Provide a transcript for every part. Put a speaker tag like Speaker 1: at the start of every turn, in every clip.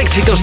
Speaker 1: éxitos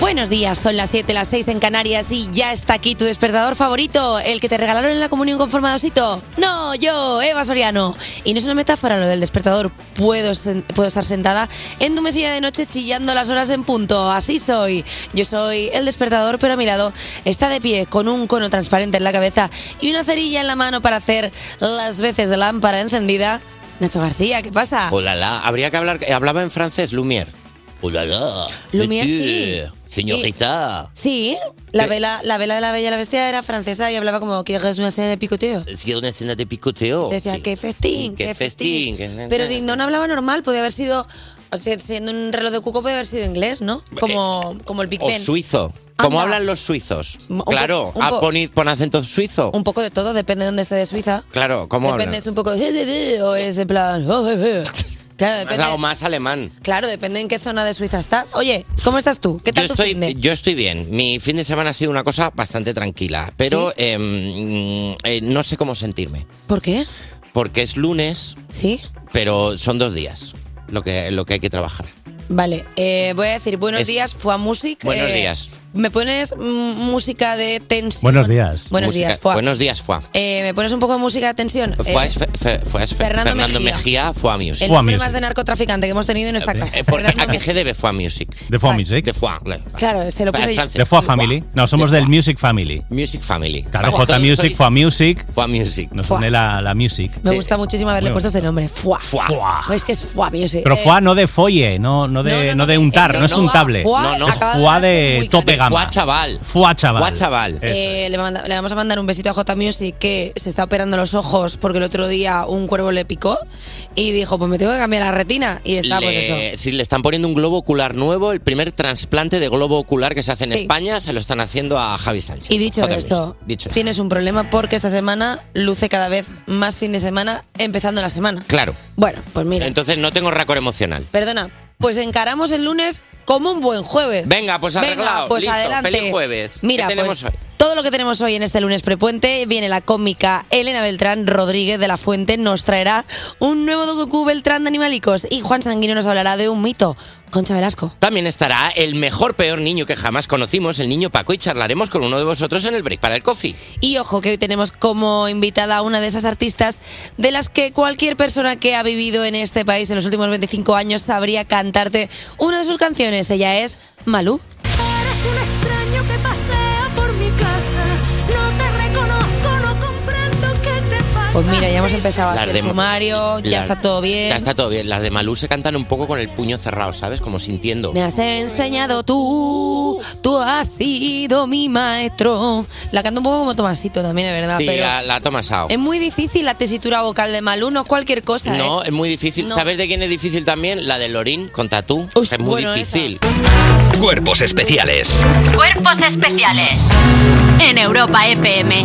Speaker 2: Buenos días, son las 7, las 6 en Canarias y ya está aquí tu despertador favorito, el que te regalaron en la comunión con forma de osito. No, yo, Eva Soriano. Y no es una metáfora lo del despertador, puedo, sen- puedo estar sentada en tu mesilla de noche chillando las horas en punto, así soy. Yo soy el despertador, pero a mi lado está de pie con un cono transparente en la cabeza y una cerilla en la mano para hacer las veces de lámpara encendida. Nacho García, ¿qué pasa?
Speaker 3: Olala, habría que hablar. eh, Hablaba en francés Lumière. Olala.
Speaker 2: Lumière,
Speaker 3: Monsieur, Señorita.
Speaker 2: Sí, la vela, la vela de la Bella y la Bestia era francesa y hablaba como que es una escena de picoteo.
Speaker 3: Es que era una escena de picoteo.
Speaker 2: Decía,
Speaker 3: Oh, Sí.
Speaker 2: qué festín,
Speaker 3: Qué
Speaker 2: qué
Speaker 3: festín.
Speaker 2: Pero Dindon hablaba normal, podía haber sido, o sea, siendo un reloj de cuco, podía haber sido inglés, ¿no? Como, como el Big
Speaker 3: Eh, O
Speaker 2: Ben.
Speaker 3: suizo.
Speaker 2: Ah,
Speaker 3: Como
Speaker 2: mira.
Speaker 3: hablan los suizos.
Speaker 2: Un po-
Speaker 3: claro,
Speaker 2: un
Speaker 3: ah,
Speaker 2: po-
Speaker 3: pon, pon acento suizo.
Speaker 2: Un poco de todo, depende de dónde esté de Suiza.
Speaker 3: Claro, ¿cómo
Speaker 2: depende
Speaker 3: hablan?
Speaker 2: es un poco de o es en plan. "Oh, eh, Claro,
Speaker 3: Has dado
Speaker 2: depende,
Speaker 3: más alemán.
Speaker 2: claro, depende en qué zona de Suiza estás. Oye, ¿cómo estás tú? ¿Qué tal
Speaker 3: yo
Speaker 2: tu
Speaker 3: estoy,
Speaker 2: fin de?
Speaker 3: Yo estoy bien. Mi fin de semana ha sido una cosa bastante tranquila, pero em, mm, eh, no sé cómo sentirme.
Speaker 2: ¿Por qué?
Speaker 3: Porque es lunes,
Speaker 2: ¿Sí?
Speaker 3: pero son dos días lo que, lo que hay que trabajar.
Speaker 2: Vale, eh, voy a decir buenos
Speaker 3: Es-
Speaker 2: días, Fua Music.
Speaker 3: Buenos
Speaker 2: eh,
Speaker 3: días.
Speaker 2: ¿Me pones mm, música de tensión?
Speaker 3: días.
Speaker 2: Buenos días, Fua.
Speaker 3: Buenos días, Fua.
Speaker 2: Eh, ¿Me pones un poco de música de tensión?
Speaker 3: Fua
Speaker 2: Eh,
Speaker 3: es Fe- Fe- Fua es Fe-
Speaker 2: Fernando
Speaker 3: Fernando,
Speaker 2: Mejía.
Speaker 3: Mejía. Fua Music.
Speaker 2: el nombre más de narcotraficante que hemos tenido en esta casa.
Speaker 3: Eh, ¿por qué? ¿A qué se debe Fua Music? De Fua Music. De Fua. le-
Speaker 2: Claro, se lo
Speaker 3: Fua
Speaker 2: puse
Speaker 3: es
Speaker 2: yo.
Speaker 3: francés.
Speaker 4: De Foa Family. No, somos del Music Family.
Speaker 3: Music Family.
Speaker 4: Claro,
Speaker 3: Vamos,
Speaker 4: J
Speaker 3: todos
Speaker 4: Music,
Speaker 3: sois-
Speaker 4: Foa Music.
Speaker 3: Foa Music.
Speaker 4: Nos
Speaker 2: Fua.
Speaker 4: une la, la music.
Speaker 2: Me gusta
Speaker 3: Eh,
Speaker 2: muchísimo haberle
Speaker 4: muy
Speaker 2: puesto este nombre, Fua.
Speaker 4: Fua.
Speaker 2: Es que es Fua Music.
Speaker 4: Pero
Speaker 2: Eh,
Speaker 4: Foa no de folle, no, no, de, no, de untar, no, es untable.
Speaker 2: Fua
Speaker 4: no, es
Speaker 2: acaba de
Speaker 4: Foa
Speaker 2: hacer
Speaker 4: de
Speaker 2: muy
Speaker 4: tope
Speaker 2: claro.
Speaker 4: gama.
Speaker 2: Fua
Speaker 3: chaval.
Speaker 4: Foa chaval.
Speaker 3: Fua chaval.
Speaker 2: eh, le, manda- le vamos a mandar un besito a J Music que se está operando los ojos porque el otro día un cuervo le picó y dijo, pues me tengo que cambiar la retina. Y está, pues eso.
Speaker 3: Le- Si le están poniendo un globo ocular nuevo, el primer trasplante de globo ocular que se hace en
Speaker 2: Sí.
Speaker 3: España se lo están haciendo a Javi Sánchez.
Speaker 2: Y dicho
Speaker 3: Jota Luis.
Speaker 2: esto,
Speaker 3: Dicho esto.
Speaker 2: tienes un problema porque esta semana luce cada vez más fin de semana, empezando la semana.
Speaker 3: Claro.
Speaker 2: Bueno, pues mira.
Speaker 3: Entonces no tengo récord emocional.
Speaker 2: Perdona, pues encaramos el lunes como un buen jueves.
Speaker 3: Venga, pues
Speaker 2: Venga,
Speaker 3: arreglado.
Speaker 2: pues
Speaker 3: Listo,
Speaker 2: adelante.
Speaker 3: feliz jueves.
Speaker 2: Mira,
Speaker 3: ¿Qué tenemos
Speaker 2: pues,
Speaker 3: hoy?
Speaker 2: Todo lo que tenemos hoy en este lunes prepuente viene la cómica Elena Beltrán Rodríguez de la Fuente. Nos traerá un nuevo docu Beltrán de Animalicos. Y Juan Sanguino nos hablará de un mito. Concha Velasco.
Speaker 3: También estará el mejor peor niño que jamás conocimos, el niño Paco, y charlaremos con uno de vosotros en el break para el coffee.
Speaker 2: Y ojo que hoy tenemos como invitada a una de esas artistas de las que cualquier persona que ha vivido en este país en los últimos 25 años sabría cantarte una de sus canciones. Ella es Malú. Pues mira, ya hemos empezado a
Speaker 3: Las
Speaker 2: hacer
Speaker 3: de-
Speaker 2: sumario, ya
Speaker 3: Las-
Speaker 2: está todo bien.
Speaker 3: Ya está todo bien. Las de Malú se cantan un poco con el puño cerrado, ¿sabes? Como sintiendo.
Speaker 2: Me has enseñado tú, tú has sido mi maestro. La canto un poco como Tomasito también, es verdad,
Speaker 3: Sí,
Speaker 2: Ah, pero
Speaker 3: la, la ha tomasado.
Speaker 2: es muy difícil la tesitura vocal de Malú, no es cualquier cosa, ¿eh?
Speaker 3: No, es muy difícil.
Speaker 2: No.
Speaker 3: ¿Sabes de quién es difícil también? La de Lorín con Tatú. Es muy
Speaker 2: bueno,
Speaker 3: difícil. Cuerpos
Speaker 1: especiales.
Speaker 5: Cuerpos especiales en Europa FM.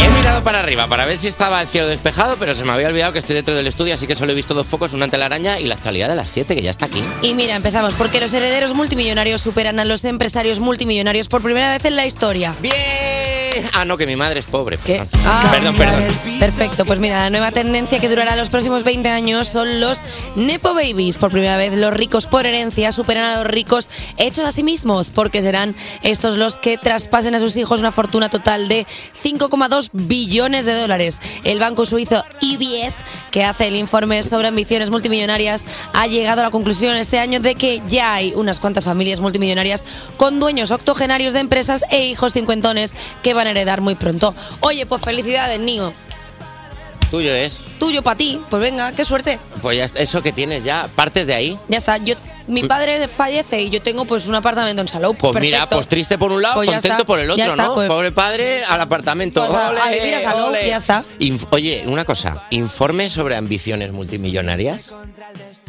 Speaker 3: He mirado para arriba para ver si estaba el cielo despejado, pero se me había olvidado que estoy dentro del estudio, así que solo he visto dos focos, una telaraña y la actualidad de las 7, que ya está aquí.
Speaker 2: Y mira, empezamos, porque los herederos multimillonarios superan a los empresarios multimillonarios por primera vez en la historia.
Speaker 3: ¡Bien! Ah, no, que mi madre es pobre. Perdón,
Speaker 2: Ah,
Speaker 3: perdón. perdón.
Speaker 2: Perfecto, pues mira, la nueva tendencia que durará los próximos 20 años son los Nepo Babies. Por primera vez, los ricos por herencia superan a los ricos hechos a sí mismos, porque serán estos los que traspasen a sus hijos una fortuna total de 5,2 billones de dólares. El banco suizo IBS, que hace el informe sobre ambiciones multimillonarias, ha llegado a la conclusión este año de que ya hay unas cuantas familias multimillonarias con dueños octogenarios de empresas e hijos cincuentones que van a heredar muy pronto. Oye, pues felicidades, Nio
Speaker 3: Tuyo es.
Speaker 2: tuyo para ti. Pues venga, qué suerte.
Speaker 3: Pues ya, está, eso que tienes ya, partes de ahí.
Speaker 2: Ya está. Yo, mi padre fallece y yo tengo pues un apartamento en Salou.
Speaker 3: Pues mira,
Speaker 2: perfecto.
Speaker 3: pues triste por un lado,
Speaker 2: Pues ya
Speaker 3: contento
Speaker 2: está,
Speaker 3: por el
Speaker 2: ya
Speaker 3: otro,
Speaker 2: está,
Speaker 3: ¿no?
Speaker 2: pues.
Speaker 3: Pobre padre, al apartamento.
Speaker 2: Pues a- a
Speaker 3: Ole,
Speaker 2: vivir a Salou,
Speaker 3: ole.
Speaker 2: ya está.
Speaker 3: Inf- Oye, una cosa, informe sobre ambiciones multimillonarias.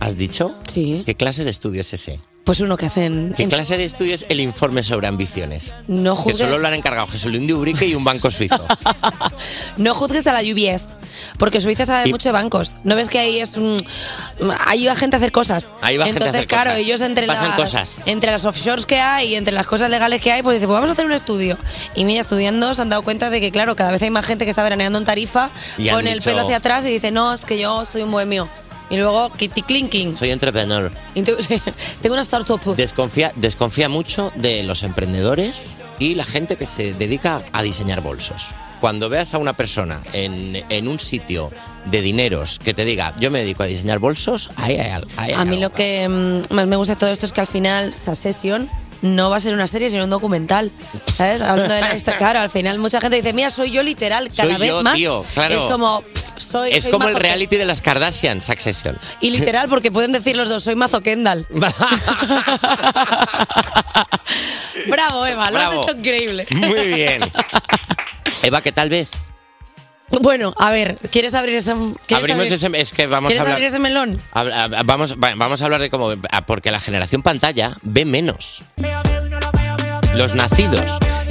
Speaker 3: ¿Has dicho?
Speaker 2: Sí.
Speaker 3: ¿Qué clase de estudio es ese?
Speaker 2: Pues uno que hacen.
Speaker 3: ¿Qué clase de estudio es el informe sobre ambiciones?
Speaker 2: No
Speaker 3: Que
Speaker 2: juzgues,
Speaker 3: solo lo han encargado Jesulín de Ubrique y un banco suizo.
Speaker 2: no juzgues a la UBS. porque Suiza sabe
Speaker 3: Y-
Speaker 2: mucho de bancos. ¿No ves que ahí es un... Ahí va gente a hacer cosas.
Speaker 3: Ahí va gente a
Speaker 2: Entonces,
Speaker 3: hacer
Speaker 2: claro,
Speaker 3: cosas.
Speaker 2: ellos entre
Speaker 3: Pasan
Speaker 2: las,
Speaker 3: cosas.
Speaker 2: entre las offshores que hay y entre las cosas legales que hay, pues dicen, pues vamos a hacer un estudio. Y mira, estudiando se han dado cuenta de que, claro, cada vez hay más gente que está veraneando en Tarifa,
Speaker 3: Y han
Speaker 2: pone el
Speaker 3: dicho-
Speaker 2: pelo hacia atrás y dice, no, es que yo estoy un bohemio. Y luego, kitty clinking.
Speaker 3: Soy entrepreneur.
Speaker 2: Tengo una startup.
Speaker 3: Desconfía, desconfía mucho de los emprendedores y la gente que se dedica a diseñar bolsos. Cuando veas a una persona en, en un sitio de dineros que te diga, yo me dedico a diseñar bolsos, ahí hay al- ahí hay
Speaker 2: A mí
Speaker 3: algo.
Speaker 2: lo que mm, más me gusta de todo esto es que al final esa sesión no va a ser una serie, sino un documental. ¿Sabes? Hablando de la esta- claro, al final mucha gente dice, mira, soy yo literal, cada
Speaker 3: Soy
Speaker 2: vez
Speaker 3: yo,
Speaker 2: más.
Speaker 3: tío, claro.
Speaker 2: Es como, pff, soy.
Speaker 3: es
Speaker 2: soy
Speaker 3: como el
Speaker 2: mazo
Speaker 3: reality de las Kardashian, Succession.
Speaker 2: Ke- Y literal, porque pueden decir los dos, soy mazo Kendall. Bravo, Eva, lo
Speaker 3: Bravo.
Speaker 2: has hecho increíble.
Speaker 3: Muy bien. Eva, ¿qué tal ves?
Speaker 2: Bueno, a ver, ¿quieres abrir ese, ¿quieres
Speaker 3: Abrimos
Speaker 2: abrir-
Speaker 3: ese... Es que vamos a
Speaker 2: ¿quieres
Speaker 3: hablar...
Speaker 2: abrir ese melón?
Speaker 3: Habla- hab- Vamos, va- vamos a hablar de cómo. ah, Porque la generación pantalla ve menos. Los nacidos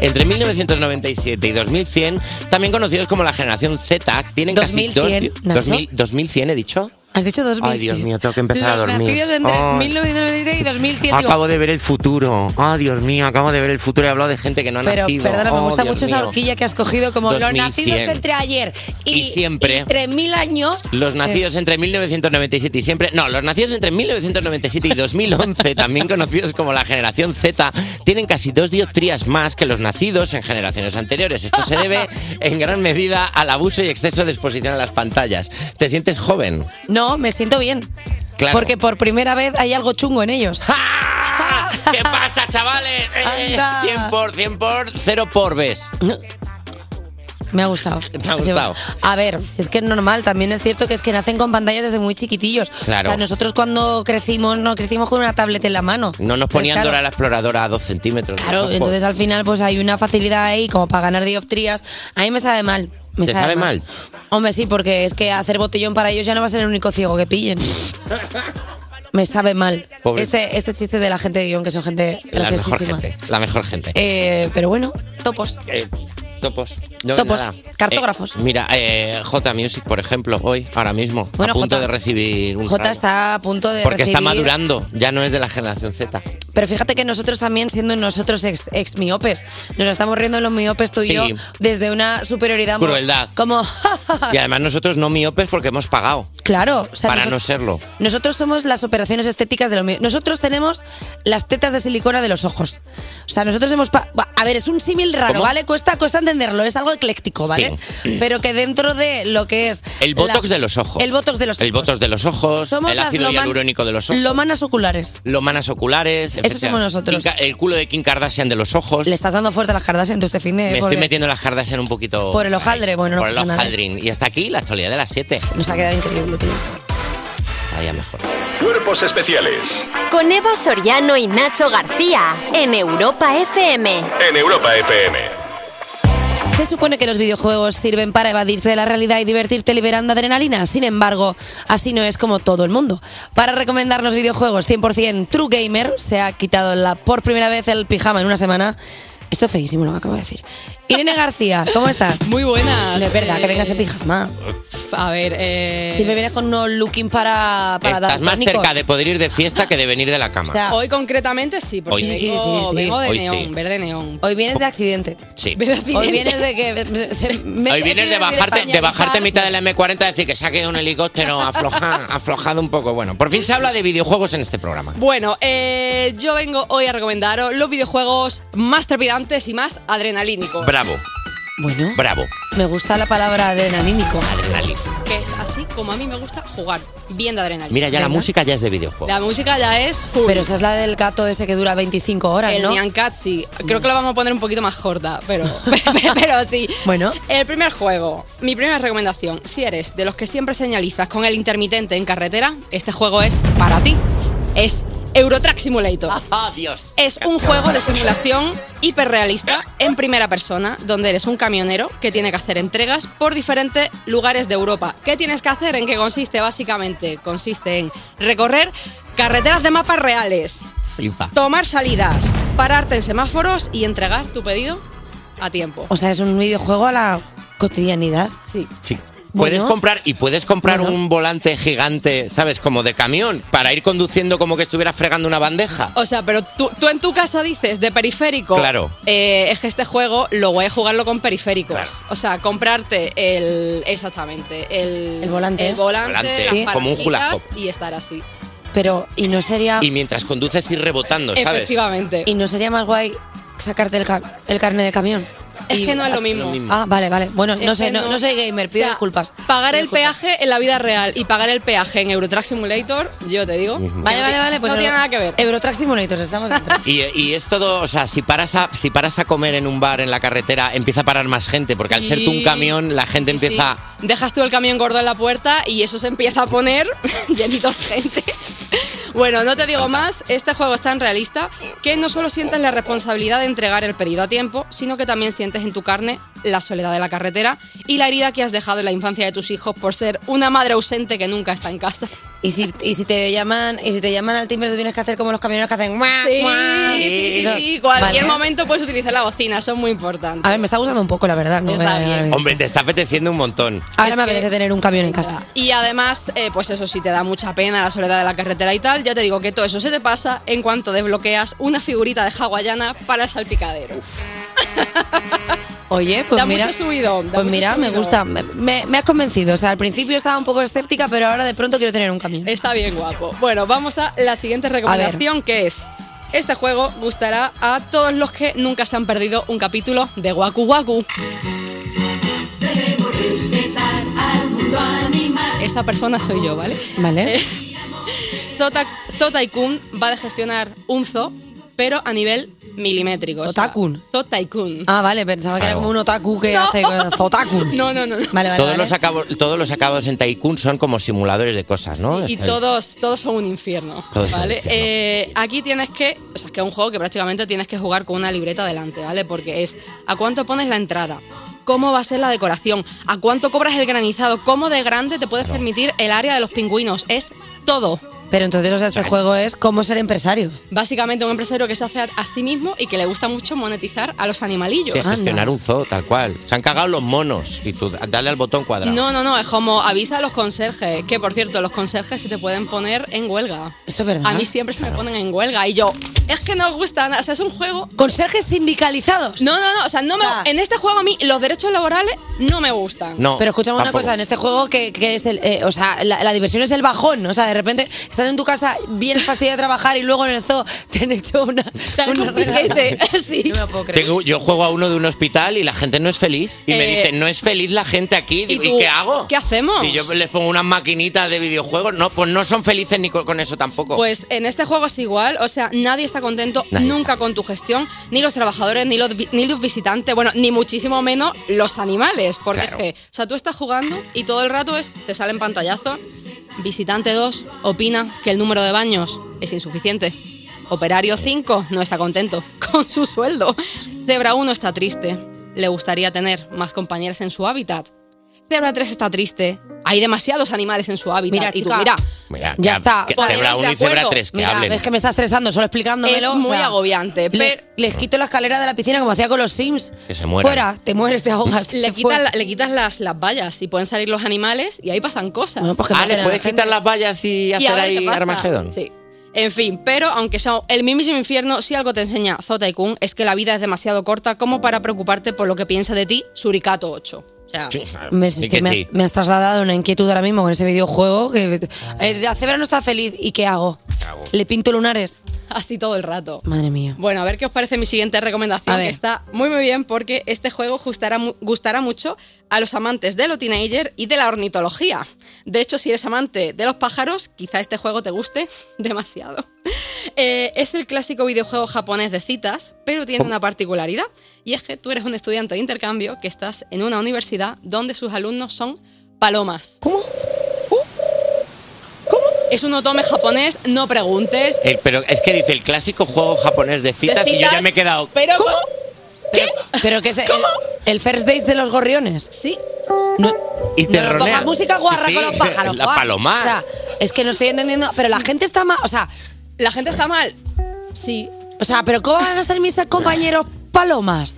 Speaker 3: entre 1997 y 2100, también conocidos como la generación Z, tienen casi
Speaker 2: 2100,
Speaker 3: dos-
Speaker 2: Nacho.
Speaker 3: 2000 2100 he dicho.
Speaker 2: ¿Has dicho 2000?
Speaker 3: Ay, Dios mío, tengo que empezar a
Speaker 2: Los
Speaker 3: dormir.
Speaker 2: nacidos entre
Speaker 3: Ay.
Speaker 2: 1993 y 2010. digo,
Speaker 3: Acabo de ver el futuro. Ah, Dios mío, acabo de ver el futuro. He hablado de gente que no ha
Speaker 2: Pero
Speaker 3: nacido.
Speaker 2: perdona, me
Speaker 3: Oh,
Speaker 2: gusta
Speaker 3: Dios
Speaker 2: mucho esa
Speaker 3: mío.
Speaker 2: horquilla que has cogido, como los
Speaker 3: 2100.
Speaker 2: nacidos entre ayer y,
Speaker 3: Y siempre.
Speaker 2: y eh. 3000 años.
Speaker 3: Los nacidos entre 1997 y siempre. No, los nacidos entre 1997 y 2011, también conocidos como la generación Z, tienen casi dos dioptrías más que los nacidos en generaciones anteriores. Esto se debe en gran medida al abuso y exceso de exposición a las pantallas. ¿Te sientes joven?
Speaker 2: No, me siento bien.
Speaker 3: Claro.
Speaker 2: Porque por primera vez hay algo chungo en ellos.
Speaker 3: ¿Qué pasa, chavales? Eh,
Speaker 2: Anda.
Speaker 3: 100 por, 100 por, 0 por, ¿ves?
Speaker 2: Me ha gustado.
Speaker 3: ha gustado.
Speaker 2: A ver, si es que es normal, también es cierto que es que nacen con pantallas desde muy chiquitillos.
Speaker 3: Claro.
Speaker 2: O sea, nosotros cuando crecimos, no crecimos con una tablet en la mano.
Speaker 3: No nos
Speaker 2: Pues
Speaker 3: ponían
Speaker 2: claro,
Speaker 3: Dora la exploradora a dos centímetros. de
Speaker 2: Claro,
Speaker 3: los ojos.
Speaker 2: entonces al final pues hay una facilidad ahí como para ganar dioptrías. A mí me sabe mal. Me
Speaker 3: ¿Te sabe mal?
Speaker 2: Hombre, sí, porque es que hacer botellón para ellos ya no va a ser el único ciego que pillen. me sabe mal.
Speaker 3: Pobre.
Speaker 2: Este, este chiste de la gente de guión, que son gente
Speaker 3: La mejor
Speaker 2: graciosísima.
Speaker 3: gente. La mejor gente.
Speaker 2: Eh, pero bueno, topos.
Speaker 3: Eh, topos. No,
Speaker 2: Topos.
Speaker 3: nada.
Speaker 2: Cartógrafos.
Speaker 3: Eh, mira, eh, J Music, por ejemplo, hoy, ahora mismo,
Speaker 2: Bueno,
Speaker 3: a punto
Speaker 2: J-
Speaker 3: de recibir un
Speaker 2: J
Speaker 3: rayo.
Speaker 2: está a punto de
Speaker 3: Porque está
Speaker 2: recibir-
Speaker 3: madurando, ya no es de la generación Z.
Speaker 2: Pero fíjate que nosotros también, siendo nosotros ex, ex miopes, nos estamos riendo de los miopes tú y
Speaker 3: Sí.
Speaker 2: yo desde una superioridad. mo-
Speaker 3: Crueldad.
Speaker 2: Como,
Speaker 3: Y además nosotros no miopes porque hemos pagado
Speaker 2: claro. Ah. o sea,
Speaker 3: para
Speaker 2: nosotros-
Speaker 3: no serlo.
Speaker 2: Nosotros somos las operaciones estéticas de los miopes. Nosotros tenemos las tetas de silicona de los ojos. O sea, nosotros hemos... pa- Buah, A ver, es un símil raro,
Speaker 3: ¿Cómo?
Speaker 2: ¿vale? Cuesta, cuesta entenderlo, es algo ecléctico, ¿vale? Pero que dentro de lo que es...
Speaker 3: El
Speaker 2: la-
Speaker 3: botox de los ojos.
Speaker 2: El botox de los
Speaker 3: El botox de los ojos,
Speaker 2: Somos
Speaker 3: el
Speaker 2: las
Speaker 3: ácido
Speaker 2: loman-
Speaker 3: hialurónico de los ojos.
Speaker 2: Lomanas oculares.
Speaker 3: Lomanas oculares. efectivamente.
Speaker 2: somos nosotros.
Speaker 3: Kim Ka- el culo de Kim Kardashian de los ojos.
Speaker 2: Le estás dando fuerte a las cardas en tu este fin de...
Speaker 3: Me
Speaker 2: porque-
Speaker 3: estoy metiendo las Kardashian un poquito
Speaker 2: Por el hojaldre, bueno, no
Speaker 3: por el
Speaker 2: pasa nada. ¿eh?
Speaker 3: hojaldrín. Y hasta aquí la actualidad de las 7.
Speaker 2: Nos ha quedado increíble, tío.
Speaker 3: Vaya mejor.
Speaker 6: Cuerpos especiales
Speaker 5: Con Eva Soriano y Nacho García en Europa FM.
Speaker 6: en Europa FM.
Speaker 2: Se supone que los videojuegos sirven para evadirte de la realidad y divertirte liberando adrenalina. Sin embargo, así no es como todo el mundo. Para recomendar los videojuegos 100% True Gamer, se ha quitado la, por primera vez el pijama en una semana. Esto es feísimo lo que acabo de decir. Irene García, ¿cómo estás?
Speaker 7: Muy buenas.
Speaker 2: No es verdad
Speaker 7: Eh,
Speaker 2: que vengas en pijama.
Speaker 7: A ver, eh,
Speaker 2: Si me vienes con unos looking para, para
Speaker 3: Estás más
Speaker 2: daltónicos.
Speaker 3: cerca de poder ir de fiesta que de venir de la cama.
Speaker 2: O sea, hoy,
Speaker 7: hoy concretamente sí, porque
Speaker 3: Hoy sí.
Speaker 7: vengo,
Speaker 2: Sí, sí, sí.
Speaker 7: vengo de
Speaker 3: Hoy
Speaker 7: neón,
Speaker 3: sí.
Speaker 7: verde neón.
Speaker 2: hoy vienes de accidente.
Speaker 3: sí.
Speaker 2: Hoy vienes de que. se- se-
Speaker 3: Hoy vienes de
Speaker 2: vienes
Speaker 3: bajarte, de bajarte a
Speaker 2: pañalizar.
Speaker 3: mitad de la M40 a decir que saque un helicóptero afloja, aflojado un poco. Bueno, por fin se habla de videojuegos en este programa.
Speaker 7: Bueno, eh, yo vengo hoy a recomendaros los videojuegos más trepidantes y más adrenalínicos.
Speaker 3: Bravo,
Speaker 2: Bueno,
Speaker 3: bravo.
Speaker 2: me gusta la palabra adrenalínico.
Speaker 3: Adrenalina.
Speaker 7: Que es así como a mí me gusta jugar, bien de adrenalina.
Speaker 3: Mira, ya la
Speaker 2: Venga.
Speaker 3: música ya es de
Speaker 7: La
Speaker 3: videojuego.
Speaker 7: música ya es full.
Speaker 2: Pero esa es la del gato ese que dura 25 horas,
Speaker 7: el
Speaker 2: ¿no?
Speaker 7: Nyan Cat sí. Creo que lo vamos a poner un poquito más corta, pero, pero sí.
Speaker 2: Bueno.
Speaker 7: El primer juego, mi primera recomendación. Si eres de los que siempre señalizas con el intermitente en carretera, este juego es para ti. Es Eurotrack Simulator.
Speaker 3: ¡Ah, Dios!
Speaker 7: Es un juego de simulación hiperrealista en primera persona, donde eres un camionero que tiene que hacer entregas por diferentes lugares de Europa. ¿Qué tienes que hacer? ¿En qué consiste básicamente? Consiste en recorrer carreteras de mapas reales,
Speaker 3: Flipa.
Speaker 7: tomar salidas, pararte en semáforos y entregar tu pedido a tiempo.
Speaker 2: O sea, es un videojuego a la cotidianidad.
Speaker 7: Sí.
Speaker 3: Sí. Puedes
Speaker 2: Bueno.
Speaker 3: comprar y puedes comprar un volante gigante, ¿sabes? Como de camión, para ir conduciendo como que estuvieras fregando una bandeja.
Speaker 7: O sea, pero tú, tú en tu casa dices de periférico.
Speaker 3: Claro.
Speaker 7: eh, es que este juego lo voy a jugarlo con periféricos. O sea, comprarte el. Exactamente. El, volante. El volante,
Speaker 3: Volante,
Speaker 7: las
Speaker 3: Sí. como un
Speaker 7: palanquitas
Speaker 3: hula hoop.
Speaker 7: Y estar así.
Speaker 2: Pero, ¿y no sería...?
Speaker 3: Y mientras conduces ir rebotando, ¿sabes?
Speaker 7: Efectivamente.
Speaker 2: ¿Y no sería más guay sacarte el, ca- el carnet de camión?
Speaker 7: Es
Speaker 2: Y-
Speaker 7: que no es lo mismo.
Speaker 2: Ah, vale, vale. Bueno, no
Speaker 7: Es
Speaker 2: sé,
Speaker 7: que
Speaker 2: no,
Speaker 7: no-
Speaker 2: no soy gamer,
Speaker 7: O
Speaker 2: pido
Speaker 7: sea,
Speaker 2: disculpas.
Speaker 7: Pagar el peaje en la vida real y pagar el peaje en Eurotrack Simulator, yo te digo.
Speaker 2: Vale, vale, vale. Pues
Speaker 7: no tiene
Speaker 2: Euro-
Speaker 7: nada que ver.
Speaker 2: Eurotrack Simulator, estamos dentro.
Speaker 3: Y, y es todo, o sea, si paras, a, si paras a comer en un bar en la carretera, empieza a parar más gente, porque al ser tú un
Speaker 7: Sí.
Speaker 3: camión, la gente
Speaker 7: Sí,
Speaker 3: empieza...
Speaker 7: sí. Dejas tú el camión gordo en la puerta y eso se empieza a poner llenito de gente. Bueno, no te digo más, este juego es tan realista que no solo sientes la responsabilidad de entregar el pedido a tiempo, sino que también sientes en tu carne la soledad de la carretera y la herida que has dejado en la infancia de tus hijos por ser una madre ausente que nunca está en casa.
Speaker 2: Y si, y si te llaman y si te llaman al timbre, tú tienes que hacer como los camioneros que hacen... "Mua, mua".
Speaker 7: Sí, sí, sí, sí,
Speaker 2: No,
Speaker 7: cualquier
Speaker 2: vale.
Speaker 7: momento puedes utilizar la bocina, son muy importantes.
Speaker 2: A ver, me está gustando un poco, la verdad. no voy a-
Speaker 3: Hombre, te está apeteciendo un montón.
Speaker 2: Ahora me apetece tener un camión en casa.
Speaker 7: Y además, eh, pues eso sí, te da mucha pena la soledad de la carretera y tal. Ya te digo que todo eso se te pasa en cuanto desbloqueas una figurita de hawaiana para el salpicadero.
Speaker 2: Oye, pues
Speaker 7: Da
Speaker 2: mira,
Speaker 7: mucho subidón, da
Speaker 2: pues
Speaker 7: mucho
Speaker 2: mira, me
Speaker 7: subidón.
Speaker 2: gusta, me, me- me has convencido. O sea, al principio estaba un poco escéptica, pero ahora de pronto quiero tener un camión.
Speaker 7: Está bien guapo. Bueno, vamos a la siguiente recomendación que es... Este juego gustará a todos los que nunca se han perdido un capítulo de Waku Waku.
Speaker 8: Debemos respetar al mundo animal.
Speaker 7: Esa persona soy yo, ¿vale? Eh,
Speaker 2: Vale.
Speaker 7: Tota, Totaikun va a gestionar un zoo, pero a nivel milimétrico.
Speaker 2: Zotaikun.
Speaker 7: Totaikun.
Speaker 2: Ah, vale, pensaba que era
Speaker 3: Claro.
Speaker 2: como un otaku que hace eh, zotaku.
Speaker 7: No, no, no. no.
Speaker 2: Vale, vale.
Speaker 3: todos,
Speaker 2: vale.
Speaker 3: Los acabos, todos los acabados en Tycoon son como simuladores de cosas, ¿no?
Speaker 7: Y
Speaker 3: Es el-
Speaker 7: todos, todos son un infierno.
Speaker 3: Todos son un
Speaker 7: ¿vale?
Speaker 3: infierno.
Speaker 7: Eh, aquí tienes que. O sea, es que es un juego que prácticamente tienes que jugar con una libreta delante, ¿vale? Porque es a cuánto pones la entrada, cómo va a ser la decoración, a cuánto cobras el granizado, cómo de grande te puedes permitir el área de los pingüinos. Es todo.
Speaker 2: Pero entonces, o sea, este juego es cómo ser empresario.
Speaker 7: Básicamente un empresario que se hace a, a sí mismo y que le gusta mucho monetizar a los animalillos.
Speaker 3: Sí, es gestionar un zoo, tal cual. Se han cagado los monos. Y tú, dale al botón cuadrado.
Speaker 7: No, no, no, es como avisa a los conserjes, que por cierto, los conserjes se te pueden poner en huelga.
Speaker 2: Esto es verdad.
Speaker 7: A mí siempre se me ponen en huelga y yo, es que no os gusta nada, o sea, es un juego...
Speaker 2: Conserjes sindicalizados.
Speaker 7: No, no, no, o sea, no me,
Speaker 2: O sea,
Speaker 7: en este juego a mí los derechos laborales no me gustan.
Speaker 3: No,
Speaker 2: Pero escúchame una
Speaker 3: tampoco.
Speaker 2: cosa, en este juego que, que es el, eh, o sea, la, la diversión es el bajón, ¿no? o sea, de repente estás en tu casa bien fastidiado de trabajar y luego en el zoo te han hecho una,
Speaker 7: hecho
Speaker 2: una
Speaker 7: un piquete, sí.
Speaker 2: No me lo puedo creer.
Speaker 3: Tengo- yo juego a uno de un hospital y la gente no es feliz. Y me
Speaker 7: Eh,
Speaker 3: dicen, no es feliz la gente aquí. Digo, ¿Y,
Speaker 7: tú,
Speaker 3: qué hago?
Speaker 7: ¿Qué hacemos?
Speaker 3: Y yo les pongo unas maquinitas de videojuegos. No, pues no son felices ni co- con eso tampoco.
Speaker 7: Pues en este juego es igual, o sea, nadie está contento
Speaker 3: Nadie
Speaker 7: nunca con tu gestión, ni los trabajadores, ni los, vi- ni los visitantes, bueno, ni muchísimo menos los animales, porque
Speaker 3: Claro.
Speaker 7: es que, o sea, tú estás jugando y todo el rato es, te salen pantallazos, visitante 2 opina que el número de baños es insuficiente, operario 5 no está contento con su sueldo, cebra 1 está triste, le gustaría tener más compañeras en su hábitat, cebra 3 está triste, hay demasiados animales en su hábitat,
Speaker 2: Mira,
Speaker 7: y tú,
Speaker 2: chica,
Speaker 7: mira...
Speaker 3: Mira,
Speaker 2: ya
Speaker 3: que-
Speaker 2: está,
Speaker 3: que
Speaker 2: joder,
Speaker 3: Zebra
Speaker 7: de
Speaker 3: 1 y Zebra
Speaker 7: acuerdo.
Speaker 3: 3, que
Speaker 2: Mira,
Speaker 3: hablen.
Speaker 2: es que me está estresando solo explicándomelo.
Speaker 7: Es
Speaker 2: o
Speaker 7: muy
Speaker 2: sea,
Speaker 7: agobiante,
Speaker 2: Les,
Speaker 7: pero-
Speaker 2: les quito la escalera de la piscina como hacía con los Sims.
Speaker 3: Que se mueran.
Speaker 2: Fuera, te mueres, te ahogas.
Speaker 7: Le
Speaker 2: Te
Speaker 7: quitas,
Speaker 2: fuera.
Speaker 7: la- le quitas las, las vallas y pueden salir los animales y ahí pasan cosas.
Speaker 2: Bueno, pues que
Speaker 3: Ah,
Speaker 2: maten a
Speaker 3: ¿le
Speaker 2: la
Speaker 3: puedes
Speaker 2: gente.
Speaker 3: quitar las vallas y
Speaker 7: y
Speaker 3: hacer
Speaker 7: a ver qué
Speaker 3: ahí
Speaker 7: pasa.
Speaker 3: Armagedón?
Speaker 7: Sí. En fin, pero aunque sea el mismísimo infierno, si algo te enseña Zotaikun es que la vida es demasiado corta como para preocuparte por lo que piensa de ti Suricato 8. O sea,
Speaker 3: Sí, claro.
Speaker 2: Me, es
Speaker 3: Sí
Speaker 2: que
Speaker 3: que
Speaker 2: me has,
Speaker 3: sí.
Speaker 2: me has trasladado una inquietud ahora mismo con ese videojuego. Que, eh, la cebra no está feliz. ¿Y qué hago? ¿Le pinto lunares?
Speaker 7: así todo el rato.
Speaker 2: Madre mía.
Speaker 7: Bueno, a ver qué os parece mi siguiente recomendación,
Speaker 2: A ver.
Speaker 7: que está muy muy bien porque este juego gustará, mu- gustará mucho a los amantes de lo teenager y de la ornitología. De hecho, si eres amante de los pájaros, quizá este juego te guste demasiado. Eh, es el clásico videojuego japonés de citas, pero tiene
Speaker 3: Oh.
Speaker 7: una particularidad, y es que tú eres un estudiante de intercambio que estás en una universidad donde sus alumnos son palomas. ¿Cómo?
Speaker 3: ¿Oh?
Speaker 7: Es un otome japonés, no preguntes.
Speaker 3: El- pero es que dice el clásico juego japonés de citas, y yo ya
Speaker 7: citas,
Speaker 3: me he quedado.
Speaker 7: Pero
Speaker 2: ¿Pero qué es el, el first days de los gorriones?
Speaker 7: Sí,
Speaker 2: No,
Speaker 3: Y te
Speaker 2: no,
Speaker 3: ronean.
Speaker 2: ponga música guarra
Speaker 3: Sí,
Speaker 2: con los
Speaker 3: sí,
Speaker 2: pájaros.
Speaker 3: la
Speaker 2: Juan.
Speaker 3: paloma.
Speaker 2: O sea, es que no estoy entendiendo. Pero la gente está mal. O sea,
Speaker 7: la gente está mal. Sí.
Speaker 2: o sea, ¿pero cómo van a ser mis compañeros palomas?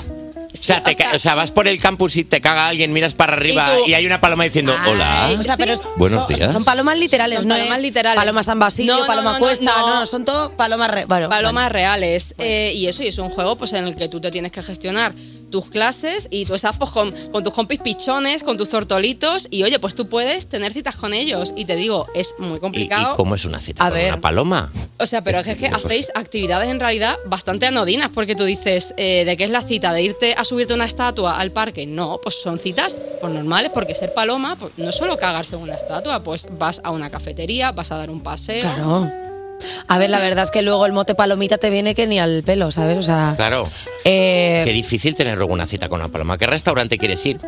Speaker 3: Sí, sea, te ca- o sea, vas por el campus y te caga alguien, miras para arriba
Speaker 7: Y
Speaker 3: y,
Speaker 7: tú-
Speaker 3: hay una paloma diciendo,
Speaker 2: Ay,
Speaker 3: hola,
Speaker 2: o sea, pero
Speaker 3: buenos
Speaker 2: O sea,
Speaker 3: días.
Speaker 2: son palomas literales,
Speaker 7: Son
Speaker 2: no
Speaker 7: palomas
Speaker 2: es
Speaker 7: literales.
Speaker 2: paloma San Basilio,
Speaker 7: No, no,
Speaker 2: paloma
Speaker 7: no, no,
Speaker 2: Cuesta,
Speaker 7: no.
Speaker 2: no, no, son todo palomas re- bueno,
Speaker 7: Palomas reales. Eh, y eso, y es un juego pues, en el que tú te tienes que gestionar tus clases y tú estás pues, con, con tus compis pichones, con tus tortolitos y oye, pues tú puedes tener citas con ellos. Y te digo, es muy
Speaker 3: ¿Y, y
Speaker 7: complicado.
Speaker 3: cómo es una cita
Speaker 2: A
Speaker 3: con
Speaker 2: ver.
Speaker 3: una paloma?
Speaker 7: O sea, pero es que hacéis actividades en realidad bastante anodinas, porque tú dices, eh, ¿de qué es la cita? ¿De irte a subirte una estatua al parque? No, pues son citas pues, normales, porque ser paloma pues, no es solo cagarse en una estatua, pues vas a una cafetería, vas a dar un paseo.
Speaker 2: Claro. A ver, la verdad es que luego el mote palomita te viene que ni al pelo, ¿sabes? O sea,
Speaker 3: Claro.
Speaker 2: eh,
Speaker 3: Qué difícil tener luego una cita con una paloma. ¿Qué restaurante quieres ir?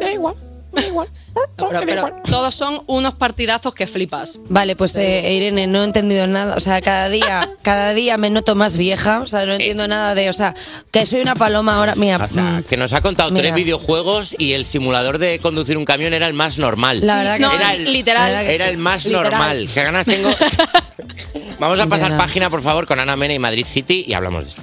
Speaker 7: No, pero, pero todos son unos partidazos que flipas.
Speaker 2: Vale, pues eh, Irene, no he entendido nada. O sea, cada día, cada día me noto más vieja. O sea, no entiendo nada de, o sea, que soy una paloma ahora. Mira,
Speaker 3: O sea,
Speaker 2: mm,
Speaker 3: que nos ha contado
Speaker 2: Mira.
Speaker 3: tres videojuegos y el simulador de conducir un camión era el más normal.
Speaker 2: La verdad que
Speaker 7: No,
Speaker 2: sí.
Speaker 3: era el,
Speaker 7: literal.
Speaker 2: La verdad que
Speaker 3: era el más
Speaker 7: Literal.
Speaker 3: normal. ¿Qué ganas tengo? Vamos a pasar
Speaker 2: Literal.
Speaker 3: página, por favor, con Ana Mena y Madrid City y hablamos de esto.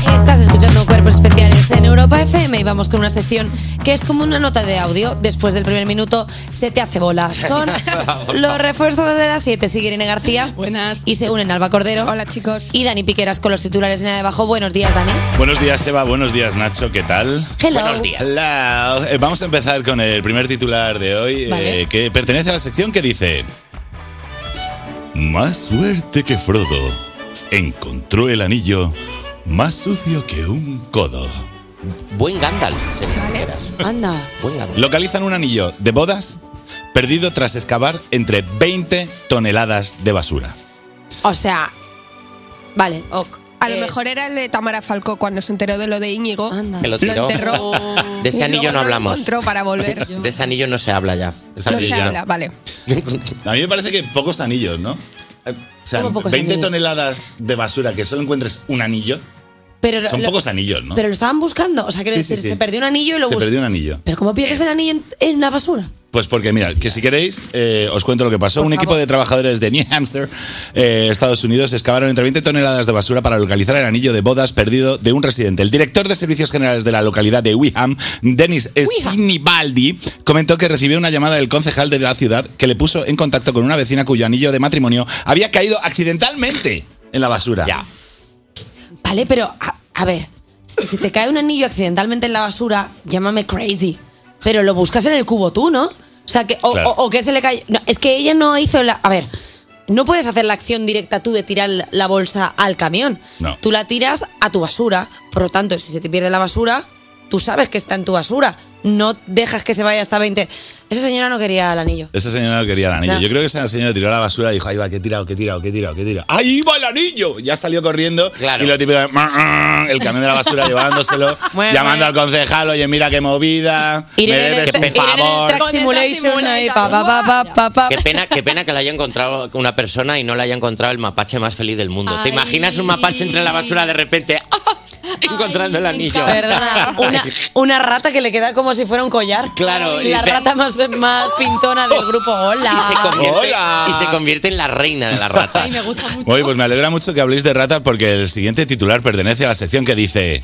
Speaker 2: Estás escuchando Cuerpos Especiales en Europa FM y vamos con una sección que es como una nota de audio. Después del primer minuto se te hace bola. Son los refuerzos de las 7. Sigue Irene García.
Speaker 7: Buenas.
Speaker 2: Y se unen Alba Cordero.
Speaker 9: Hola chicos.
Speaker 2: Y Dani Piqueras con los titulares en el de abajo. Buenos días, Dani.
Speaker 10: Buenos días, Eva. Buenos días, Nacho. ¿Qué tal?
Speaker 2: Hello.
Speaker 3: Buenos días.
Speaker 10: Hello. Eh, Vamos a empezar con el primer titular de hoy, eh,
Speaker 2: Vale.
Speaker 10: que pertenece a la sección que dice... Más suerte que Frodo. Encontró el anillo más sucio que un codo.
Speaker 3: Buen Gandalf. señor Piqueras.
Speaker 2: Anda.
Speaker 3: Buen Gandalf.
Speaker 10: Localizan un anillo de bodas perdido tras excavar entre 20 toneladas de basura.
Speaker 2: O sea. Vale, ok.
Speaker 9: A lo
Speaker 2: Eh,
Speaker 9: mejor era el de Tamara Falcó cuando se enteró de lo de Íñigo.
Speaker 2: Anda.
Speaker 3: Que lo
Speaker 9: Lo
Speaker 3: tiró.
Speaker 9: enterró.
Speaker 3: De ese
Speaker 9: Y
Speaker 3: anillo
Speaker 9: luego
Speaker 3: no
Speaker 9: lo
Speaker 3: hablamos.
Speaker 9: encontró para volver.
Speaker 3: De ese anillo no se habla ya.
Speaker 10: Esa
Speaker 9: No se
Speaker 10: anillo ya-
Speaker 9: habla, vale.
Speaker 10: A mí me parece que pocos anillos, ¿no? O sea,
Speaker 2: Eh, ¿Cómo pocos
Speaker 10: 20
Speaker 2: anillos?
Speaker 10: toneladas de basura que solo encuentres un anillo.
Speaker 2: Pero
Speaker 10: Son
Speaker 2: lo-
Speaker 10: pocos anillos, ¿no?
Speaker 2: Pero lo estaban buscando. O sea, quiero
Speaker 10: Sí, sí,
Speaker 2: decir,
Speaker 10: sí.
Speaker 2: se perdió un anillo y lo
Speaker 10: Se
Speaker 2: buscó.
Speaker 10: perdió un anillo.
Speaker 2: Pero ¿cómo pierdes el anillo en, en la basura?
Speaker 10: Pues porque, mira, que si queréis, eh, os cuento lo que pasó.
Speaker 2: Por
Speaker 10: un equipo
Speaker 2: favor.
Speaker 10: de trabajadores de New Hampshire, eh, Estados Unidos, excavaron entre 20 toneladas de basura para localizar el anillo de bodas perdido de un residente. El director de Servicios Generales de la localidad de Weham, Dennis Sinibaldi, comentó que recibió una llamada del concejal de la ciudad que le puso en contacto con una vecina cuyo anillo de matrimonio había caído accidentalmente en la basura.
Speaker 3: Ya.
Speaker 2: Vale, pero a, a ver, si se te cae un anillo accidentalmente en la basura, llámame crazy. Pero lo buscas en el cubo tú, ¿no? O sea, que, o,
Speaker 10: Claro.
Speaker 2: o- o que se le cae. no, es que ella no hizo la. A ver, no puedes hacer la acción directa tú de tirar la bolsa al camión.
Speaker 10: No.
Speaker 2: Tú la tiras a tu basura. Por lo tanto, si se te pierde la basura, tú sabes que está en tu basura. No dejas que se vaya hasta 20. Esa señora no quería el anillo.
Speaker 10: Esa señora no quería el anillo.
Speaker 2: No.
Speaker 10: Yo creo que esa señora tiró a la basura y dijo, ahí va, que he tirado, que he tirado, que he tirado, que he tirado. ¡Ahí va el anillo! Ya salió corriendo
Speaker 3: Claro.
Speaker 10: y lo típico, "Mm, mm", el camión de la basura llevándoselo,
Speaker 2: Bueno,
Speaker 10: llamando
Speaker 2: bueno.
Speaker 10: al concejal, oye, mira qué movida,
Speaker 2: Irene en
Speaker 10: me
Speaker 2: el
Speaker 10: debes
Speaker 2: tra-
Speaker 10: un
Speaker 2: Irene en el
Speaker 10: favor.
Speaker 7: Con
Speaker 2: Track
Speaker 7: el Track
Speaker 2: Simulation ahí,
Speaker 7: Simulator.
Speaker 2: pa, pa, pa, pa, pa, pa.
Speaker 3: Qué pena, qué pena que la haya encontrado una persona y no la haya encontrado el mapache más feliz del mundo. ¿Te
Speaker 7: Ay.
Speaker 3: imaginas un mapache entre la basura de repente ¡ah! encontrando el
Speaker 7: me
Speaker 3: anillo?
Speaker 7: encanta.
Speaker 2: Perdona, una, una rata que le queda como si fuera un collar.
Speaker 3: Claro,
Speaker 2: La
Speaker 3: dice-
Speaker 2: rata más, más pintona del grupo.
Speaker 3: Y se,
Speaker 2: Hola.
Speaker 3: convierte,
Speaker 10: Hola.
Speaker 3: y se convierte en la reina de las ratas.
Speaker 7: Ay, me gusta mucho.
Speaker 10: Oye, pues me alegra mucho que habléis de rata porque el siguiente titular pertenece a la sección que dice...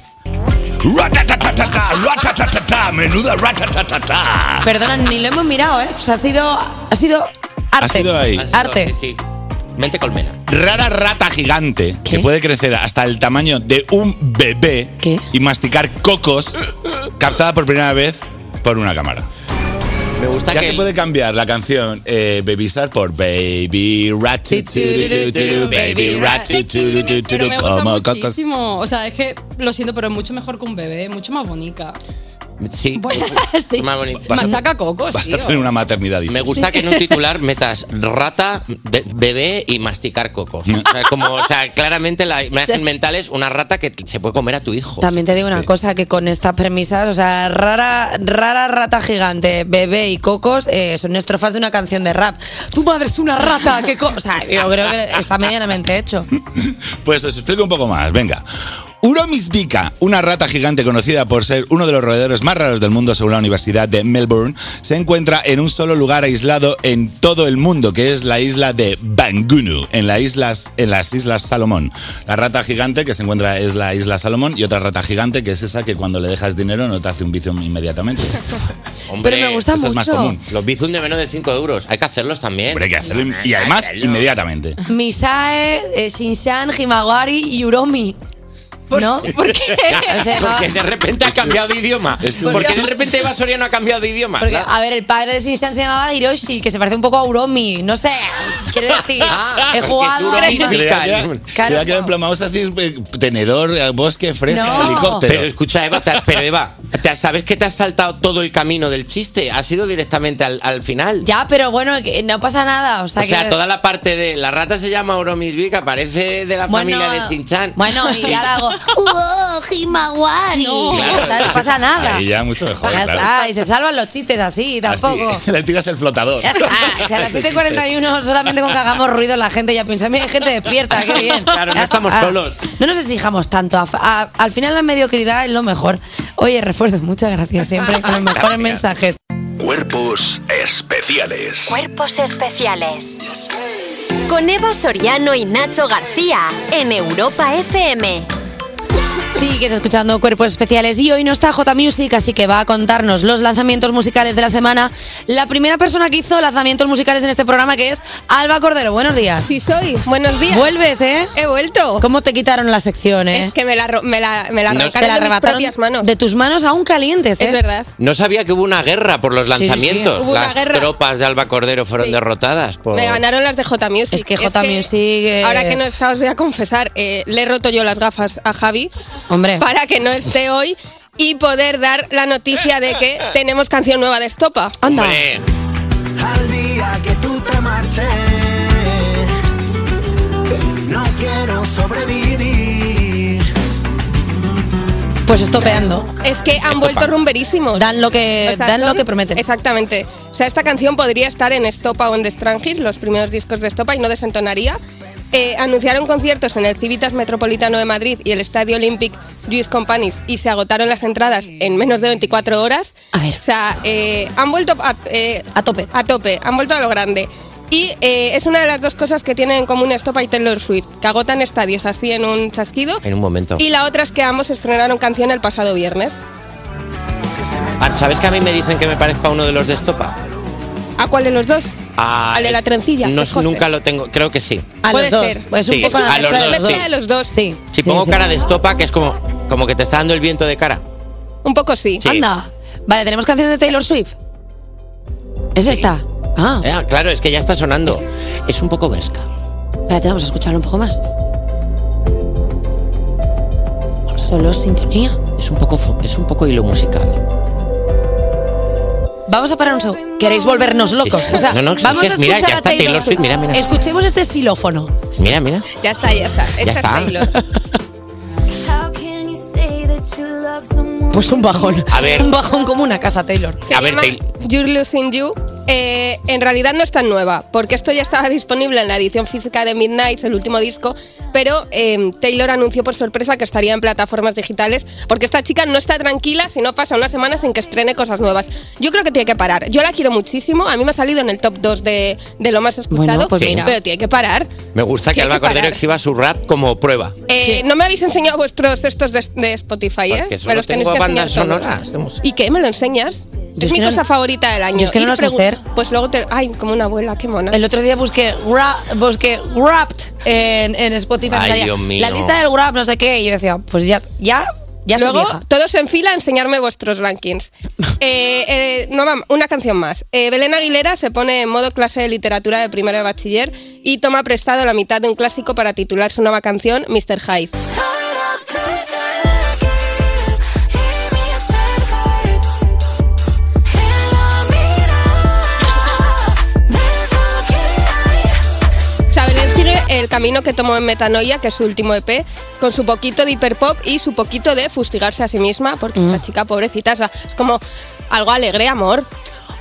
Speaker 10: "Ratatatatata, ratatatata, menuda ratatatata".
Speaker 2: Perdona, ni lo hemos mirado, ¿eh? O sea, ha sido, ha sido arte.
Speaker 10: sido ahí.
Speaker 3: Así,
Speaker 2: Arte.
Speaker 3: sí, sí. Mente colmena.
Speaker 10: Rara rata gigante
Speaker 2: ¿Qué?
Speaker 10: que puede crecer hasta el tamaño de un bebé
Speaker 2: ¿Qué?
Speaker 10: y masticar cocos captada por primera vez por una cámara.
Speaker 3: Me gusta
Speaker 10: Ya
Speaker 3: que
Speaker 10: se
Speaker 3: el-
Speaker 10: puede cambiar la canción eh, Baby Shark por Baby Rat tu, tu, tu, tu, tu, Baby Rat tu, tu, tu, tu, tu,
Speaker 7: Pero me gusta
Speaker 10: como cocos.
Speaker 7: muchísimo. O sea, es que lo siento, pero es mucho mejor que un bebé, mucho más bonita.
Speaker 3: Sí,
Speaker 7: sí.
Speaker 3: más bonito.
Speaker 10: Vas a-
Speaker 7: Machaca cocos,
Speaker 10: Vas a
Speaker 7: tío.
Speaker 10: tener una maternidad
Speaker 3: Me
Speaker 10: difícil.
Speaker 3: gusta que en un titular metas rata, de- bebé y masticar coco. O sea, como, o sea, claramente la imagen mental es una rata que se puede comer a tu hijo.
Speaker 2: También te digo una cosa, que con estas premisas, o sea, rara, rara rata gigante, bebé y cocos, eh, son estrofas de una canción de rap. Tu madre es una rata, que co O sea, yo creo que está medianamente hecho.
Speaker 10: Pues os explico un poco más, venga. Uromisbika, una rata gigante conocida por ser uno de los roedores más raros del mundo según la Universidad de Melbourne, se encuentra en un solo lugar aislado en todo el mundo, que es la isla de Bangunu, en, la islas, en las Islas Salomón. La rata gigante que se encuentra es la Isla Salomón y otra rata gigante que es esa que cuando le dejas dinero no te hace un vicio inmediatamente.
Speaker 3: Hombre,
Speaker 10: Pero me gusta eso es más mucho. común.
Speaker 3: Los bizum de menos de 5 euros. Hay que hacerlos también. Hombre, hay que
Speaker 10: hacerlo y además inmediatamente.
Speaker 2: Misae, eh, Shinshan, Himawari y Uromi. ¿No? ¿Por qué? O sea,
Speaker 3: porque de repente ha cambiado de idioma. Porque de repente Eva Soriano ha cambiado de idioma.
Speaker 2: Porque,
Speaker 3: ¿no?
Speaker 2: a ver, el padre de Shinshan se llamaba Hiroshi, que se parece un poco a Uromi. No sé, quiero decir, he jugado...
Speaker 10: Le da que-
Speaker 2: Claro,
Speaker 10: le da que emplomados a decir eh, tenedor, eh, bosque, fresa,
Speaker 3: No.
Speaker 10: helicóptero.
Speaker 3: Pero escucha, Eva, te- pero Eva, te- ¿sabes que te has saltado todo el camino del chiste? Has ido directamente al, al final.
Speaker 2: Ya, pero bueno, que no pasa nada. O sea,
Speaker 3: O sea,
Speaker 2: que-
Speaker 3: toda la parte de la rata se llama Oromisbika, parece de la
Speaker 2: Bueno,
Speaker 3: familia de Sinchan.
Speaker 2: Bueno, y ahora hago... ¡Uo, Himawari!
Speaker 3: Claro.
Speaker 2: O sea, No pasa nada.
Speaker 10: Ahí ya mucho mejor.
Speaker 2: Ya
Speaker 10: claro.
Speaker 2: está, y se salvan los chistes así, tampoco.
Speaker 10: Así, le tiras el flotador.
Speaker 2: Ya está, si a las 7.41 solamente con que hagamos ruido la gente ya piensa, mira, hay gente despierta, qué bien.
Speaker 3: Claro, no
Speaker 2: Ya
Speaker 3: estamos
Speaker 2: está. Ah,
Speaker 3: solos.
Speaker 2: No nos exijamos tanto. A- a- al final la mediocridad es lo mejor. Oye, refuerzo, muchas gracias siempre con los mejores mensajes.
Speaker 6: Cuerpos especiales.
Speaker 5: Cuerpos especiales. Con Eva Soriano y Nacho García en Europa FM.
Speaker 2: Sigues escuchando Cuerpos Especiales y hoy no está J Music, así que va a contarnos los lanzamientos musicales de la semana. La primera persona que hizo lanzamientos musicales en este programa que es Alba Cordero. Buenos días.
Speaker 9: Sí, soy. Buenos días.
Speaker 2: Vuelves, ¿eh?
Speaker 9: He vuelto.
Speaker 2: ¿Cómo te quitaron la sección, eh?
Speaker 9: Es que me la, ro- me la, me la
Speaker 3: No,
Speaker 9: arrancaron
Speaker 3: te la
Speaker 9: de mis
Speaker 2: arrebataron
Speaker 9: propias manos.
Speaker 2: de tus manos aún calientes, ¿eh?
Speaker 9: Es verdad.
Speaker 3: No sabía que hubo una guerra por los
Speaker 9: Sí, sí, sí.
Speaker 3: lanzamientos.
Speaker 9: Hubo una
Speaker 3: Las
Speaker 9: guerra.
Speaker 3: tropas de Alba Cordero fueron derrotadas por.
Speaker 9: Me ganaron las de J Music.
Speaker 2: Es que J Music, eh,
Speaker 9: Ahora que no está, os voy a confesar, eh, le he roto yo las gafas a Javi
Speaker 2: Hombre.
Speaker 9: para que no esté hoy y poder dar la noticia de que tenemos canción nueva de Estopa.
Speaker 3: Hombre,
Speaker 11: Al día que tú te marches, no quiero sobrevivir.
Speaker 2: Pues estopeando.
Speaker 9: Es que han vuelto rumberísimos.
Speaker 2: Dan lo que,
Speaker 9: O sea,
Speaker 2: dan lo
Speaker 9: son-
Speaker 2: que prometen.
Speaker 9: Exactamente. O sea, esta canción podría estar en Estopa o en The Strangis, los primeros discos de Estopa, y no desentonaría. Eh, anunciaron conciertos en el Civitas Metropolitano de Madrid y el Estadio Olympic Luis Companys y se agotaron las entradas en menos de 24 horas. O sea, eh, han vuelto a, eh,
Speaker 2: a tope.
Speaker 9: A tope, han vuelto a lo grande. Y eh, es una de las dos cosas que tienen en común Estopa y Taylor Swift, que agotan estadios así en un chasquido.
Speaker 3: en un momento.
Speaker 9: Y la otra es que ambos estrenaron canción el pasado viernes.
Speaker 3: Ah, ¿Sabes que a mí me dicen que me parezco a uno de los de Estopa?
Speaker 9: ¿A cuál de los dos?
Speaker 3: A-
Speaker 9: Al de la trencilla.
Speaker 3: No,
Speaker 9: es José.
Speaker 3: nunca lo tengo, creo que sí.
Speaker 2: A
Speaker 9: Puede
Speaker 2: los dos.
Speaker 9: ser.
Speaker 2: Pues un
Speaker 3: Sí,
Speaker 2: poco
Speaker 3: a
Speaker 2: la
Speaker 3: los
Speaker 2: mezcla
Speaker 3: dos,
Speaker 2: de los
Speaker 3: sí.
Speaker 9: de los dos.
Speaker 2: Sí.
Speaker 3: Si
Speaker 2: Sí,
Speaker 3: pongo
Speaker 2: sí.
Speaker 3: cara de Estopa, que es como, como que te está dando el viento de cara.
Speaker 9: Un poco sí.
Speaker 3: Sí.
Speaker 2: Anda. Vale, tenemos canción de Taylor Swift. Es esta. Ah.
Speaker 3: Eh, claro, es que ya está sonando. Es un poco vesca.
Speaker 2: Espérate, vamos a escucharlo un poco más. Solo sintonía.
Speaker 3: Es un poco, fo- es un poco hilo musical.
Speaker 2: Vamos a parar un segundo. ¿Queréis volvernos locos?
Speaker 3: Sí, sí.
Speaker 2: O sea,
Speaker 3: No, no, sí,
Speaker 2: vamos
Speaker 3: que-
Speaker 2: a escuchar
Speaker 3: mira, ya
Speaker 2: a
Speaker 3: está Taylor Swift, mira, mira.
Speaker 2: Escuchemos este xilófono.
Speaker 3: Mira, mira.
Speaker 9: Ya está, ya está. Esta es
Speaker 3: está.
Speaker 9: Taylor.
Speaker 2: Pues un bajón.
Speaker 3: A ver.
Speaker 2: Un bajón como una casa, Taylor.
Speaker 9: Se
Speaker 3: A ver,
Speaker 9: llama
Speaker 3: Taylor.
Speaker 9: You're Losing You. Eh, en realidad no es tan nueva, porque esto ya estaba disponible en la edición física de Midnight, el último disco, pero eh, Taylor anunció por sorpresa que estaría en plataformas digitales, porque esta chica no está tranquila si no pasa unas semanas en que estrene cosas nuevas. Yo creo que tiene que parar. Yo la quiero muchísimo, a mí me ha salido en el top 2 de, de lo más escuchado,
Speaker 2: Bueno, pues mira.
Speaker 9: pero tiene que parar.
Speaker 3: Me gusta que
Speaker 9: Tiene
Speaker 3: Alba
Speaker 9: que parar.
Speaker 3: Cordero exhiba su rap como prueba.
Speaker 9: Eh, No me habéis enseñado vuestros textos de, de Spotify, ¿eh?
Speaker 3: Porque solo
Speaker 9: me los tenéis
Speaker 3: tengo
Speaker 9: que
Speaker 3: bandas
Speaker 9: enseñar todos.
Speaker 3: sonoras, hemos-
Speaker 9: ¿Y qué? ¿Me lo enseñas? es
Speaker 2: es
Speaker 9: mi
Speaker 2: que no-
Speaker 9: cosa favorita del año.
Speaker 2: yo es que no
Speaker 9: Ir
Speaker 2: lo sé
Speaker 9: pregun-
Speaker 2: hacer.
Speaker 9: Pues luego te... Ay, como una abuela, qué mona.
Speaker 2: El otro día busqué, ra- busqué Wrapped en, en Spotify.
Speaker 3: Ay,
Speaker 2: Me salía,
Speaker 3: Dios mío.
Speaker 2: La lista del Wrap, no sé qué. Y yo decía, pues ya, ya, ya soy
Speaker 9: Luego,
Speaker 2: vieja.
Speaker 9: todos en fila a enseñarme vuestros rankings. Eh, eh, no, va- una canción más. Eh, Belén Aguilera se pone en modo clase literatura de primero de bachiller y toma prestado la mitad de un clásico para titular su nueva canción, Mr. Hyde. O sea, Belén sigue el camino que tomó en Metanoia, que es su último EP, con su poquito de hiperpop y su poquito
Speaker 2: Mm.
Speaker 9: de fustigarse a sí misma, porque esta chica, pobrecita, o sea, es como algo alegre, amor.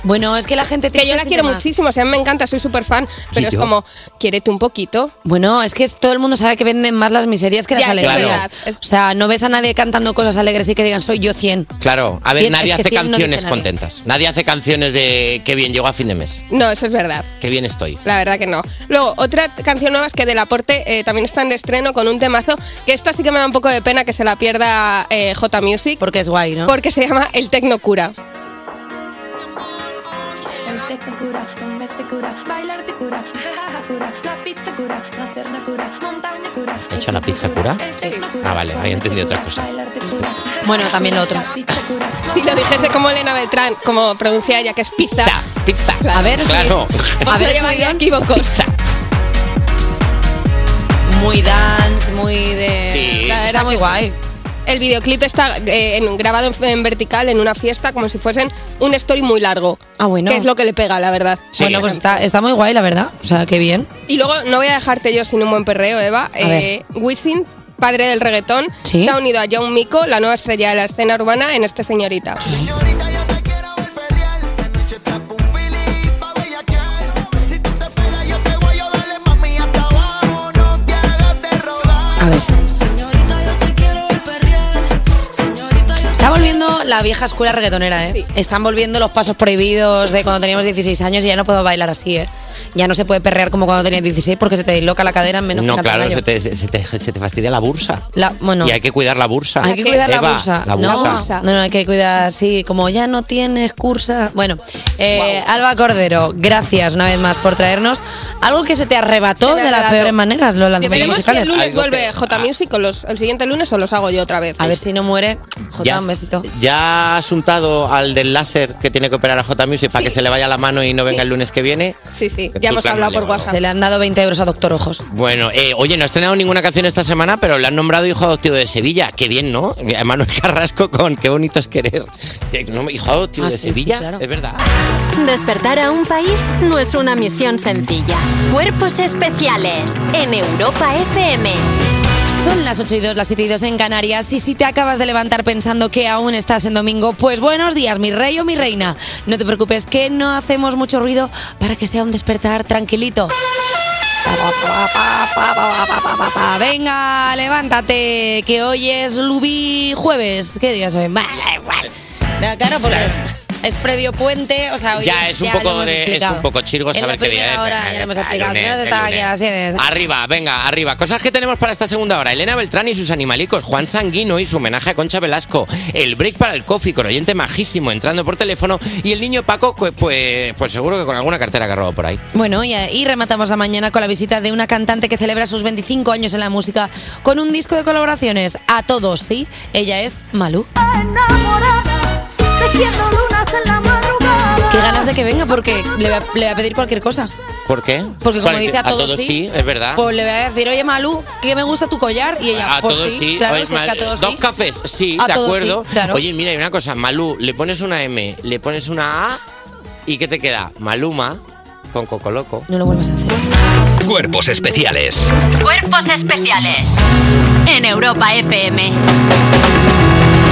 Speaker 2: Bueno, es que la gente
Speaker 9: Que
Speaker 2: triste
Speaker 9: yo la
Speaker 2: es un
Speaker 9: quiero
Speaker 2: tema.
Speaker 9: muchísimo, o sea, me encanta, soy súper fan, pero es
Speaker 2: yo.
Speaker 9: como, quiérete un poquito.
Speaker 2: Bueno, es que todo el mundo sabe que venden más las miserias que las
Speaker 9: Ya, es
Speaker 2: alegrías.
Speaker 9: verdad.
Speaker 2: O sea, no ves a nadie cantando cosas alegres y que digan soy yo 100.
Speaker 3: Claro, a ver,
Speaker 2: Cien-
Speaker 3: nadie
Speaker 2: es que
Speaker 3: hace
Speaker 2: cien no dice
Speaker 3: canciones
Speaker 2: nadie.
Speaker 3: contentas. Nadie hace canciones de qué bien llegó a fin de mes,
Speaker 9: No, eso es verdad.
Speaker 3: qué bien estoy.
Speaker 9: La verdad que no. Luego, otra canción nueva es que Del Aporte eh, también está en estreno con un temazo, que esta sí que me da un poco de pena que se la pierda eh, J Music.
Speaker 2: Porque es guay, ¿no?
Speaker 9: Porque se llama El Tecno Cura.
Speaker 12: El té te cura, comer te cura, bailar te cura, jajaja cura, la pizza cura, nacer me cura, montaña cura.
Speaker 3: ¿He hecho la pizza cura? Ah, vale, había entendido otra cosa.
Speaker 2: Bueno, también lo otro.
Speaker 9: Si lo dijese como Elena Beltrán, como pronuncia ella, que es pizza.
Speaker 3: Pizza.
Speaker 9: A ver,
Speaker 3: Claro.
Speaker 9: a ver, llevaría equívocos.
Speaker 2: Muy dance, muy de.
Speaker 9: Sí.
Speaker 2: Era muy guay.
Speaker 9: El videoclip está eh, en- grabado en, en vertical en una fiesta como si fuesen un story muy largo.
Speaker 2: Ah, bueno.
Speaker 9: Que es lo que le pega, la verdad.
Speaker 2: Bueno, pues está, está muy guay, la verdad. O sea, qué bien.
Speaker 9: Y luego no voy a dejarte yo sin un buen perreo, Eva. Eh, Wisin, padre del reggaetón,
Speaker 2: Sí.
Speaker 9: se ha unido a John Mico, la nueva estrella de la escena urbana, en este señorita.
Speaker 2: Está volviendo la vieja escuela reggaetonera, ¿eh? Están volviendo los pasos prohibidos de cuando teníamos 16 años y ya no puedo bailar así, ¿eh? Ya no se puede perrear como cuando tenías 16 porque se te disloca la cadera en menos
Speaker 3: No,
Speaker 2: que cantar
Speaker 3: claro,
Speaker 2: gallo.
Speaker 3: se te, se, te, se te fastidia la bursa.
Speaker 2: La- bueno,
Speaker 3: Y hay que cuidar la bursa.
Speaker 2: hay que cuidar
Speaker 3: Eva,
Speaker 2: la bursa.
Speaker 3: La
Speaker 2: No,
Speaker 3: bursa.
Speaker 2: No, no, hay que cuidar, sí, como ya no tienes cursa. Bueno, eh, Alba Cordero, gracias una vez más por traernos algo que se te arrebató
Speaker 9: Se me
Speaker 2: de las
Speaker 9: arrebató.
Speaker 2: peores maneras, los lanzamientos
Speaker 9: Veremos si el
Speaker 2: musicales.
Speaker 9: lunes vuelve J Music o los, el siguiente lunes o los hago yo otra vez.
Speaker 2: A ver si no muere. J,
Speaker 3: Ya-
Speaker 2: un besito.
Speaker 3: ¿Ya has untado al del láser que tiene que operar a J Music para que se le vaya la mano y no venga el lunes que viene?
Speaker 9: Sí, sí,
Speaker 3: ya hemos hablado por WhatsApp.
Speaker 2: Se le han dado 20 euros a Doctor Ojos.
Speaker 3: Bueno, eh, oye, no has estrenado ninguna canción esta semana, pero le han nombrado hijo adoptivo de Sevilla. Qué bien, ¿no? Eh, A Manuel Carrasco con Qué bonito es querer. Eh, no, hijo adoptivo
Speaker 5: Ah,
Speaker 3: de
Speaker 5: sí, sí,
Speaker 3: Sevilla,
Speaker 5: claro.
Speaker 3: es verdad.
Speaker 5: Despertar a un país no es una misión sencilla. Cuerpos especiales en Europa FM.
Speaker 2: Son las 8 y 2, las 7 y 2 en Canarias y si te acabas de levantar pensando que aún estás en domingo, pues buenos días, mi rey o mi reina. No te preocupes que no hacemos mucho ruido para que sea un despertar tranquilito. Venga, levántate, que hoy es Lubi jueves. ¿Qué día soy? Claro, porque es previo puente, o sea, hoy
Speaker 3: ya es un
Speaker 2: lo
Speaker 3: poco
Speaker 2: hemos
Speaker 3: de, es
Speaker 2: explicado.
Speaker 3: un poco chirgo
Speaker 2: En la
Speaker 3: saber qué día es.
Speaker 2: primera hora ya lo hemos explicado, si no, nos estaba aquí a las siete.
Speaker 3: Arriba, venga, arriba. Cosas que tenemos para esta segunda hora. Elena Beltrán y sus animalicos, Juan Sanguino y su homenaje a Concha Velasco, el break para el coffee con oyente majísimo entrando por teléfono y el niño Paco, pues, pues, pues seguro que con alguna cartera agarrado por ahí.
Speaker 2: Bueno, y, eh, y rematamos la mañana con la visita de una cantante que celebra sus 25 años en la música con un disco de colaboraciones. A todos, sí. Ella es Malú. Qué ganas de que venga porque le voy a, le voy a pedir cualquier cosa.
Speaker 3: ¿Por qué?
Speaker 2: Porque como
Speaker 3: Bueno,
Speaker 2: dice a todos, sí,
Speaker 3: es verdad.
Speaker 2: Pues le voy a decir, oye Malú, que me gusta tu collar. Y ella,
Speaker 3: a
Speaker 2: pues
Speaker 3: todos sí,
Speaker 2: claro,
Speaker 3: oye,
Speaker 2: si es que a
Speaker 3: Mal-
Speaker 2: todos
Speaker 3: dos
Speaker 2: sí.
Speaker 3: cafés, sí,
Speaker 2: A
Speaker 3: de
Speaker 2: todos
Speaker 3: acuerdo.
Speaker 2: sí, claro.
Speaker 3: Oye, mira, hay una cosa, Malú, le pones una M, le pones una A y ¿qué te queda? Maluma con Cocoloco.
Speaker 2: No lo vuelvas a hacer. Eh,
Speaker 1: Cuerpos especiales.
Speaker 5: Cuerpos especiales en Europa FM.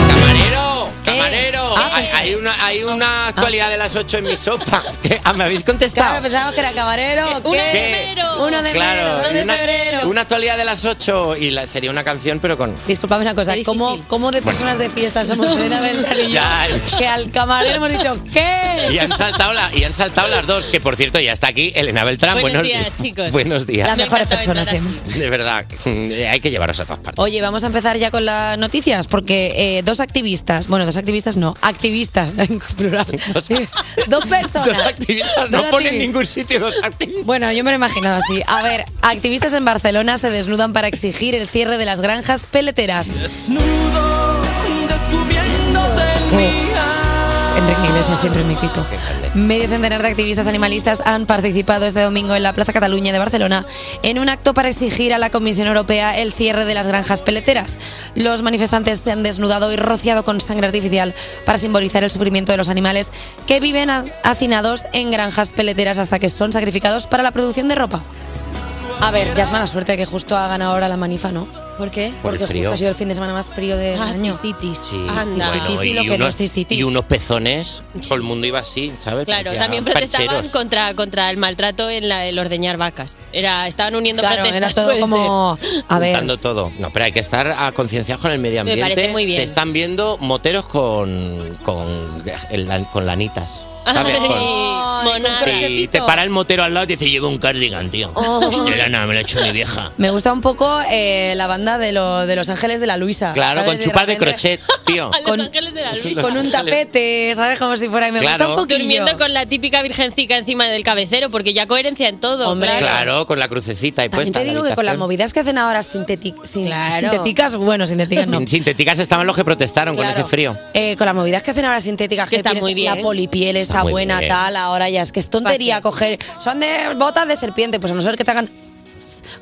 Speaker 3: Camarero, camarero,
Speaker 2: ah,
Speaker 3: hay, hay una, hay una actualidad de las 8 en mi sopa. Ah, ¿Me habéis
Speaker 2: Claro,
Speaker 3: contestado?
Speaker 2: pensábamos que era camarero. ¿qué? Eh, Uno
Speaker 3: ¿Qué?
Speaker 2: Uno de
Speaker 3: Claro,
Speaker 2: febrero,
Speaker 3: y
Speaker 2: dos de
Speaker 3: una,
Speaker 2: febrero.
Speaker 3: una actualidad de las 8 y la- sería una canción, pero con...
Speaker 2: Disculpame una cosa, ¿cómo, cómo de personas de fiesta somos Elena Beltrán y yo?
Speaker 3: Ya.
Speaker 2: Que al camarero hemos dicho, ¿qué?
Speaker 3: Y han, saltado la- y han saltado las dos, que por cierto ya está aquí Elena Beltrán.
Speaker 2: Buenos
Speaker 3: Buenos,
Speaker 2: días, chicos.
Speaker 3: Buenos días.
Speaker 2: Las mejores personas siempre.
Speaker 3: De verdad, eh, hay que llevaros a todas partes.
Speaker 2: Oye, vamos a empezar ya con las noticias, porque eh, dos activistas, bueno, dos activistas no, activistas en plural. Dos, personas.
Speaker 3: Dos activistas no
Speaker 2: Dos
Speaker 3: ponen
Speaker 2: activi-
Speaker 3: en ningún sitio dos activistas.
Speaker 2: Bueno, yo me lo he imaginado así. A ver, activistas en Barcelona se desnudan para exigir el cierre de las granjas peleteras.
Speaker 13: Desnudo, descubriéndote
Speaker 2: Oh.
Speaker 13: el día.
Speaker 2: Enrique Iglesias siempre en mi equipo. Medio centenar de activistas animalistas han participado este domingo en la Plaza Cataluña de Barcelona en un acto para exigir a la Comisión Europea el cierre de las granjas peleteras. Los manifestantes se han desnudado y rociado con sangre artificial para simbolizar el sufrimiento de los animales que viven a- hacinados en granjas peleteras hasta que son sacrificados para la producción de ropa. A ver, ya es mala suerte que justo hagan ahora la manifa, ¿no? ¿Por qué? Ah,
Speaker 3: Por el
Speaker 2: Porque
Speaker 3: frío.
Speaker 2: justo ha sido el fin de semana más frío del año.
Speaker 3: Sí,
Speaker 2: Anda.
Speaker 3: bueno,
Speaker 2: Cistitis, ni lo
Speaker 3: y,
Speaker 2: que no
Speaker 3: unos,
Speaker 2: es cistitis.
Speaker 3: y unos pezones, todo el mundo iba así, ¿sabes?
Speaker 14: Claro,
Speaker 3: Parecía
Speaker 14: también protestaban
Speaker 3: parcheros.
Speaker 14: contra, contra el maltrato en la, el ordeñar vacas. Era, estaban uniendo
Speaker 2: Claro,
Speaker 14: protestas.
Speaker 2: era todo
Speaker 14: puede
Speaker 2: como... A ver,
Speaker 3: Juntando todo. No, pero hay que estar a conciencia con el medio
Speaker 14: Me
Speaker 3: ambiente.
Speaker 14: parece muy bien.
Speaker 3: Se están viendo moteros con con, el- con lanitas. ¿sabes?
Speaker 14: Ay,
Speaker 3: Con-
Speaker 14: monas.
Speaker 3: Sí, te para el motero al lado y te dice, llevo un cardigan, tío.
Speaker 2: Oh.
Speaker 3: De lana, me lo ha hecho mi vieja.
Speaker 2: me gusta un poco eh, la banda de, lo- de Los Ángeles de la Luisa.
Speaker 3: Claro,
Speaker 2: ¿sabes?
Speaker 3: con chupas de
Speaker 2: repente-
Speaker 3: crochet, tío.
Speaker 2: Con,
Speaker 3: Luisa.
Speaker 2: con un tapete, ¿sabes? Como si fuera... y Me gusta un poquillo.
Speaker 14: Durmiendo con la típica virgencica encima del cabecero, porque ya coherencia en todo.
Speaker 3: claro.
Speaker 14: claro.
Speaker 3: con la crucecita y
Speaker 2: También
Speaker 3: puesta.
Speaker 2: te
Speaker 3: en la
Speaker 2: digo que con las
Speaker 3: habitación.
Speaker 2: movidas que hacen ahora sintéticas, sintéticas bueno, sintéticas no.
Speaker 3: Sin sintéticas estaban los que protestaron con
Speaker 2: Claro.
Speaker 3: ese frío.
Speaker 2: Eh, con las movidas que hacen ahora sintéticas, que,
Speaker 14: está
Speaker 2: tienes
Speaker 14: muy bien.
Speaker 2: la polipiel está,
Speaker 3: Está muy
Speaker 2: buena,
Speaker 3: bien.
Speaker 2: tal, ahora ya es que es tontería coger. Son de botas de serpiente, pues a no ser que te hagan.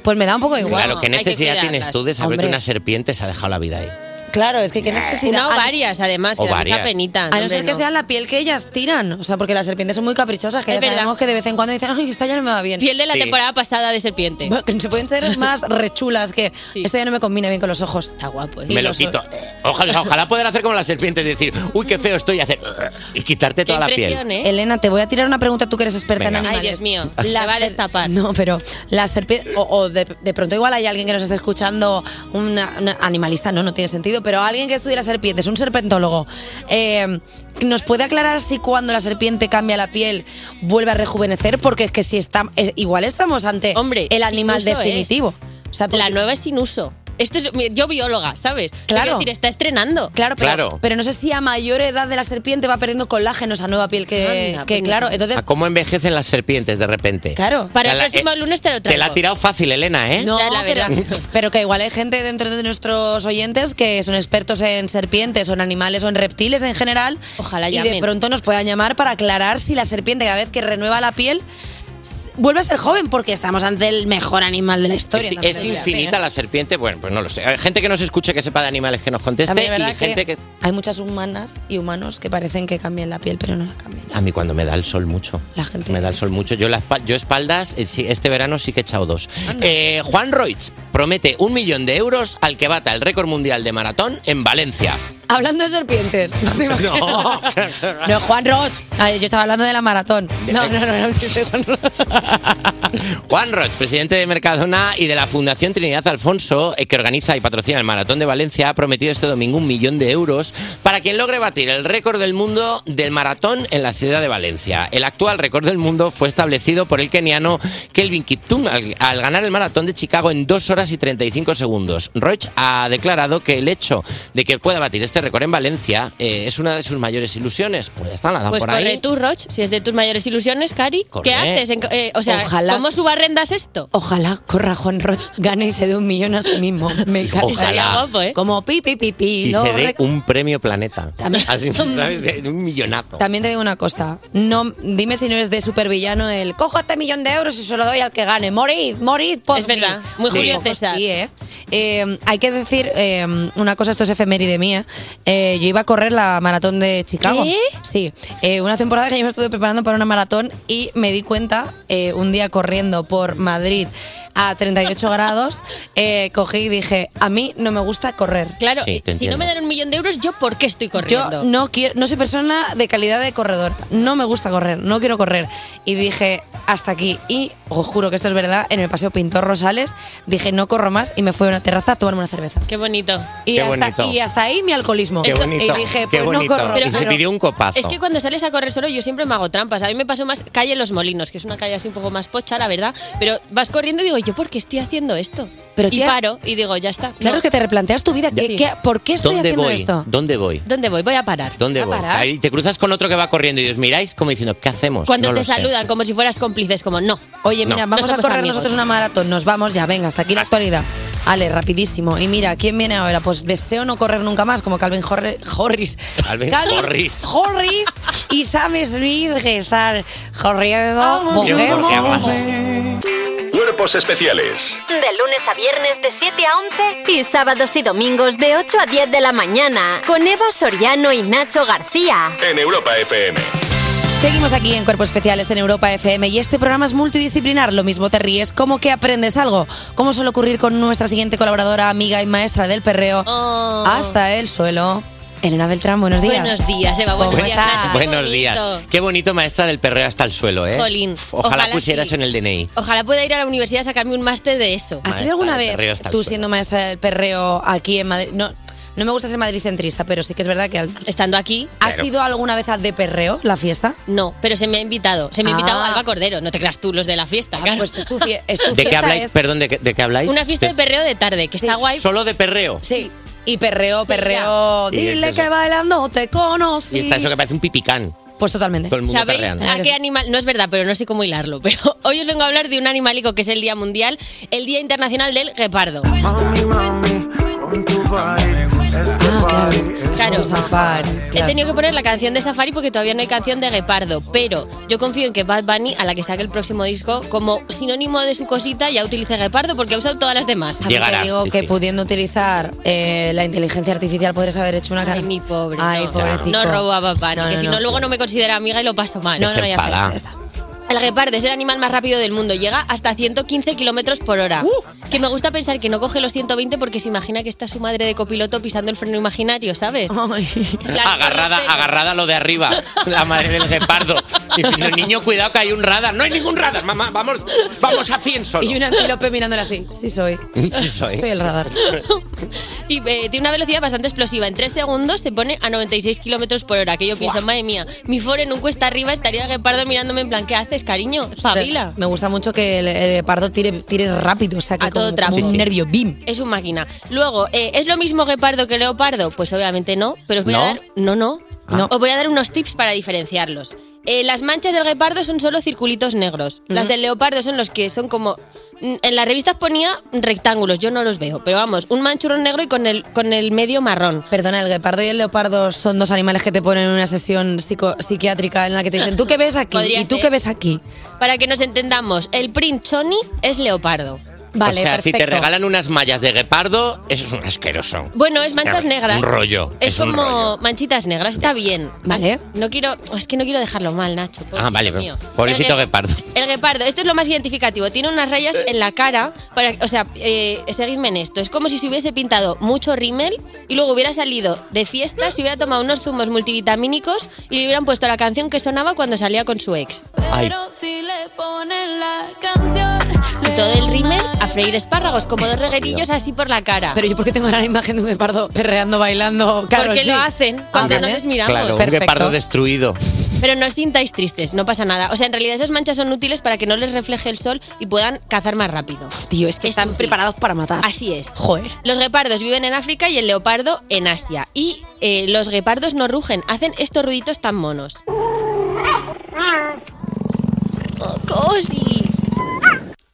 Speaker 2: Pues me da un poco igual.
Speaker 3: Claro, ¿qué necesidad tienes tú de saber
Speaker 2: Hombre,
Speaker 3: que una serpiente se ha dejado la vida ahí?
Speaker 2: Claro, es que qué necesidad.
Speaker 14: No, varias, además,
Speaker 3: O
Speaker 14: que da mucha
Speaker 3: varias.
Speaker 14: penita.
Speaker 2: A no
Speaker 14: hombre,
Speaker 2: ser que
Speaker 14: no.
Speaker 2: sea la piel que ellas tiran. O sea, porque las serpientes son muy caprichosas, que
Speaker 14: Es
Speaker 2: ya
Speaker 14: verdad.
Speaker 2: sabemos que de vez en cuando dicen, ay, esta ya no me va bien.
Speaker 14: Piel de la temporada pasada de serpiente.
Speaker 2: Bueno, que se pueden ser más rechulas que esto ya no me combina bien con los ojos. ¿eh?
Speaker 14: Está guapo.
Speaker 3: Me lo quito. Ojalá, ojalá poder hacer como las serpientes y decir, uy, qué feo estoy, y hacer y quitarte toda la piel.
Speaker 2: Elena, te voy a tirar una pregunta, tú que eres experta
Speaker 3: Venga. Ay,
Speaker 2: en animales.
Speaker 14: ¿eh? Dios mío,
Speaker 2: Las
Speaker 14: la va a
Speaker 2: ser-
Speaker 14: destapar.
Speaker 2: No, pero las serpientes. O, o de, de pronto, igual hay alguien que nos esté escuchando, una, una animalista, no, no tiene sentido, pero alguien que estudia las serpientes, un serpentólogo. eh, ¿Nos puede aclarar si cuando la serpiente cambia la piel vuelve a rejuvenecer? Porque es que si está. eh, igual estamos ante el animal
Speaker 14: sin uso
Speaker 2: definitivo.
Speaker 14: La nueva es sin uso. Esto es, yo bióloga, ¿sabes? Te
Speaker 2: Claro.
Speaker 14: quiero decir, está estrenando.
Speaker 2: Claro, pero,
Speaker 3: Claro.
Speaker 2: pero no sé si a mayor edad de la serpiente va perdiendo colágeno esa nueva piel que,
Speaker 14: Anda,
Speaker 2: que
Speaker 14: pues
Speaker 2: claro,
Speaker 14: mira.
Speaker 2: entonces
Speaker 3: ¿A cómo envejecen las serpientes de repente?
Speaker 2: Claro.
Speaker 14: Para el
Speaker 3: Te la-
Speaker 14: próximo
Speaker 3: eh,
Speaker 14: lunes te lo traigo.
Speaker 3: Te la ha tirado fácil, Elena, ¿eh?
Speaker 2: No, pero, pero que igual hay gente dentro de nuestros oyentes que son expertos en serpientes o en animales o en reptiles en general. Ojalá Y de
Speaker 14: llamen.
Speaker 2: pronto nos puedan llamar para aclarar si la serpiente cada vez que renueva la piel vuelve a ser joven porque estamos ante el mejor animal de la historia.
Speaker 3: Es,
Speaker 2: no
Speaker 3: es
Speaker 2: sé,
Speaker 3: infinita la serpiente, bueno, pues no lo sé. Hay gente que nos escuche que sepa de animales que nos conteste
Speaker 2: También es
Speaker 3: y
Speaker 2: verdad que
Speaker 3: gente que...
Speaker 2: hay muchas humanas y humanos que parecen que cambian la piel, pero no la cambian.
Speaker 3: A mí cuando me da el sol mucho.
Speaker 2: La gente.
Speaker 3: Me da el sol mucho. Yo, las pa- yo espaldas, eh, sí, este verano sí que he echado dos. Eh, Juan Roig promete un millón de euros al que bata el récord mundial de maratón en Valencia.
Speaker 2: Hablando de serpientes. No, te imaginas.
Speaker 3: No.
Speaker 2: No, Juan Roch. Ay, Yo estaba hablando de la maratón. No, no, no, no, soy Juan Roch.
Speaker 3: Juan Roig, presidente de Mercadona y de la Fundación Trinidad Alfonso, eh, que organiza y patrocina el Maratón de Valencia, ha prometido este domingo un millón de euros para quien logre batir el récord del mundo del maratón en la ciudad de Valencia. El actual récord del mundo fue establecido por el keniano Kelvin Kiptum al, al ganar el Maratón de Chicago en 2 horas y 35 segundos. Roig ha declarado que el hecho de que pueda batir este récord en Valencia eh, es una de sus mayores ilusiones. Pues ya está, nada
Speaker 14: Pues
Speaker 3: por
Speaker 14: corre
Speaker 3: ahí.
Speaker 14: tú, Roch, si es de tus mayores ilusiones, Cari.
Speaker 3: Corre.
Speaker 14: ¿Qué haces? En- eh, o sea,
Speaker 2: Ojalá.
Speaker 14: ¿cómo subarrendas esto?
Speaker 2: Ojalá corra Juan Roch, gane y se dé un millón a sí mismo. Me encanta.
Speaker 3: Ojalá. Estaría guapo,
Speaker 2: Como pi, pi, pi, pi.
Speaker 3: Y
Speaker 2: lo
Speaker 3: se dé
Speaker 2: rec-
Speaker 3: un premio planeta.
Speaker 2: También.
Speaker 3: Así, ¿sabes? De- Un millonazo.
Speaker 2: También te digo una cosa. No, dime si no eres de supervillano el cojo este millón de euros y se lo doy al que gane. Morid, morid por Es verdad.
Speaker 14: muy Julio César.
Speaker 2: ¿eh? hay que decir eh, una cosa, esto es efeméride mía. Eh, yo iba a correr la maratón de Chicago.
Speaker 14: ¿Qué?
Speaker 2: Sí. Eh, una temporada que yo me estuve preparando para una maratón y me di cuenta eh, un día corriendo por Madrid a 38 grados, eh, cogí y dije, a mí no me gusta correr.
Speaker 14: Claro, eh, si no me dan un millón de euros, ¿yo por qué estoy corriendo?
Speaker 2: Yo no quiero, no soy persona de calidad de corredor. No me gusta correr, no quiero correr. Y dije, hasta aquí. Y os juro que esto es verdad, en el paseo Pintor Rosales dije, no corro más y me fui a una terraza a tomarme una cerveza.
Speaker 14: Qué bonito.
Speaker 2: Y,
Speaker 3: Qué
Speaker 2: hasta,
Speaker 3: bonito.
Speaker 2: y hasta ahí mi alcoholismo.
Speaker 14: eh,
Speaker 3: Qué bonito,
Speaker 2: y dije,
Speaker 3: qué
Speaker 2: pues no
Speaker 3: bonito.
Speaker 2: corro.
Speaker 3: Y se pidió un copazo.
Speaker 14: Es que cuando sales a correr solo, yo siempre me hago trampas. A mí me pasó más calle Los Molinos, que es una calle así un poco más pocha, la verdad. Pero vas corriendo y digo, ¿yo por qué estoy haciendo esto?
Speaker 2: Pero,
Speaker 14: y
Speaker 2: tía,
Speaker 14: paro y digo, ya está.
Speaker 2: Claro
Speaker 14: No.
Speaker 2: que te replanteas tu vida. ¿Qué-
Speaker 14: Sí.
Speaker 2: qué- ¿Por qué estoy
Speaker 3: ¿Dónde
Speaker 2: haciendo
Speaker 3: voy?
Speaker 2: esto?
Speaker 3: ¿Dónde voy?
Speaker 14: ¿Dónde voy? Voy a parar.
Speaker 3: ¿Dónde
Speaker 14: ¿A
Speaker 3: voy?
Speaker 14: parar?
Speaker 3: Ahí te cruzas con otro que va corriendo y os miráis como diciendo, ¿qué hacemos?
Speaker 14: Cuando
Speaker 3: No
Speaker 14: te
Speaker 3: lo sé.
Speaker 14: saludan como si fueras cómplices, como no.
Speaker 2: Oye, mira, vamos a correr nosotros una
Speaker 14: una
Speaker 2: maratón. Nos vamos ya, venga, hasta aquí la actualidad. Ale, rapidísimo. Y mira, ¿quién viene ahora? Pues deseo no correr nunca más, como Calvin Horre- Horris.
Speaker 3: Calvin Horris.
Speaker 2: Horris y Sam Smith que están corriendo.
Speaker 6: Yo creo que
Speaker 2: Volvemos.
Speaker 6: hago así. Cuerpos especiales
Speaker 5: De lunes a viernes de 7 a 11 y sábados y domingos de 8 a 10 de la mañana con Eva Soriano y Nacho García.
Speaker 6: en Europa FM.
Speaker 2: Seguimos aquí en Cuerpos Especiales en Europa FM y este programa es multidisciplinar. Lo mismo te ríes como que aprendes algo. Como suele ocurrir con nuestra siguiente colaboradora, amiga y maestra del perreo, hasta el suelo. Elena Beltrán, buenos días.
Speaker 14: Oh. Buenos días, Eva. Buenos
Speaker 2: ¿Cómo
Speaker 14: días,
Speaker 2: estás?
Speaker 14: Nacho.
Speaker 3: Buenos
Speaker 14: Bonito.
Speaker 3: días. Qué bonito maestra del perreo hasta el suelo, ¿eh?
Speaker 14: Jolín,
Speaker 3: Ojalá,
Speaker 14: ojalá
Speaker 3: pusieras
Speaker 14: sí.
Speaker 3: en el DNI.
Speaker 14: Ojalá pueda ir a la universidad a sacarme un máster de eso.
Speaker 3: ¿Has ido alguna Maestra del vez perreo hasta el
Speaker 2: Tú
Speaker 3: suelo.
Speaker 2: siendo maestra del perreo aquí en Madrid. No, no me gusta ser madridcentrista, pero sí que es verdad que
Speaker 14: estando aquí.
Speaker 2: ¿Has
Speaker 14: Claro.
Speaker 2: ido alguna vez a de perreo la fiesta?
Speaker 14: No, pero se me ha invitado. Se me ha invitado
Speaker 2: Ah.
Speaker 14: Alba Cordero. No te creas tú los de la fiesta, claro. Pues
Speaker 2: es tu, es
Speaker 3: ¿De qué habláis? Perdón, ¿de qué, de qué habláis?
Speaker 14: Una fiesta de perreo de tarde, que está guay.
Speaker 3: ¿Solo de perreo?
Speaker 2: Sí. Y perreo, perreo.
Speaker 3: Sí,
Speaker 2: Dile
Speaker 3: es eso.
Speaker 2: que bailando te conocí.
Speaker 3: Y está eso que parece un pipicán.
Speaker 2: Pues totalmente.
Speaker 3: Todo el mundo
Speaker 14: ¿Sabéis
Speaker 3: perreando.
Speaker 14: a qué animal? No es verdad, pero no sé cómo hilarlo. Pero hoy os vengo a hablar de un animalico que es el Día Mundial, el Día Internacional del Guepardo.
Speaker 2: este
Speaker 14: Claro. He tenido que poner la canción de Safari porque todavía no hay canción de Guepardo, pero yo confío en que Bad Bunny, a la que saque el próximo disco, como sinónimo de su cosita, ya utilice Guepardo porque ha usado todas las demás.
Speaker 2: También te digo que pudiendo utilizar eh, la inteligencia artificial podrías haber hecho una canción. Ay, mi
Speaker 14: pobre.
Speaker 2: Ay, pobrecito.
Speaker 14: No robo a Bad Bunny,
Speaker 2: No, no,
Speaker 14: que si
Speaker 2: no.
Speaker 14: no, luego no me considera amiga y lo paso mal.
Speaker 2: No, no, ya está, ya está.
Speaker 14: El guepardo es el animal más rápido del mundo, llega hasta 115 kilómetros por hora.
Speaker 2: Uh.
Speaker 14: Que me gusta pensar que no coge los 120 porque se imagina que está su madre de copiloto pisando el freno imaginario, ¿sabes?
Speaker 3: agarrada, agarrada a lo de arriba. La madre del gepardo. Diciendo, niño, cuidado que hay un radar. No hay ningún radar, mamá. Vamos, vamos a 100 solo.
Speaker 2: Y un antílope mirándola así. Sí soy.
Speaker 3: Sí soy.
Speaker 2: Soy el radar.
Speaker 14: Y eh, tiene una velocidad bastante explosiva. En 3 segundos se pone a 96 kilómetros por hora. Que yo pienso, madre mía, mi fore en un cuesta arriba estaría el guepardo mirándome en plan, ¿qué haces, cariño? Fabila.
Speaker 2: Me gusta mucho que el, el pardo tire, tire rápido, o sea, que como-
Speaker 14: todo trapo.
Speaker 2: como un
Speaker 14: Sí, sí.
Speaker 2: nervio, bim.
Speaker 14: Es un máquina. Luego, eh, ¿es lo mismo guepardo que leopardo? Pues obviamente no, pero os voy
Speaker 2: ¿No? Ah.
Speaker 14: a dar. No, no.
Speaker 2: No.
Speaker 14: Os voy a dar unos tips para diferenciarlos. Eh, las manchas del guepardo son solo circulitos negros. Las del leopardo son los que son como. mm, En las revistas ponía rectángulos, yo no los veo. Pero vamos, un manchurón negro y con el, con el medio marrón.
Speaker 2: Perdona, el guepardo y el leopardo son dos animales que te ponen en una sesión psico- psiquiátrica en la que te dicen, ¿tú qué ves aquí?
Speaker 14: Podría
Speaker 2: ¿Y tú
Speaker 14: ser.
Speaker 2: qué ves aquí?
Speaker 14: Para que nos entendamos, el print choni es leopardo.
Speaker 3: o sea, si te regalan unas mallas de guepardo, eso es un asqueroso.
Speaker 14: Bueno, es manchas
Speaker 3: Un
Speaker 14: negras.
Speaker 3: rollo,
Speaker 14: Es,
Speaker 3: es un
Speaker 14: como manchitas negras, está bien. Vale. No quiero, es que no quiero dejarlo mal, Nacho.
Speaker 3: Ah, vale,
Speaker 14: mío.
Speaker 3: pobrecito guepardo.
Speaker 14: El guepardo, esto es lo más identificativo. Tiene unas rayas en la cara. para- o sea, eh, seguidme en esto. Es como si se hubiese pintado mucho rímel y luego hubiera salido de fiesta, se hubiera tomado unos zumos multivitamínicos y le hubieran puesto la canción que sonaba cuando salía con su ex.
Speaker 12: Pero si le ponen la canción.
Speaker 14: Y todo el rímel a freír espárragos, como dos reguerillos así por la cara.
Speaker 2: Pero yo, ¿por qué tengo ahora la imagen de un guepardo perreando, bailando? Karol
Speaker 14: Porque
Speaker 2: G?
Speaker 14: lo hacen cuando
Speaker 2: vale.
Speaker 14: no les miramos.
Speaker 3: claro, un guepardo destruido.
Speaker 14: Pero no os sintáis tristes, no pasa nada. O sea, en realidad esas manchas son útiles para que no les refleje el sol y puedan cazar más rápido.
Speaker 2: Tío, es que están preparados para matar.
Speaker 14: Así es.
Speaker 2: Joder.
Speaker 14: Los guepardos viven en África y el leopardo en Asia. Y eh, los guepardos no rugen, hacen estos ruiditos tan monos. Oh, cosi.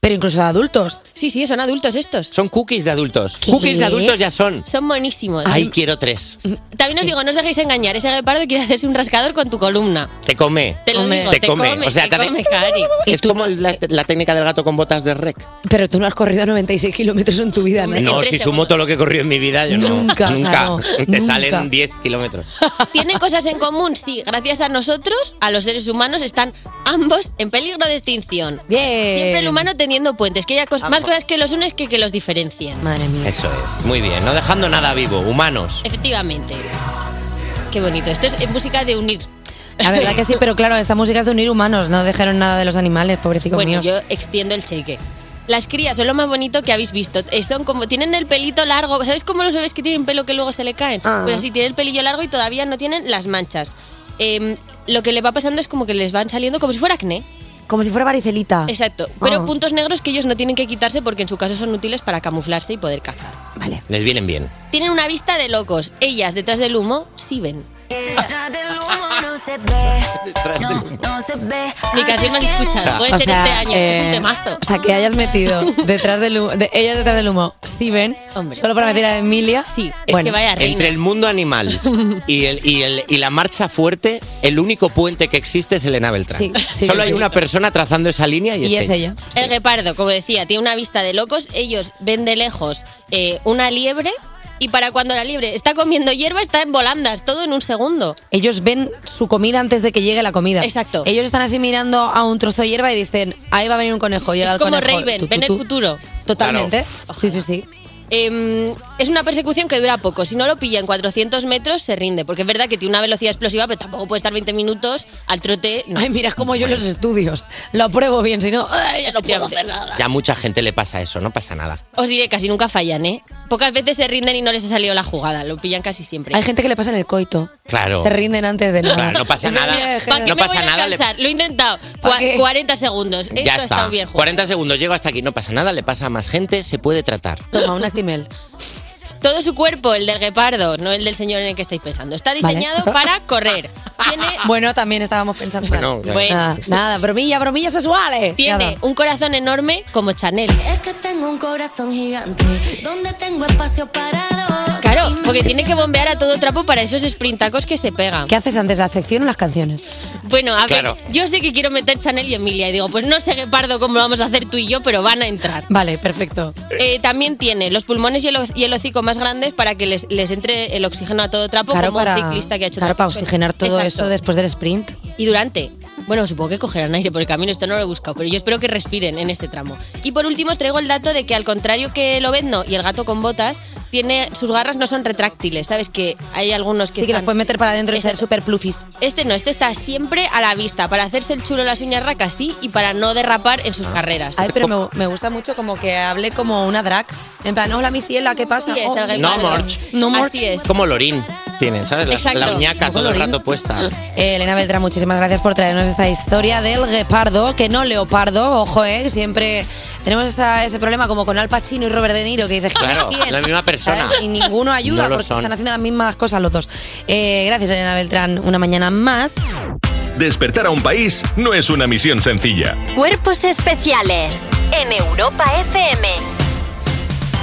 Speaker 2: Pero incluso de adultos.
Speaker 14: Sí, sí, son adultos estos.
Speaker 3: Son cookies de adultos. Cookies de adultos ya son.
Speaker 14: Son buenísimos.
Speaker 3: Ahí quiero tres.
Speaker 14: También os digo, no os dejéis engañar. Ese guepardo quiere hacerse un rascador con tu columna.
Speaker 3: Te come.
Speaker 14: Te lo digo, te
Speaker 3: come.
Speaker 14: come,
Speaker 3: O sea,
Speaker 14: te
Speaker 3: hace-
Speaker 14: come, Cari.
Speaker 3: Es como la, la técnica del gato con botas de rec.
Speaker 2: Pero tú no has corrido 96 kilómetros en tu vida, ¿no?
Speaker 3: No, si sumo todo lo que he corrido en mi vida, yo no.
Speaker 2: Nunca,
Speaker 3: Nunca.
Speaker 2: claro,
Speaker 3: Te
Speaker 2: nunca.
Speaker 3: salen 10 kilómetros.
Speaker 14: ¿Tienen cosas en común? Sí, gracias a nosotros, a los seres humanos, están ambos en peligro de extinción. Siempre el humano teniendo puentes, que haya cos- más cosas que los unen que que los diferencian.
Speaker 2: Madre mía.
Speaker 3: Eso es. Muy bien. No dejando nada vivo. Humanos.
Speaker 14: Efectivamente. Qué bonito. Esto es eh, música de unir.
Speaker 2: La verdad que sí, pero claro, esta música es de unir humanos, no dejaron nada de los animales, pobrecicos
Speaker 14: Bueno,
Speaker 2: míos.
Speaker 14: yo extiendo el cheque. Las crías son lo más bonito que habéis visto. Eh, Son como tienen el pelito largo. ¿Sabéis cómo los bebés que tienen pelo que luego se le caen?
Speaker 2: Ah.
Speaker 14: Pues así tienen el pelillo largo y todavía no tienen las manchas. Em, lo que le va pasando es como que les van saliendo como si fuera acné.
Speaker 2: Como si fuera varicelita.
Speaker 14: Exacto. Pero
Speaker 2: Ah.
Speaker 14: puntos negros que ellos no tienen que quitarse porque en su caso son útiles para camuflarse y poder cazar.
Speaker 3: Les vienen bien.
Speaker 14: Tienen una vista de locos. Ellas detrás del humo sí ven.
Speaker 12: Detrás del humo no se ve. No, no se ve.
Speaker 14: Mi canción más escuchada. Puede
Speaker 2: O
Speaker 14: ser
Speaker 2: sea,
Speaker 14: este año.
Speaker 2: eh,
Speaker 14: es un temazo.
Speaker 2: O sea, que hayas metido detrás del humo, de ellas detrás del humo, si ven, solo para meter a Emilia.
Speaker 14: Sí,
Speaker 3: Es que vaya Entre el mundo animal y, el, y, el- y la marcha fuerte, el único puente que existe es Elena Beltrán.
Speaker 14: Sí, sí,
Speaker 3: Solo hay
Speaker 14: sí.
Speaker 3: una persona trazando esa línea y, es, ella.
Speaker 14: El repardo, como decía, tiene una vista de locos. Ellos ven de lejos eh, una liebre y para cuando la libre está comiendo hierba está en volandas, todo en un segundo.
Speaker 2: Ellos ven su comida antes de que llegue la comida.
Speaker 14: Exacto.
Speaker 2: Ellos están así mirando a un trozo de hierba y dicen, ahí va a venir un conejo, llega
Speaker 14: Es
Speaker 2: el
Speaker 14: como
Speaker 2: conejo.
Speaker 14: Raven,
Speaker 2: Tu, tu,
Speaker 14: ven el
Speaker 2: tu.
Speaker 14: futuro.
Speaker 2: Totalmente. Sí, sí, sí.
Speaker 14: Em, es una persecución que dura poco. Si no lo pilla en 400 metros, se rinde. Porque es verdad que tiene una velocidad explosiva, pero tampoco puede estar 20 minutos al trote.
Speaker 2: Ay, mira, es como yo en los estudios. Lo pruebo bien, si no, ¡ay, ya no puedo hacer nada.
Speaker 3: Ya a mucha gente le pasa eso, no pasa nada.
Speaker 14: Os diré, casi nunca fallan, ¿eh? Pocas veces se rinden y no les ha salido la jugada. Lo pillan casi siempre.
Speaker 2: Hay gente que le pasa en el coito.
Speaker 3: Claro.
Speaker 2: Se rinden antes de nada.
Speaker 3: Claro, no pasa nada.
Speaker 14: ¿Para qué
Speaker 3: No
Speaker 14: me
Speaker 3: pasa
Speaker 14: voy a
Speaker 3: nada. le-
Speaker 14: descansar? Lo he intentado. Cua- 40 segundos. Esto
Speaker 3: Ya
Speaker 14: ha estado
Speaker 3: está.
Speaker 14: bien jugado.
Speaker 3: 40 segundos, llego hasta aquí, no pasa nada, le pasa a más gente, se puede tratar.
Speaker 2: Toma, una timel.
Speaker 14: Todo su cuerpo, el del guepardo, no el del señor en el que estáis pensando. Está diseñado
Speaker 2: Vale.
Speaker 14: para correr. Tiene
Speaker 2: Bueno, también estábamos pensando.
Speaker 14: Bueno, ya. Bueno.
Speaker 2: Nada, nada, bromilla, bromillas sexuales.
Speaker 14: Tiene
Speaker 2: Nada.
Speaker 14: un corazón enorme como Chanel.
Speaker 12: Es que tengo un corazón gigante donde tengo espacio para dos.
Speaker 14: Claro, porque tiene que bombear a todo trapo para esos sprintacos que se pegan.
Speaker 2: ¿Qué haces antes, la sección o las canciones?
Speaker 14: Bueno, a
Speaker 2: Claro.
Speaker 14: ver, yo sé que quiero meter Chanel y Emilia y digo, pues no sé, Guepardo, cómo lo vamos a hacer tú y yo, pero van a entrar.
Speaker 2: Vale, perfecto.
Speaker 14: Eh, también tiene los pulmones y el, ho- y el hocico más grandes para que les, les entre el oxígeno a todo trapo
Speaker 2: Claro,
Speaker 14: como
Speaker 2: para,
Speaker 14: un ciclista que ha hecho
Speaker 2: claro,
Speaker 14: también.
Speaker 2: para oxigenar todo
Speaker 14: Exacto.
Speaker 2: eso después del sprint.
Speaker 14: Y durante. Bueno, supongo que cogerán aire por el camino, esto no lo he buscado, pero yo espero que respiren en este tramo. Y por último os traigo el dato de que al contrario que lo vendo y el gato con botas, tiene sus garras no son retráctiles, ¿sabes? Que hay algunos que...
Speaker 2: Sí, que los
Speaker 14: están-
Speaker 2: puedes meter para adentro y ser
Speaker 14: Exacto.
Speaker 2: super plufis.
Speaker 14: Este no, este está siempre a la vista, para hacerse el chulo las uñas racas, sí, y para no derrapar en sus carreras.
Speaker 2: Ah. Ay, pero me, me gusta mucho como que hable como una drag. En plan, hola, mi ciela, ¿qué pasa? Oh,
Speaker 14: Sí, es el gay
Speaker 3: No
Speaker 14: Pardon.
Speaker 3: Morch.
Speaker 2: No Morch.
Speaker 14: Así es.
Speaker 3: Como Lorín tienen, ¿sabes? La,
Speaker 2: Exacto.
Speaker 3: la uñaca
Speaker 2: Como
Speaker 3: todo el
Speaker 2: Lorín.
Speaker 3: rato puesta.
Speaker 2: Eh, Elena Beltrán, muchísimas gracias por traernos esta historia del guepardo, que no leopardo, ojo, eh, siempre tenemos esa- ese problema como con Al Pacino y Robert De Niro, que dices, ¿quién
Speaker 3: Claro,
Speaker 2: es quién?
Speaker 3: la misma persona.
Speaker 2: ¿Sabes? Y ninguno ayuda
Speaker 3: No lo
Speaker 2: porque
Speaker 3: son.
Speaker 2: están haciendo las mismas cosas los dos. Eh, gracias, Elena Beltrán, una mañana más.
Speaker 6: Despertar a un país no es una misión sencilla.
Speaker 5: Cuerpos especiales en Europa FM.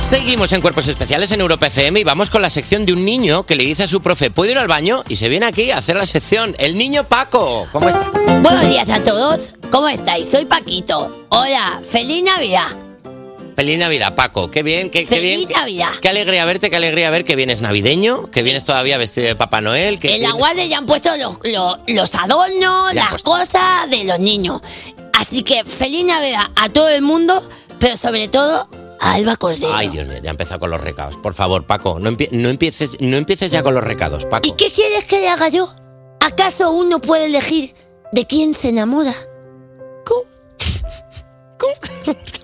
Speaker 3: Seguimos en Cuerpos Especiales en Europa FM y vamos con la sección de un niño que le dice a su profe, ¿puedo ir al baño? Y se viene aquí a hacer la sección. El niño Paco. ¿Cómo estás?
Speaker 15: Buenos días a todos, ¿cómo estáis? Soy Paquito. Hola, feliz Navidad.
Speaker 3: Feliz Navidad, Paco. Qué bien, qué, qué bien.
Speaker 15: Feliz Navidad.
Speaker 3: Qué alegría verte, qué alegría ver que vienes navideño, que vienes todavía vestido de Papá Noel. Que
Speaker 15: En la
Speaker 3: vienes-
Speaker 15: guardia ya han puesto los, los- los adornos,
Speaker 3: Ya,
Speaker 15: las
Speaker 3: pues.
Speaker 15: cosas de los niños. Así que feliz Navidad a todo el mundo, pero sobre todo a Alba Cordero.
Speaker 3: Ay, Dios mío, ya empezó con los recados. Por favor, Paco, no, empie- no empieces, no empieces ya con los recados, Paco.
Speaker 15: ¿Y qué quieres que le haga yo? ¿Acaso uno puede elegir de quién se enamora?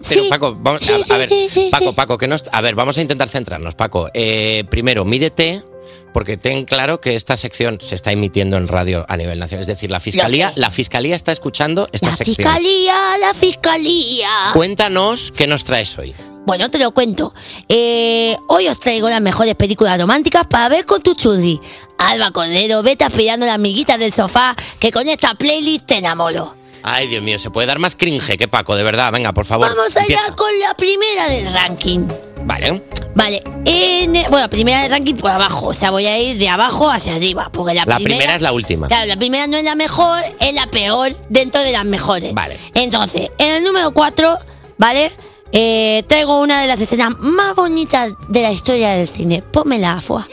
Speaker 3: Pero Paco, vamos a,
Speaker 15: Sí, sí,
Speaker 3: a ver,
Speaker 15: sí, sí,
Speaker 3: Paco,
Speaker 15: sí.
Speaker 3: Paco, que no, est- a ver, vamos a intentar centrarnos, Paco. Eh, primero, mídete, porque ten claro que esta sección se está emitiendo en radio a nivel nacional. Es decir, la fiscalía, la fiscalía está escuchando esta sección.
Speaker 15: Fiscalía, la fiscalía.
Speaker 3: Cuéntanos qué nos traes hoy.
Speaker 15: Bueno, te lo cuento. Eh, hoy os traigo las mejores películas románticas para ver con tu churri. Alba Cordero, vete aspirando las miguitas del sofá, que con esta playlist te enamoro.
Speaker 3: Ay, Dios mío, se puede dar más cringe que Paco, de verdad. Venga, por favor.
Speaker 15: Vamos allá
Speaker 3: empieza.
Speaker 15: con la primera del ranking.
Speaker 3: Vale.
Speaker 15: Vale, en el- bueno, primera del ranking por abajo, o sea, voy a ir de abajo hacia arriba, porque la,
Speaker 3: La primera es la última.
Speaker 15: Claro, la primera no es la mejor, es la peor dentro de las mejores.
Speaker 3: Vale.
Speaker 15: Entonces, en el número 4, ¿vale? Eh, traigo una de las escenas más bonitas de la historia del cine. Ponme la afua.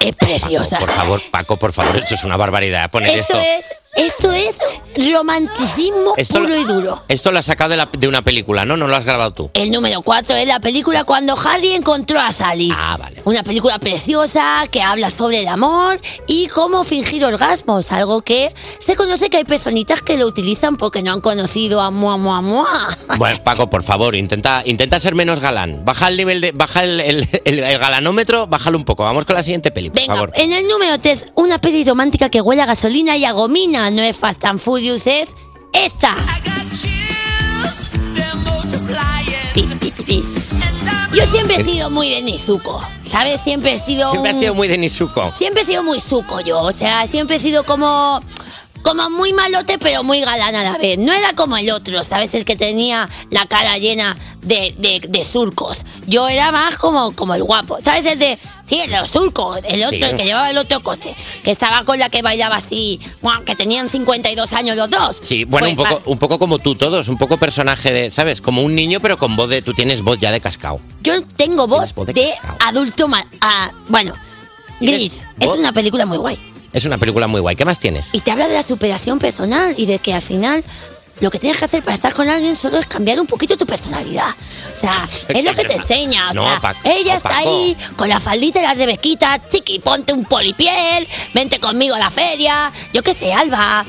Speaker 15: Es preciosa.
Speaker 3: Por favor, Paco, por favor, esto es una barbaridad. Poner esto.
Speaker 15: Esto es, esto es romanticismo
Speaker 3: Esto lo-
Speaker 15: puro y duro.
Speaker 3: Esto lo has sacado de, la- de una película, ¿no? No lo has grabado tú.
Speaker 15: El número 4 es la película Cuando Harry encontró a Sally. Ah, vale. Una película preciosa que habla sobre el amor y cómo fingir orgasmos, algo que se conoce que hay personitas que lo utilizan porque no han conocido a Mua Mua Mua.
Speaker 3: Bueno, Paco, por favor, intenta, intenta ser menos galán. Baja el nivel de. Baja el, el- el- el galanómetro, bájalo un poco. Vamos con la siguiente peli, por favor.
Speaker 15: En el número 3, una peli romántica que huele a gasolina y a gomina. No es Fast and Furious, es esta. Pi, pi, pi, pi. Yo siempre he sido muy de Nizuko, ¿sabes? Siempre he sido
Speaker 3: Siempre has
Speaker 15: un-
Speaker 3: sido muy de Nisuko.
Speaker 15: Siempre he sido muy suco yo, o sea, siempre he sido como como muy malote pero muy galán a la vez. No era como el otro, ¿sabes? El que tenía la cara llena de, de- de surcos. Yo era más como, como el guapo, ¿sabes? El de Sí, los turcos, el otro,
Speaker 3: Sí.
Speaker 15: el que llevaba el otro coche, que estaba con la que bailaba así, ¡mua! que tenían 52 años los dos.
Speaker 3: Sí, bueno, un,
Speaker 15: Pues,
Speaker 3: poco, un poco como tú todos, un poco personaje de, ¿sabes? Como un niño, pero con voz de, tú tienes voz ya de cascao.
Speaker 15: Yo tengo voz
Speaker 3: voz de
Speaker 15: de adulto, ma- ah, bueno, gris. Es una película muy guay.
Speaker 3: Es una película muy guay. ¿Qué más tienes?
Speaker 15: Y te habla de la superación personal y de que al final lo que tienes que hacer para estar con alguien solo es cambiar un poquito tu personalidad. O sea, es lo que te enseña. O
Speaker 3: No,
Speaker 15: sea,
Speaker 3: Paco,
Speaker 15: ella está
Speaker 3: Paco.
Speaker 15: ahí con la faldita y la rebequita, chiqui, ponte un polipiel, vente conmigo a la feria, yo qué sé, Alba.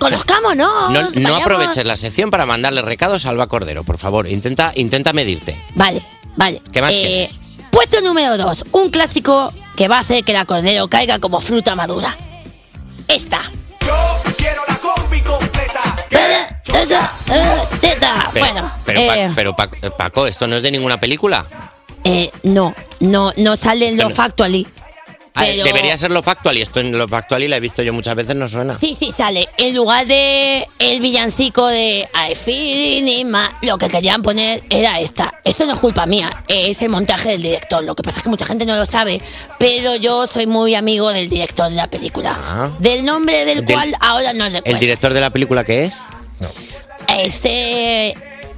Speaker 15: Conozcámonos.
Speaker 3: No, no
Speaker 15: vayamos.
Speaker 3: aproveches la sección para mandarle recados a Alba Cordero, por favor. Intenta, intenta medirte.
Speaker 15: Vale, vale.
Speaker 3: ¿Qué más
Speaker 15: Eh, puesto número 2, un clásico que va a hacer que el acordero caiga como fruta madura. Esta. Yo quiero la combi completa. Teta,
Speaker 3: Pero,
Speaker 15: bueno.
Speaker 3: pero,
Speaker 15: eh,
Speaker 3: Pa- pero Pa- Paco, esto no es de ninguna película.
Speaker 15: eh, no, no, no salen los factually.
Speaker 3: Ah,
Speaker 15: Pero-
Speaker 3: Debería ser lo factual y esto en lo factual y la he visto yo muchas veces, no suena.
Speaker 15: Sí, sí, sale. En lugar de el villancico de I feel in my- lo que querían poner era esta. Eso no es culpa mía, es el montaje del director. Lo que pasa es que mucha gente no lo sabe, pero yo soy muy amigo del director de la película.
Speaker 3: Ah.
Speaker 15: Del nombre del,
Speaker 3: Del-
Speaker 15: cual ahora no
Speaker 3: ¿El
Speaker 15: recuerdo.
Speaker 3: director de la película qué es?
Speaker 15: Este.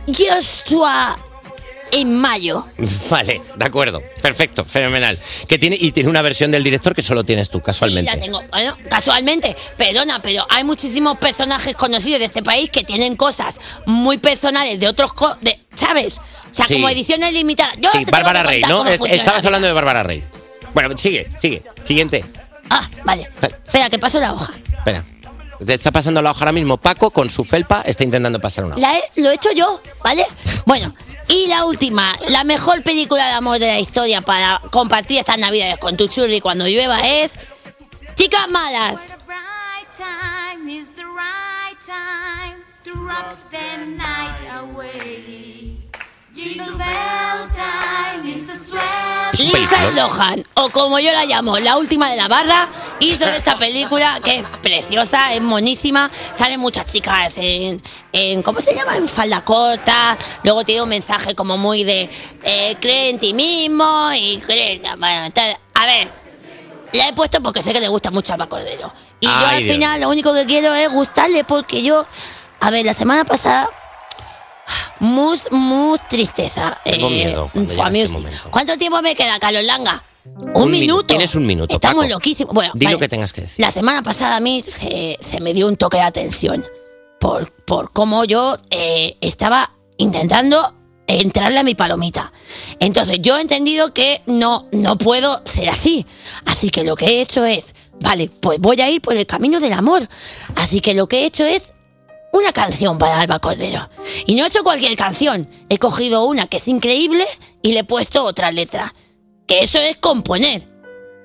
Speaker 15: Joshua en mayo.
Speaker 3: Vale, de acuerdo. Perfecto, fenomenal. Que tiene, y tiene una versión del director que solo tienes tú, casualmente.
Speaker 15: La tengo. Bueno, casualmente, perdona, pero hay muchísimos personajes conocidos de este país que tienen cosas muy personales de otros. co- de- ¿Sabes? O sea,
Speaker 3: Sí.
Speaker 15: como ediciones limitadas. Yo
Speaker 3: sí,
Speaker 15: te tengo
Speaker 3: Bárbara
Speaker 15: que
Speaker 3: Rey,
Speaker 15: contar
Speaker 3: ¿no?
Speaker 15: cómo
Speaker 3: Es-
Speaker 15: funciona
Speaker 3: Estabas
Speaker 15: la vida.
Speaker 3: hablando de Bárbara Rey. Bueno, sigue, sigue. Siguiente.
Speaker 15: Vale. Espera, que paso la hoja.
Speaker 3: Espera. Te está pasando la hoja ahora mismo. Paco, con su felpa, está intentando pasar una hoja.
Speaker 15: La he- lo he hecho yo, ¿vale? Bueno, y la última, la mejor película de amor de la historia para compartir estas navidades con tu churri cuando llueva es. Chicas malas.
Speaker 8: Time is the right time to rock the night away. Jingle bell time is a swell
Speaker 15: Lindsay Lohan, o como yo la llamo, la última de la barra, hizo esta película que es preciosa, es monísima. Salen muchas chicas en, en- ¿cómo se llama? En falda corta. Luego tiene un mensaje como muy de, eh, cree en ti mismo y cree en- bueno, tal. A ver, la he puesto porque sé que le gusta mucho a Paco Cordero. Y yo
Speaker 3: Ay,
Speaker 15: al
Speaker 3: Dios.
Speaker 15: final lo único que quiero es gustarle porque yo, a ver, la semana pasada, muy, muy tristeza.
Speaker 3: Tengo
Speaker 15: Eh,
Speaker 3: miedo cuando
Speaker 15: fue
Speaker 3: llega
Speaker 15: a mí-
Speaker 3: este momento.
Speaker 15: ¿Cuánto tiempo me queda, Carlos Langa? Un,
Speaker 3: minu-
Speaker 15: minuto.
Speaker 3: Tienes un minuto,
Speaker 15: Estamos
Speaker 3: Paco.
Speaker 15: loquísimos. Bueno,
Speaker 3: Di lo
Speaker 15: vale.
Speaker 3: que tengas que decir.
Speaker 15: la semana pasada a mí se, se me dio un toque de atención por, por cómo yo eh, estaba intentando entrarle a mi palomita. Entonces yo he entendido que no, no puedo ser así. Así que lo que he hecho es, vale, pues voy a ir por el camino del amor. Así que lo que he hecho es una canción para Alba Cordero. Y no he hecho cualquier canción. He cogido una que es increíble y le he puesto otra letra. Que eso es componer.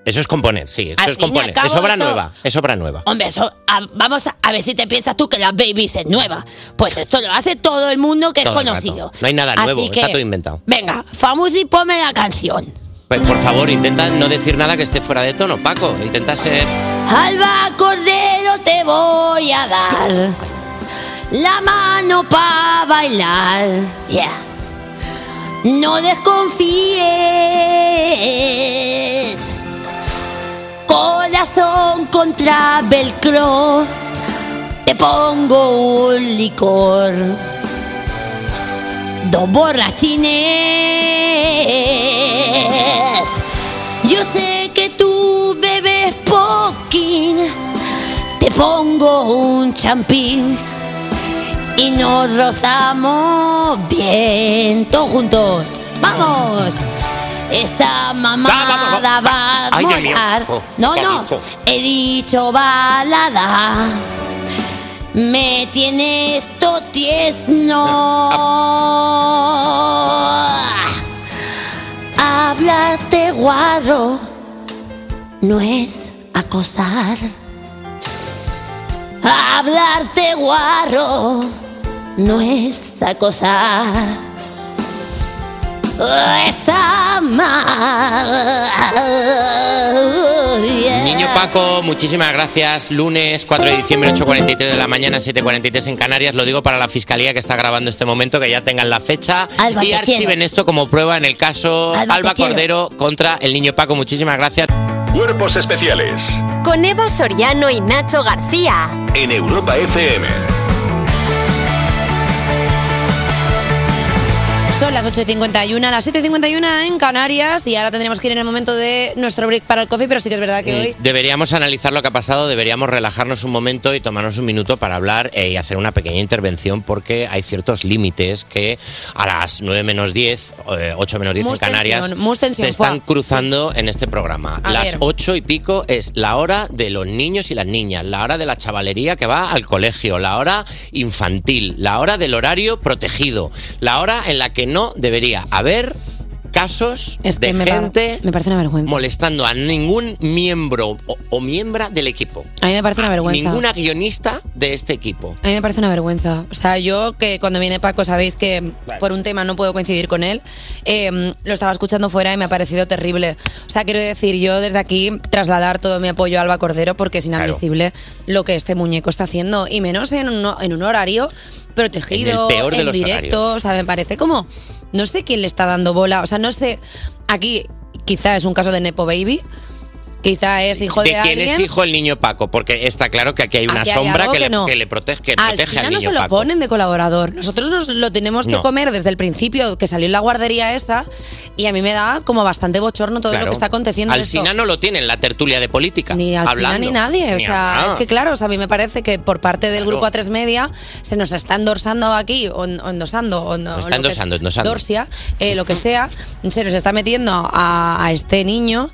Speaker 3: Eso es componer, sí. Eso
Speaker 15: Al
Speaker 3: es
Speaker 15: fin y al
Speaker 3: componer.
Speaker 15: cabo,
Speaker 3: es obra
Speaker 15: eso-
Speaker 3: nueva. Es obra nueva.
Speaker 15: Hombre, eso, a- vamos a, a ver si te piensas tú que las babies es nueva. Pues esto lo hace todo el mundo que
Speaker 3: Todo
Speaker 15: es
Speaker 3: el rato.
Speaker 15: conocido.
Speaker 3: No hay nada
Speaker 15: Así
Speaker 3: nuevo,
Speaker 15: que,
Speaker 3: está todo inventado.
Speaker 15: Venga, famoso y ponme la canción.
Speaker 3: Pues, por favor, intenta no decir nada que esté fuera de tono, Paco. Intenta ser.
Speaker 15: Alba Cordero te voy a dar la mano para bailar. Yeah. No desconfíes. Corazón contra velcro. Te pongo un licor. Dos borrachines. Yo sé que tú bebes poquín, te pongo un champín y nos rozamos bien todos juntos. ¡Vamos! Esta
Speaker 8: Ah,
Speaker 15: mamada va a
Speaker 8: Ay, Dios mío.
Speaker 15: molar.
Speaker 8: Oh,
Speaker 15: No,
Speaker 8: ¿qué ha
Speaker 15: no,
Speaker 8: dicho?
Speaker 15: he dicho balada. Me tienes esto
Speaker 8: Ah,
Speaker 15: tiesno. Ah. Hablarte guarro no es acosar. Hablarte guarro no es acosar. Está mal. Yeah.
Speaker 3: Niño Paco, muchísimas gracias. Lunes 4 de diciembre, 8.43 de la mañana, 7.43 en Canarias. Lo digo para la fiscalía que está grabando este momento, que ya tengan la fecha.
Speaker 15: Alba,
Speaker 3: y
Speaker 15: te
Speaker 3: archiven
Speaker 15: quiero.
Speaker 3: esto como prueba en el caso
Speaker 15: Alba,
Speaker 3: Alba,
Speaker 15: te quiero.
Speaker 3: Cordero contra el niño Paco. Muchísimas gracias.
Speaker 6: Cuerpos especiales
Speaker 5: Con Eva Soriano y Nacho García.
Speaker 6: en Europa FM.
Speaker 2: Son las 8.51, las 7.51 en Canarias y ahora tendremos que ir en el momento de nuestro break para el coffee, pero sí que es verdad que hoy...
Speaker 3: Eh, Deberíamos analizar lo que ha pasado, deberíamos relajarnos un momento y tomarnos un minuto para hablar eh, y hacer una pequeña intervención porque hay ciertos límites que a las 9 menos 10, eh, 8 menos 10 en
Speaker 2: Mus tensión,
Speaker 3: Canarias,
Speaker 2: mus tensión,
Speaker 3: se están
Speaker 2: fuá.
Speaker 3: cruzando en este programa.
Speaker 2: A
Speaker 3: las
Speaker 2: ver.
Speaker 3: 8 y pico es la hora de los niños y las niñas, la hora de la chavalería que va al colegio, la hora infantil, la hora del horario protegido, la hora en la que no debería haber casos de
Speaker 2: me,
Speaker 3: gente
Speaker 2: pa- me parece una vergüenza.
Speaker 3: molestando a ningún miembro o, o miembra del equipo.
Speaker 2: A mí me parece una vergüenza.
Speaker 3: Ninguna guionista de este equipo.
Speaker 2: A mí me parece una vergüenza. O sea, yo que cuando viene Paco sabéis que por un tema no puedo coincidir con él, eh, lo estaba escuchando fuera y me ha parecido terrible. O sea, quiero decir, yo desde aquí trasladar todo mi apoyo a Alba Cordero porque es inadmisible lo que este muñeco está haciendo y menos en un, en un horario protegido,
Speaker 3: En el peor de
Speaker 2: en
Speaker 3: los
Speaker 2: directo.
Speaker 3: horarios.
Speaker 2: O sea, me parece como, no sé quién le está dando bola. O sea, no sé, aquí quizá es un caso de Nepo Baby. Quizá es hijo de,
Speaker 3: ¿De quién es
Speaker 2: alguien.
Speaker 3: hijo el niño Paco? Porque está claro que aquí hay una
Speaker 2: Aquí hay
Speaker 3: sombra
Speaker 2: algo
Speaker 3: que,
Speaker 2: que
Speaker 3: le,
Speaker 2: no.
Speaker 3: que le protege, que
Speaker 2: Al
Speaker 3: protege al
Speaker 2: final no
Speaker 3: niño
Speaker 2: se lo
Speaker 3: Paco.
Speaker 2: ponen de colaborador. Nosotros nos lo tenemos que
Speaker 3: No.
Speaker 2: comer desde el principio, que salió en la guardería esa, y a mí me da como bastante bochorno todo lo
Speaker 3: Claro.
Speaker 2: que está aconteciendo. en
Speaker 3: Al
Speaker 2: esto.
Speaker 3: Sina no lo tiene en la tertulia de política.
Speaker 2: Ni al
Speaker 3: hablando.
Speaker 2: final ni nadie. O
Speaker 3: Ni
Speaker 2: sea,
Speaker 3: a-
Speaker 2: es que claro, o sea, a mí me parece que por parte del
Speaker 3: Claro.
Speaker 2: grupo A3 Media se nos está endorsando aquí, o, en- o endosando, o no-
Speaker 3: Nos está
Speaker 2: lo que-
Speaker 3: endosando, endosando.
Speaker 2: Dorsia, eh, lo que sea, se nos está metiendo a, a este niño.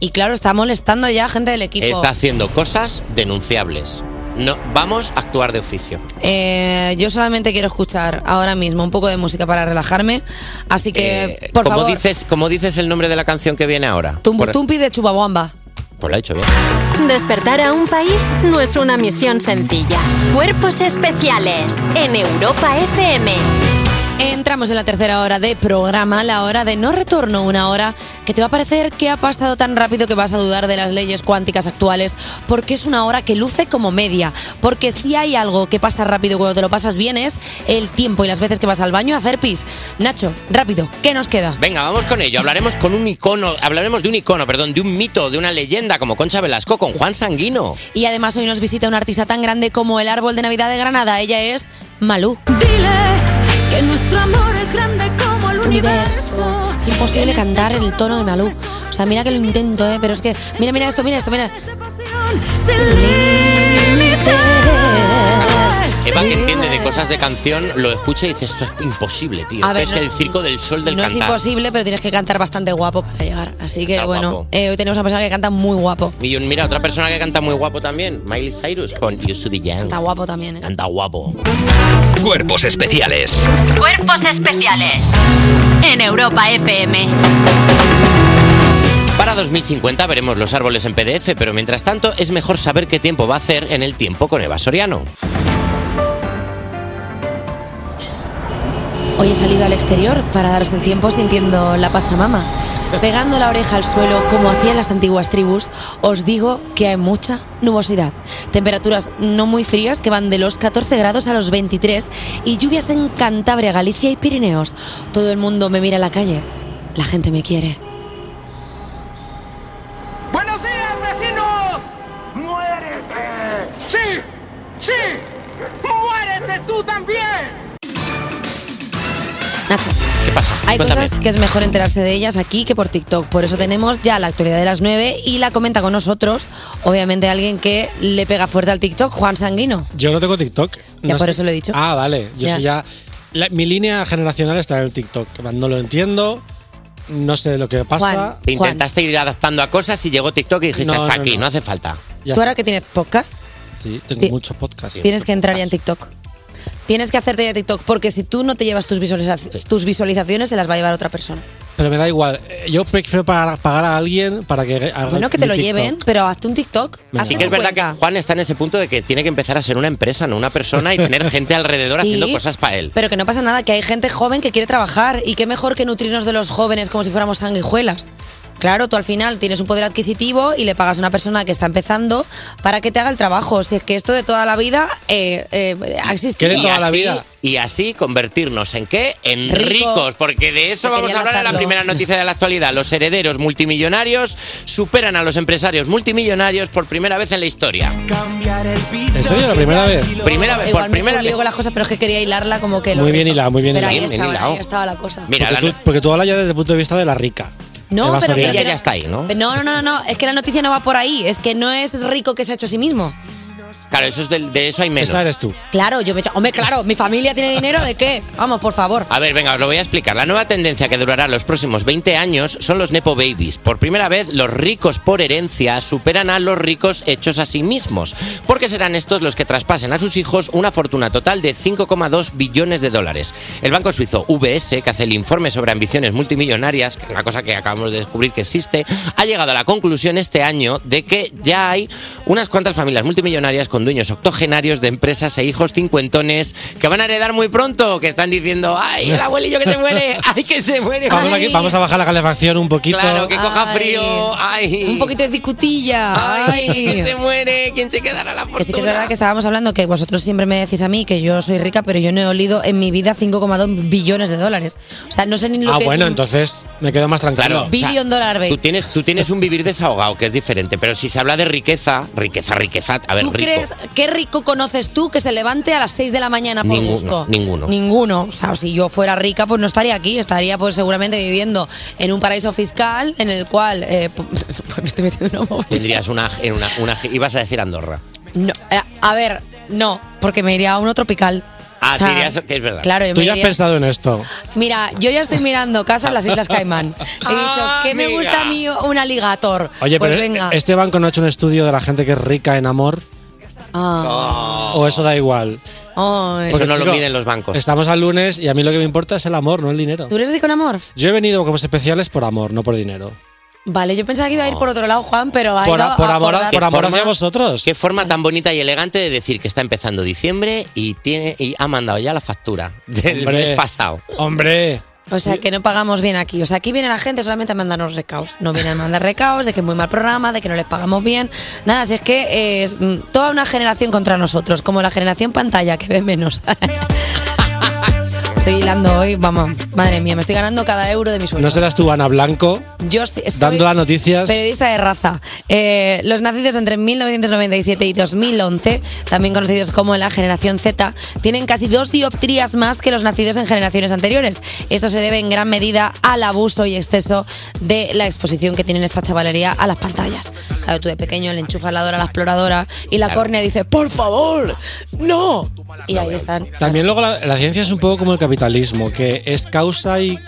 Speaker 2: Y claro, está molestando ya a gente del equipo.
Speaker 3: Está haciendo cosas denunciables. No, vamos a actuar de oficio.
Speaker 2: Eh, yo solamente quiero escuchar ahora mismo un poco de música para relajarme. Así que, Eh, por
Speaker 3: Eh, ¿Cómo
Speaker 2: favor,
Speaker 3: dices, ¿Cómo dices el nombre de la canción que viene ahora?
Speaker 2: Tumbu
Speaker 3: Por-
Speaker 2: Tumpi de Chubabamba.
Speaker 3: Pues lo ha hecho bien.
Speaker 5: Despertar a un país no es una misión sencilla. Cuerpos especiales en Europa FM.
Speaker 2: Entramos en la tercera hora de programa, la hora de no retorno, una hora que te va a parecer que ha pasado tan rápido que vas a dudar de las leyes cuánticas actuales, porque es una hora que luce como media, porque si hay algo que pasa rápido cuando te lo pasas bien es el tiempo y las veces que vas al baño a hacer pis. Nacho, rápido, ¿qué nos queda?
Speaker 3: Venga, vamos con ello. Hablaremos con un icono, hablaremos de un icono, perdón, de un mito, de una leyenda como Concha Velasco con Juan Sanguino.
Speaker 2: Y además hoy nos visita una artista tan grande como el árbol de Navidad de Granada. Ella es Malú.
Speaker 13: Que nuestro amor es grande como el
Speaker 2: universo. Es imposible cantar el tono de Malú. O sea, mira que lo intento, ¿eh? pero es que. Mira, mira esto, mira esto, mira.
Speaker 3: Eva que entiende de cosas de canción, lo escucha y dice, esto es imposible, tío.
Speaker 2: A ver,
Speaker 3: Esto
Speaker 2: no
Speaker 3: es
Speaker 2: es-
Speaker 3: el circo del sol del
Speaker 2: No es
Speaker 3: cantar.
Speaker 2: imposible, pero tienes que cantar bastante guapo para llegar. Así que
Speaker 3: Está
Speaker 2: bueno,
Speaker 3: guapo.
Speaker 2: eh, hoy tenemos una persona que canta muy guapo.
Speaker 3: Y un- mira, otra persona que canta muy guapo también, Miley Cyrus con Used to Be Young.
Speaker 2: Está guapo también, ¿eh?
Speaker 3: Canta guapo. Cuerpos especiales.
Speaker 5: Cuerpos especiales en Europa FM.
Speaker 3: Para 2050 veremos los árboles en PDF, pero mientras tanto es mejor saber qué tiempo va a hacer en el tiempo con Eva Soriano.
Speaker 2: Hoy he salido al exterior para daros el tiempo sintiendo la pachamama. Pegando la oreja al suelo como hacían las antiguas tribus, os digo que hay mucha nubosidad. Temperaturas no muy frías que van de los 14 grados a los 23 y lluvias en Cantabria, Galicia y Pirineos. Todo el mundo me mira a la calle. La gente me quiere.
Speaker 13: ¡Buenos días, vecinos! ¡Muérete! ¡Sí! ¡Sí! ¡Muérete tú también!
Speaker 2: Nacho.
Speaker 3: ¿Qué pasa?
Speaker 2: Hay
Speaker 3: Cuéntame.
Speaker 2: cosas que es mejor enterarse de ellas aquí que por TikTok. Por eso tenemos ya la actualidad de las 9 y la comenta con nosotros, obviamente, alguien que le pega fuerte al TikTok, Juan Sanguino.
Speaker 16: Yo no tengo TikTok.
Speaker 2: Ya
Speaker 16: No
Speaker 2: por
Speaker 16: sé-
Speaker 2: eso lo he dicho.
Speaker 16: Ah, vale. Yo
Speaker 2: Ya.
Speaker 16: soy ya. la- mi línea generacional está en el TikTok. En plan, No lo entiendo. No sé lo que pasa.
Speaker 3: Te intentaste ir adaptando a cosas y llegó TikTok y dijiste
Speaker 16: No,
Speaker 3: hasta
Speaker 16: no,
Speaker 3: aquí,
Speaker 16: no.
Speaker 3: no. hace falta.
Speaker 2: Tú ahora que tienes podcast,
Speaker 16: Sí, tengo
Speaker 2: Ti-
Speaker 16: muchos podcasts.
Speaker 3: pues
Speaker 2: tienes que entrar ya en TikTok. Tienes que hacerte ya TikTok, porque si tú no te llevas tus, visualiza- tus visualizaciones, se las va a llevar otra persona.
Speaker 16: Pero me da igual. Eh, Yo prefiero pa- pagar a alguien para que haga
Speaker 2: Bueno, que te
Speaker 16: mi
Speaker 2: lo
Speaker 16: TikTok.
Speaker 2: lleven, pero hazte un TikTok. hazte
Speaker 3: Sí que es
Speaker 2: tu
Speaker 3: verdad que Juan está en ese punto de que tiene que empezar a ser una empresa, no una persona, y tener gente alrededor
Speaker 2: Sí.
Speaker 3: haciendo cosas para él.
Speaker 2: Pero que no pasa nada, que hay gente joven que quiere trabajar y qué mejor que nutrirnos de los jóvenes como si fuéramos sanguijuelas. Claro, tú al final tienes un poder adquisitivo y le pagas a una persona que está empezando para que te haga el trabajo. Si es que esto de toda la vida eh, eh, ha existido.
Speaker 3: Y así- Y así convertirnos en qué? En
Speaker 2: Ricos.
Speaker 3: ricos, porque de eso
Speaker 2: Yo
Speaker 3: vamos a
Speaker 2: quería
Speaker 3: hablar en
Speaker 2: lanzarlo.
Speaker 3: la primera noticia de la actualidad. Los herederos multimillonarios superan a los empresarios multimillonarios por primera vez en la historia.
Speaker 16: ¿En serio? ¿La primera vez?
Speaker 3: Primera vez,
Speaker 2: Igual
Speaker 3: por
Speaker 2: me he
Speaker 3: primera
Speaker 2: hecho un lío
Speaker 3: vez.
Speaker 2: con las cosas, pero es que quería hilarla como que... lo-
Speaker 16: Muy bien hilado, muy bien
Speaker 2: Pero ahí
Speaker 16: hilado.
Speaker 2: estaba, ahí estaba la cosa.
Speaker 16: porque, tú, porque tú hablas ya desde el punto de vista de la rica.
Speaker 2: No,
Speaker 16: Que vas
Speaker 2: pero
Speaker 16: con
Speaker 2: que-
Speaker 16: ella.
Speaker 2: Ella ya está
Speaker 3: ahí, ¿no?
Speaker 2: No, no, no, no, no, es que la noticia no va por ahí, es que no es rico que se ha hecho a sí mismo.
Speaker 3: Claro, eso es del- de, eso hay menos.
Speaker 16: Esa eres tú.
Speaker 2: Claro, yo me he hecho- Hombre, claro, mi familia tiene dinero, ¿de qué? Vamos, por favor.
Speaker 3: A ver, venga, os lo voy a explicar. La nueva tendencia que durará los próximos 20 años son los Nepo Babies. Por primera vez, los ricos por herencia superan a los ricos hechos a sí mismos, porque serán estos los que traspasen a sus hijos una fortuna total de 5,2 billones de dólares. El banco suizo UBS, que hace el informe sobre ambiciones multimillonarias, que es una cosa que acabamos de descubrir que existe, ha llegado a la conclusión este año de que ya hay unas cuantas familias multimillonarias con dueños octogenarios de empresas e hijos cincuentones que van a heredar muy pronto, que están diciendo, ¡ay, el abuelillo que se muere! ¡Ay, que se muere!
Speaker 16: Vamos, aquí- vamos a bajar la calefacción un poquito.
Speaker 3: Claro, que coja frío. ¡Ay!
Speaker 2: Un poquito de cicutilla.
Speaker 3: ¡Ay!
Speaker 2: ay.
Speaker 3: ¿Quién se muere? ¿Quién se quedará la fortuna?
Speaker 2: Que sí que es verdad que estábamos hablando que vosotros siempre me decís a mí que yo soy rica, pero yo no he olido en mi vida 5,2 billones de dólares. O sea, no sé ni lo
Speaker 16: Ah,
Speaker 2: que
Speaker 16: bueno,
Speaker 2: es un
Speaker 16: entonces me quedo más tranquilo.
Speaker 2: billion dollar
Speaker 3: Tú
Speaker 2: baby.
Speaker 3: tienes, tú tienes un vivir desahogado, que es diferente, pero si se habla de riqueza, riqueza, riqueza, a ver,
Speaker 2: ¿Tú
Speaker 3: rico.
Speaker 2: crees qué rico conoces tú que se levante a las 6 de la mañana por
Speaker 3: Ninguno,
Speaker 2: gusto?
Speaker 3: ninguno.
Speaker 2: Ninguno. O sea, si yo fuera rica, pues no estaría aquí. Estaría pues seguramente viviendo en un paraíso fiscal en el cual eh, pues, me estoy metiendo una movida.
Speaker 3: Tendrías una, en una, una- Ibas a decir Andorra.
Speaker 2: No, eh, a ver, no, porque me iría a uno tropical.
Speaker 3: Ah,
Speaker 2: O sea,
Speaker 3: te dirías que es verdad.
Speaker 2: claro, yo
Speaker 16: Tú
Speaker 2: me
Speaker 16: ya has
Speaker 2: iría-
Speaker 16: pensado en esto.
Speaker 2: Mira, yo ya estoy mirando casa en las Islas Caimán. He dicho, ¿qué me
Speaker 3: Ah, mira.
Speaker 2: gusta a mí un aligator?
Speaker 16: Oye,
Speaker 2: pues
Speaker 16: pero
Speaker 2: venga.
Speaker 16: ¿este banco no ha hecho un estudio de la gente que es rica en amor?
Speaker 2: Ah.
Speaker 16: ¿O eso da igual?
Speaker 2: Ay.
Speaker 3: Oh. Eso no lo miden los bancos.
Speaker 16: Estamos al lunes y a mí lo que me importa es el amor, no el dinero.
Speaker 2: ¿Tú eres rico en amor?
Speaker 16: Yo he venido como especiales por amor, no por dinero.
Speaker 2: Vale, yo pensaba que iba a ir por otro lado, Juan, pero ha
Speaker 16: Por
Speaker 2: ido
Speaker 16: a- por
Speaker 2: a
Speaker 16: amor a-
Speaker 2: dar-
Speaker 16: por amor hacia vosotros.
Speaker 3: Qué forma tan bonita y elegante de decir que está empezando diciembre y tiene y ha mandado ya la factura del
Speaker 16: Hombre.
Speaker 3: mes pasado.
Speaker 16: Hombre.
Speaker 2: O sea, que no pagamos bien aquí. O sea, aquí viene la gente solamente a mandarnos recaos. No vienen a mandar recaos de que es muy mal programa, de que no les pagamos bien. Nada, si es que eh, es mm, toda una generación contra nosotros, como la generación pantalla, que ve menos. estoy hilando hoy, vamos. Madre mía, me estoy ganando cada euro de mi sueldo.
Speaker 16: ¿No serás tú, Ana Blanco,
Speaker 2: Pues Yo estoy- soy
Speaker 16: dando las noticias?
Speaker 2: Periodista de raza. Eh, los nacidos entre 1997 y 2011, también conocidos como la generación Z, tienen casi dos dioptrías más que los nacidos en generaciones anteriores. Esto se debe en gran medida al abuso y exceso de la exposición que tienen esta chavalería a las pantallas. Claro, tú de pequeño le enchufas la dora a la exploradora y la
Speaker 16: Claro.
Speaker 2: córnea dice, por favor, no. Y ahí están.
Speaker 16: También luego la, la ciencia es un poco como el capitalismo, que es causa y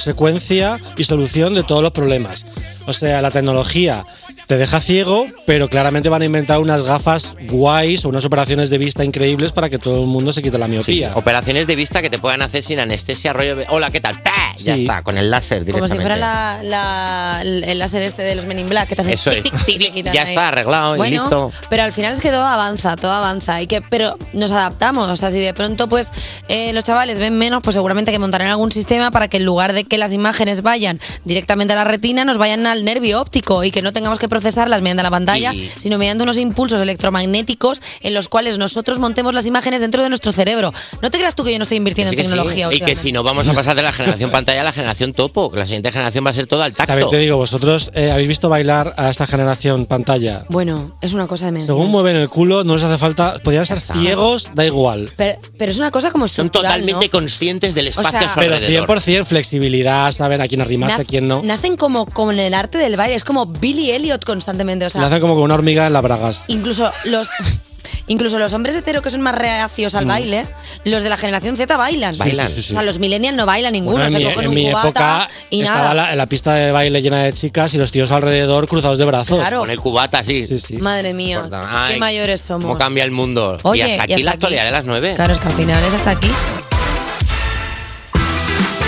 Speaker 16: consecuencia y solución de todos los problemas. O sea, la tecnología te deja ciego, pero claramente van a inventar unas gafas guays o unas operaciones de vista increíbles para que todo el mundo se quite la miopía.
Speaker 3: Operaciones de vista que te puedan hacer sin anestesia, rollo de, hola, ¿qué tal? ¡Pah! Ya
Speaker 16: Sí.
Speaker 3: está, con el láser
Speaker 2: Como si
Speaker 3: directamente.
Speaker 2: fuera la, la- el láser este de los Men in Black que te hace
Speaker 3: Eso es.
Speaker 2: tic, tic, tic, le quitan
Speaker 3: Ya
Speaker 2: ahí.
Speaker 3: está arreglado y
Speaker 2: Bueno,
Speaker 3: listo.
Speaker 2: Pero al final es que todo avanza, todo avanza. Y que, pero nos adaptamos. O sea, si de pronto pues eh, los chavales ven menos, pues seguramente que montarán algún sistema para que en lugar de que las imágenes vayan directamente a la retina, nos vayan al nervio óptico y que no tengamos que procesarlas mediante la pantalla,
Speaker 3: Y-
Speaker 2: sino mediante unos impulsos electromagnéticos en los cuales nosotros montemos las imágenes dentro de nuestro cerebro. No te creas tú que yo no estoy invirtiendo
Speaker 3: Sí
Speaker 2: en
Speaker 3: que sí.
Speaker 2: tecnología.
Speaker 3: Y que
Speaker 2: últimamente.
Speaker 3: si no vamos a pasar de la generación pantalla a la generación topo, que la siguiente generación va a ser todo al
Speaker 16: También
Speaker 3: tacto.
Speaker 16: te digo, vosotros eh, habéis visto bailar a esta generación pantalla.
Speaker 2: Bueno, es una cosa de menos.
Speaker 16: Según mueven el culo, no les hace falta. Podrían ser ciegos, da igual.
Speaker 2: Pero, pero es una cosa como
Speaker 3: Son totalmente conscientes del espacio
Speaker 2: sea-
Speaker 3: a su
Speaker 16: Pero
Speaker 3: alrededor.
Speaker 16: 100% flexibilidad, saben a quién arrimarse, a quién no.
Speaker 2: Nacen como con el arte del baile, es como Billy Elliot constantemente, o sea,
Speaker 16: Lo hacen como con una hormiga en las bragas.
Speaker 2: incluso los incluso los hombres heteros que son más reacios al
Speaker 16: Mm.
Speaker 2: baile, los de la generación Z bailan.
Speaker 16: Bailan. Sí, sí, sí.
Speaker 2: O sea, los millennials no bailan ninguno,
Speaker 16: Bueno, en
Speaker 2: se
Speaker 16: mi,
Speaker 2: cogen
Speaker 16: en
Speaker 2: un
Speaker 16: mi
Speaker 2: cubata
Speaker 16: época
Speaker 2: y
Speaker 16: estaba
Speaker 2: nada.
Speaker 16: la, en la pista de baile llena de chicas y los tíos alrededor cruzados de brazos.
Speaker 2: Claro. Con
Speaker 3: el cubata, sí.
Speaker 2: Madre mía,
Speaker 3: Perdón.
Speaker 2: qué
Speaker 3: Ay,
Speaker 2: mayores
Speaker 3: ¿Cómo
Speaker 2: somos.
Speaker 3: cambia el mundo?
Speaker 2: Oye,
Speaker 3: y hasta aquí la actualidad de las nueve.
Speaker 2: Claro, es que al final es hasta aquí.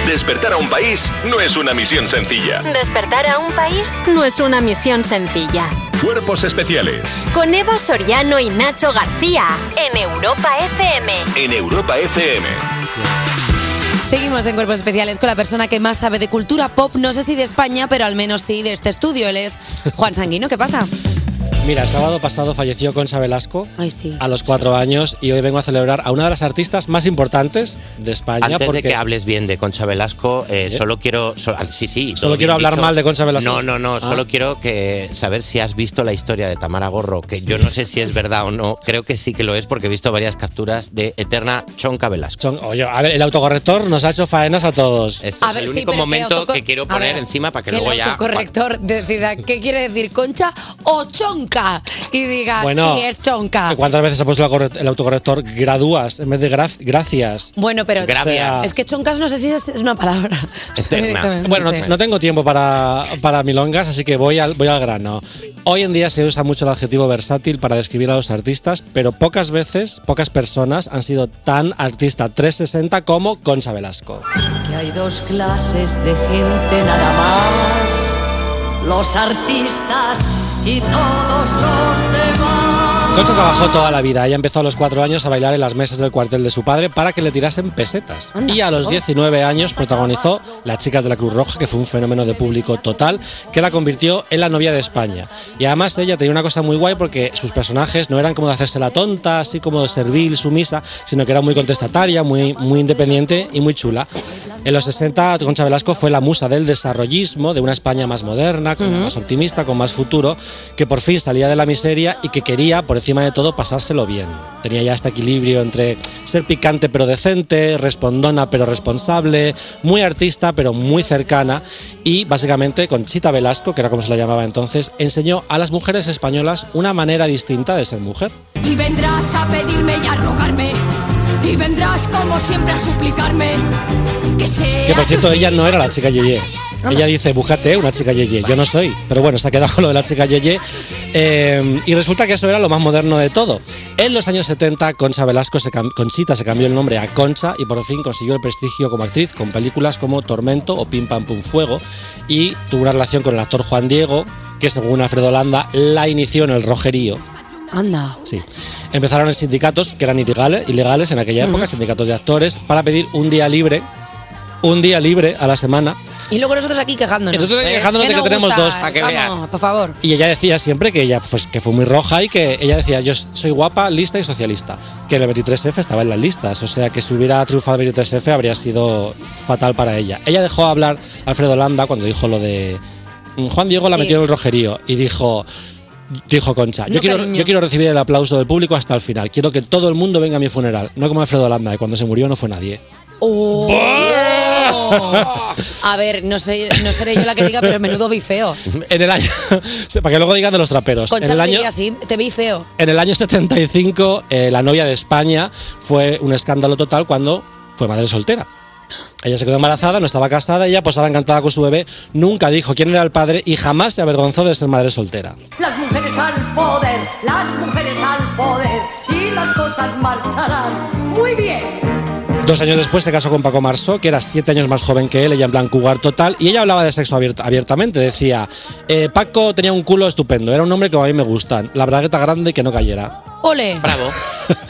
Speaker 6: Despertar a un país no es una misión sencilla.
Speaker 5: Despertar a un país no es una misión sencilla.
Speaker 6: Cuerpos especiales
Speaker 5: Con Eva Soriano y Nacho García en Europa FM.
Speaker 6: en Europa FM.
Speaker 2: Seguimos en Cuerpos Especiales con la persona que más sabe de cultura pop, no sé si de España, pero al menos sí de este estudio. Él es Juan Sanguino, ¿qué pasa?
Speaker 16: Mira, el sábado pasado falleció Concha Velasco
Speaker 2: Ay, sí.
Speaker 16: a los cuatro años y hoy vengo a celebrar a una de las artistas más importantes de España.
Speaker 3: Antes
Speaker 16: porque
Speaker 3: de que hables bien de Concha Velasco, eh,
Speaker 16: ¿Eh?
Speaker 3: solo quiero. so- ah, sí, sí. todo
Speaker 16: Solo
Speaker 3: bien
Speaker 16: quiero hablar
Speaker 3: dicho.
Speaker 16: mal de Concha Velasco.
Speaker 3: No, no, no.
Speaker 16: Ah.
Speaker 3: Solo quiero que saber si has visto la historia de Tamara Gorro, que yo no sé si es verdad o no. Creo que sí que lo es porque he visto varias capturas de Eterna Chonca Velasco.
Speaker 16: Son- oye, a ver, el autocorrector nos ha hecho faenas a todos.
Speaker 3: Este es el único momento que quiero poner encima para que, luego ya.
Speaker 2: corrector decida qué quiere decir concha o chonca y diga
Speaker 16: Bueno.
Speaker 2: si es chonca.
Speaker 16: ¿Cuántas veces ha puesto el autocorre- el autocorrector gradúas en vez de gra- gracias?
Speaker 2: Bueno, pero
Speaker 16: Gracias.
Speaker 2: es que choncas no sé si es es una palabra.
Speaker 3: Este,
Speaker 2: Directamente.
Speaker 16: Bueno,
Speaker 2: Sí.
Speaker 16: no, no tengo tiempo para, para milongas, así que voy al, voy al grano. Hoy en día se usa mucho el adjetivo versátil para describir a los artistas, pero pocas veces, pocas personas han sido tan artista 360 como Concha Velasco.
Speaker 17: Que hay dos clases de gente nada más. Los artistas y todos los demás.
Speaker 16: Concha trabajó toda la vida. Ella empezó a los cuatro años a bailar en las mesas del cuartel de su padre para que le tirasen pesetas. Y a los 19 años protagonizó Las Chicas de la Cruz Roja, que fue un fenómeno de público total, que la convirtió en la novia de España. Y además ella tenía una cosa muy guay porque sus personajes no eran como de hacerse la tonta, así como de servil, sumisa, sino que era muy contestataria, muy, muy independiente y muy chula. En los 60, Concha Velasco fue la musa del desarrollismo, de una España más moderna, con más optimista, con más futuro, que por fin salía de la miseria y que quería, por encima de todo, pasárselo bien. Tenía ya este equilibrio entre ser picante pero decente, respondona pero responsable, muy artista pero muy cercana. Y básicamente, Conchita Velasco, que era como se la llamaba entonces, enseñó a las mujeres españolas una manera distinta de ser mujer.
Speaker 13: Y vendrás a pedirme y a rogarme. Y vendrás como siempre a suplicarme. Que sea.
Speaker 16: Que por cierto,
Speaker 13: tu
Speaker 16: ella no era la chica Yeye. Ella dice, búscate una chica Yeye. Yo no soy. Pero bueno, se ha quedado con lo de la chica Yeye. Eh, y resulta que eso era lo más moderno de todo. En los años 70, Concha Velasco, se cam- Conchita, se cambió el nombre a Concha y por fin consiguió el prestigio como actriz con películas como Tormento o Pim Pam Pum Fuego. Y tuvo una relación con el actor Juan Diego, que según Alfredo Landa, la inició en el rojerío.
Speaker 2: Anda.
Speaker 16: Sí. Empezaron en sindicatos que eran ilegales, ilegales en aquella época, sindicatos de actores, para pedir un día libre, un día libre a la semana.
Speaker 2: Y luego nosotros aquí quejándonos. ¿Eh?
Speaker 16: Nosotros aquí quejándonos de que tenemos dos.
Speaker 2: Para
Speaker 16: Para que veas.
Speaker 2: por favor.
Speaker 16: Y ella decía siempre que ella pues, que fue muy roja y que ella decía yo soy guapa, lista y socialista. Que el 23F estaba en las listas, o sea que si hubiera triunfado el 23F habría sido fatal para ella. Ella dejó hablar a Alfredo Landa cuando dijo lo de mm, Juan Diego la
Speaker 2: Sí.
Speaker 16: metió en el rojerío y dijo dijo Concha,
Speaker 2: No,
Speaker 16: yo, quiero,
Speaker 2: cariño.
Speaker 16: yo quiero recibir el aplauso del público hasta el final. Quiero que todo el mundo venga a mi funeral, no como Alfredo Landa, que cuando se murió no fue nadie.
Speaker 2: Oh. Uh. A ver, no, sé, no seré yo la que diga, pero menudo vi feo.
Speaker 16: en el año para que luego digan de los traperos.
Speaker 2: Concha
Speaker 16: en el
Speaker 2: te
Speaker 16: año
Speaker 2: diría así, te vi feo.
Speaker 16: En el año 75, eh, la novia de España fue un escándalo total cuando fue madre soltera. Ella se quedó embarazada, no estaba casada, ella posaba encantada con su bebé, nunca dijo quién era el padre y jamás se avergonzó de ser madre soltera.
Speaker 17: Las mujeres al poder, las mujeres al poder. Y las cosas marcharán muy bien.
Speaker 16: Dos años después se casó con Paco Marsó, que era siete años más joven que él, ella en plan cugar total, y ella hablaba de sexo abierta- abiertamente. Decía, eh, Paco tenía un culo estupendo, era un hombre que a mí me gustan, la bragueta grande y que no cayera.
Speaker 2: Ole.
Speaker 3: Bravo.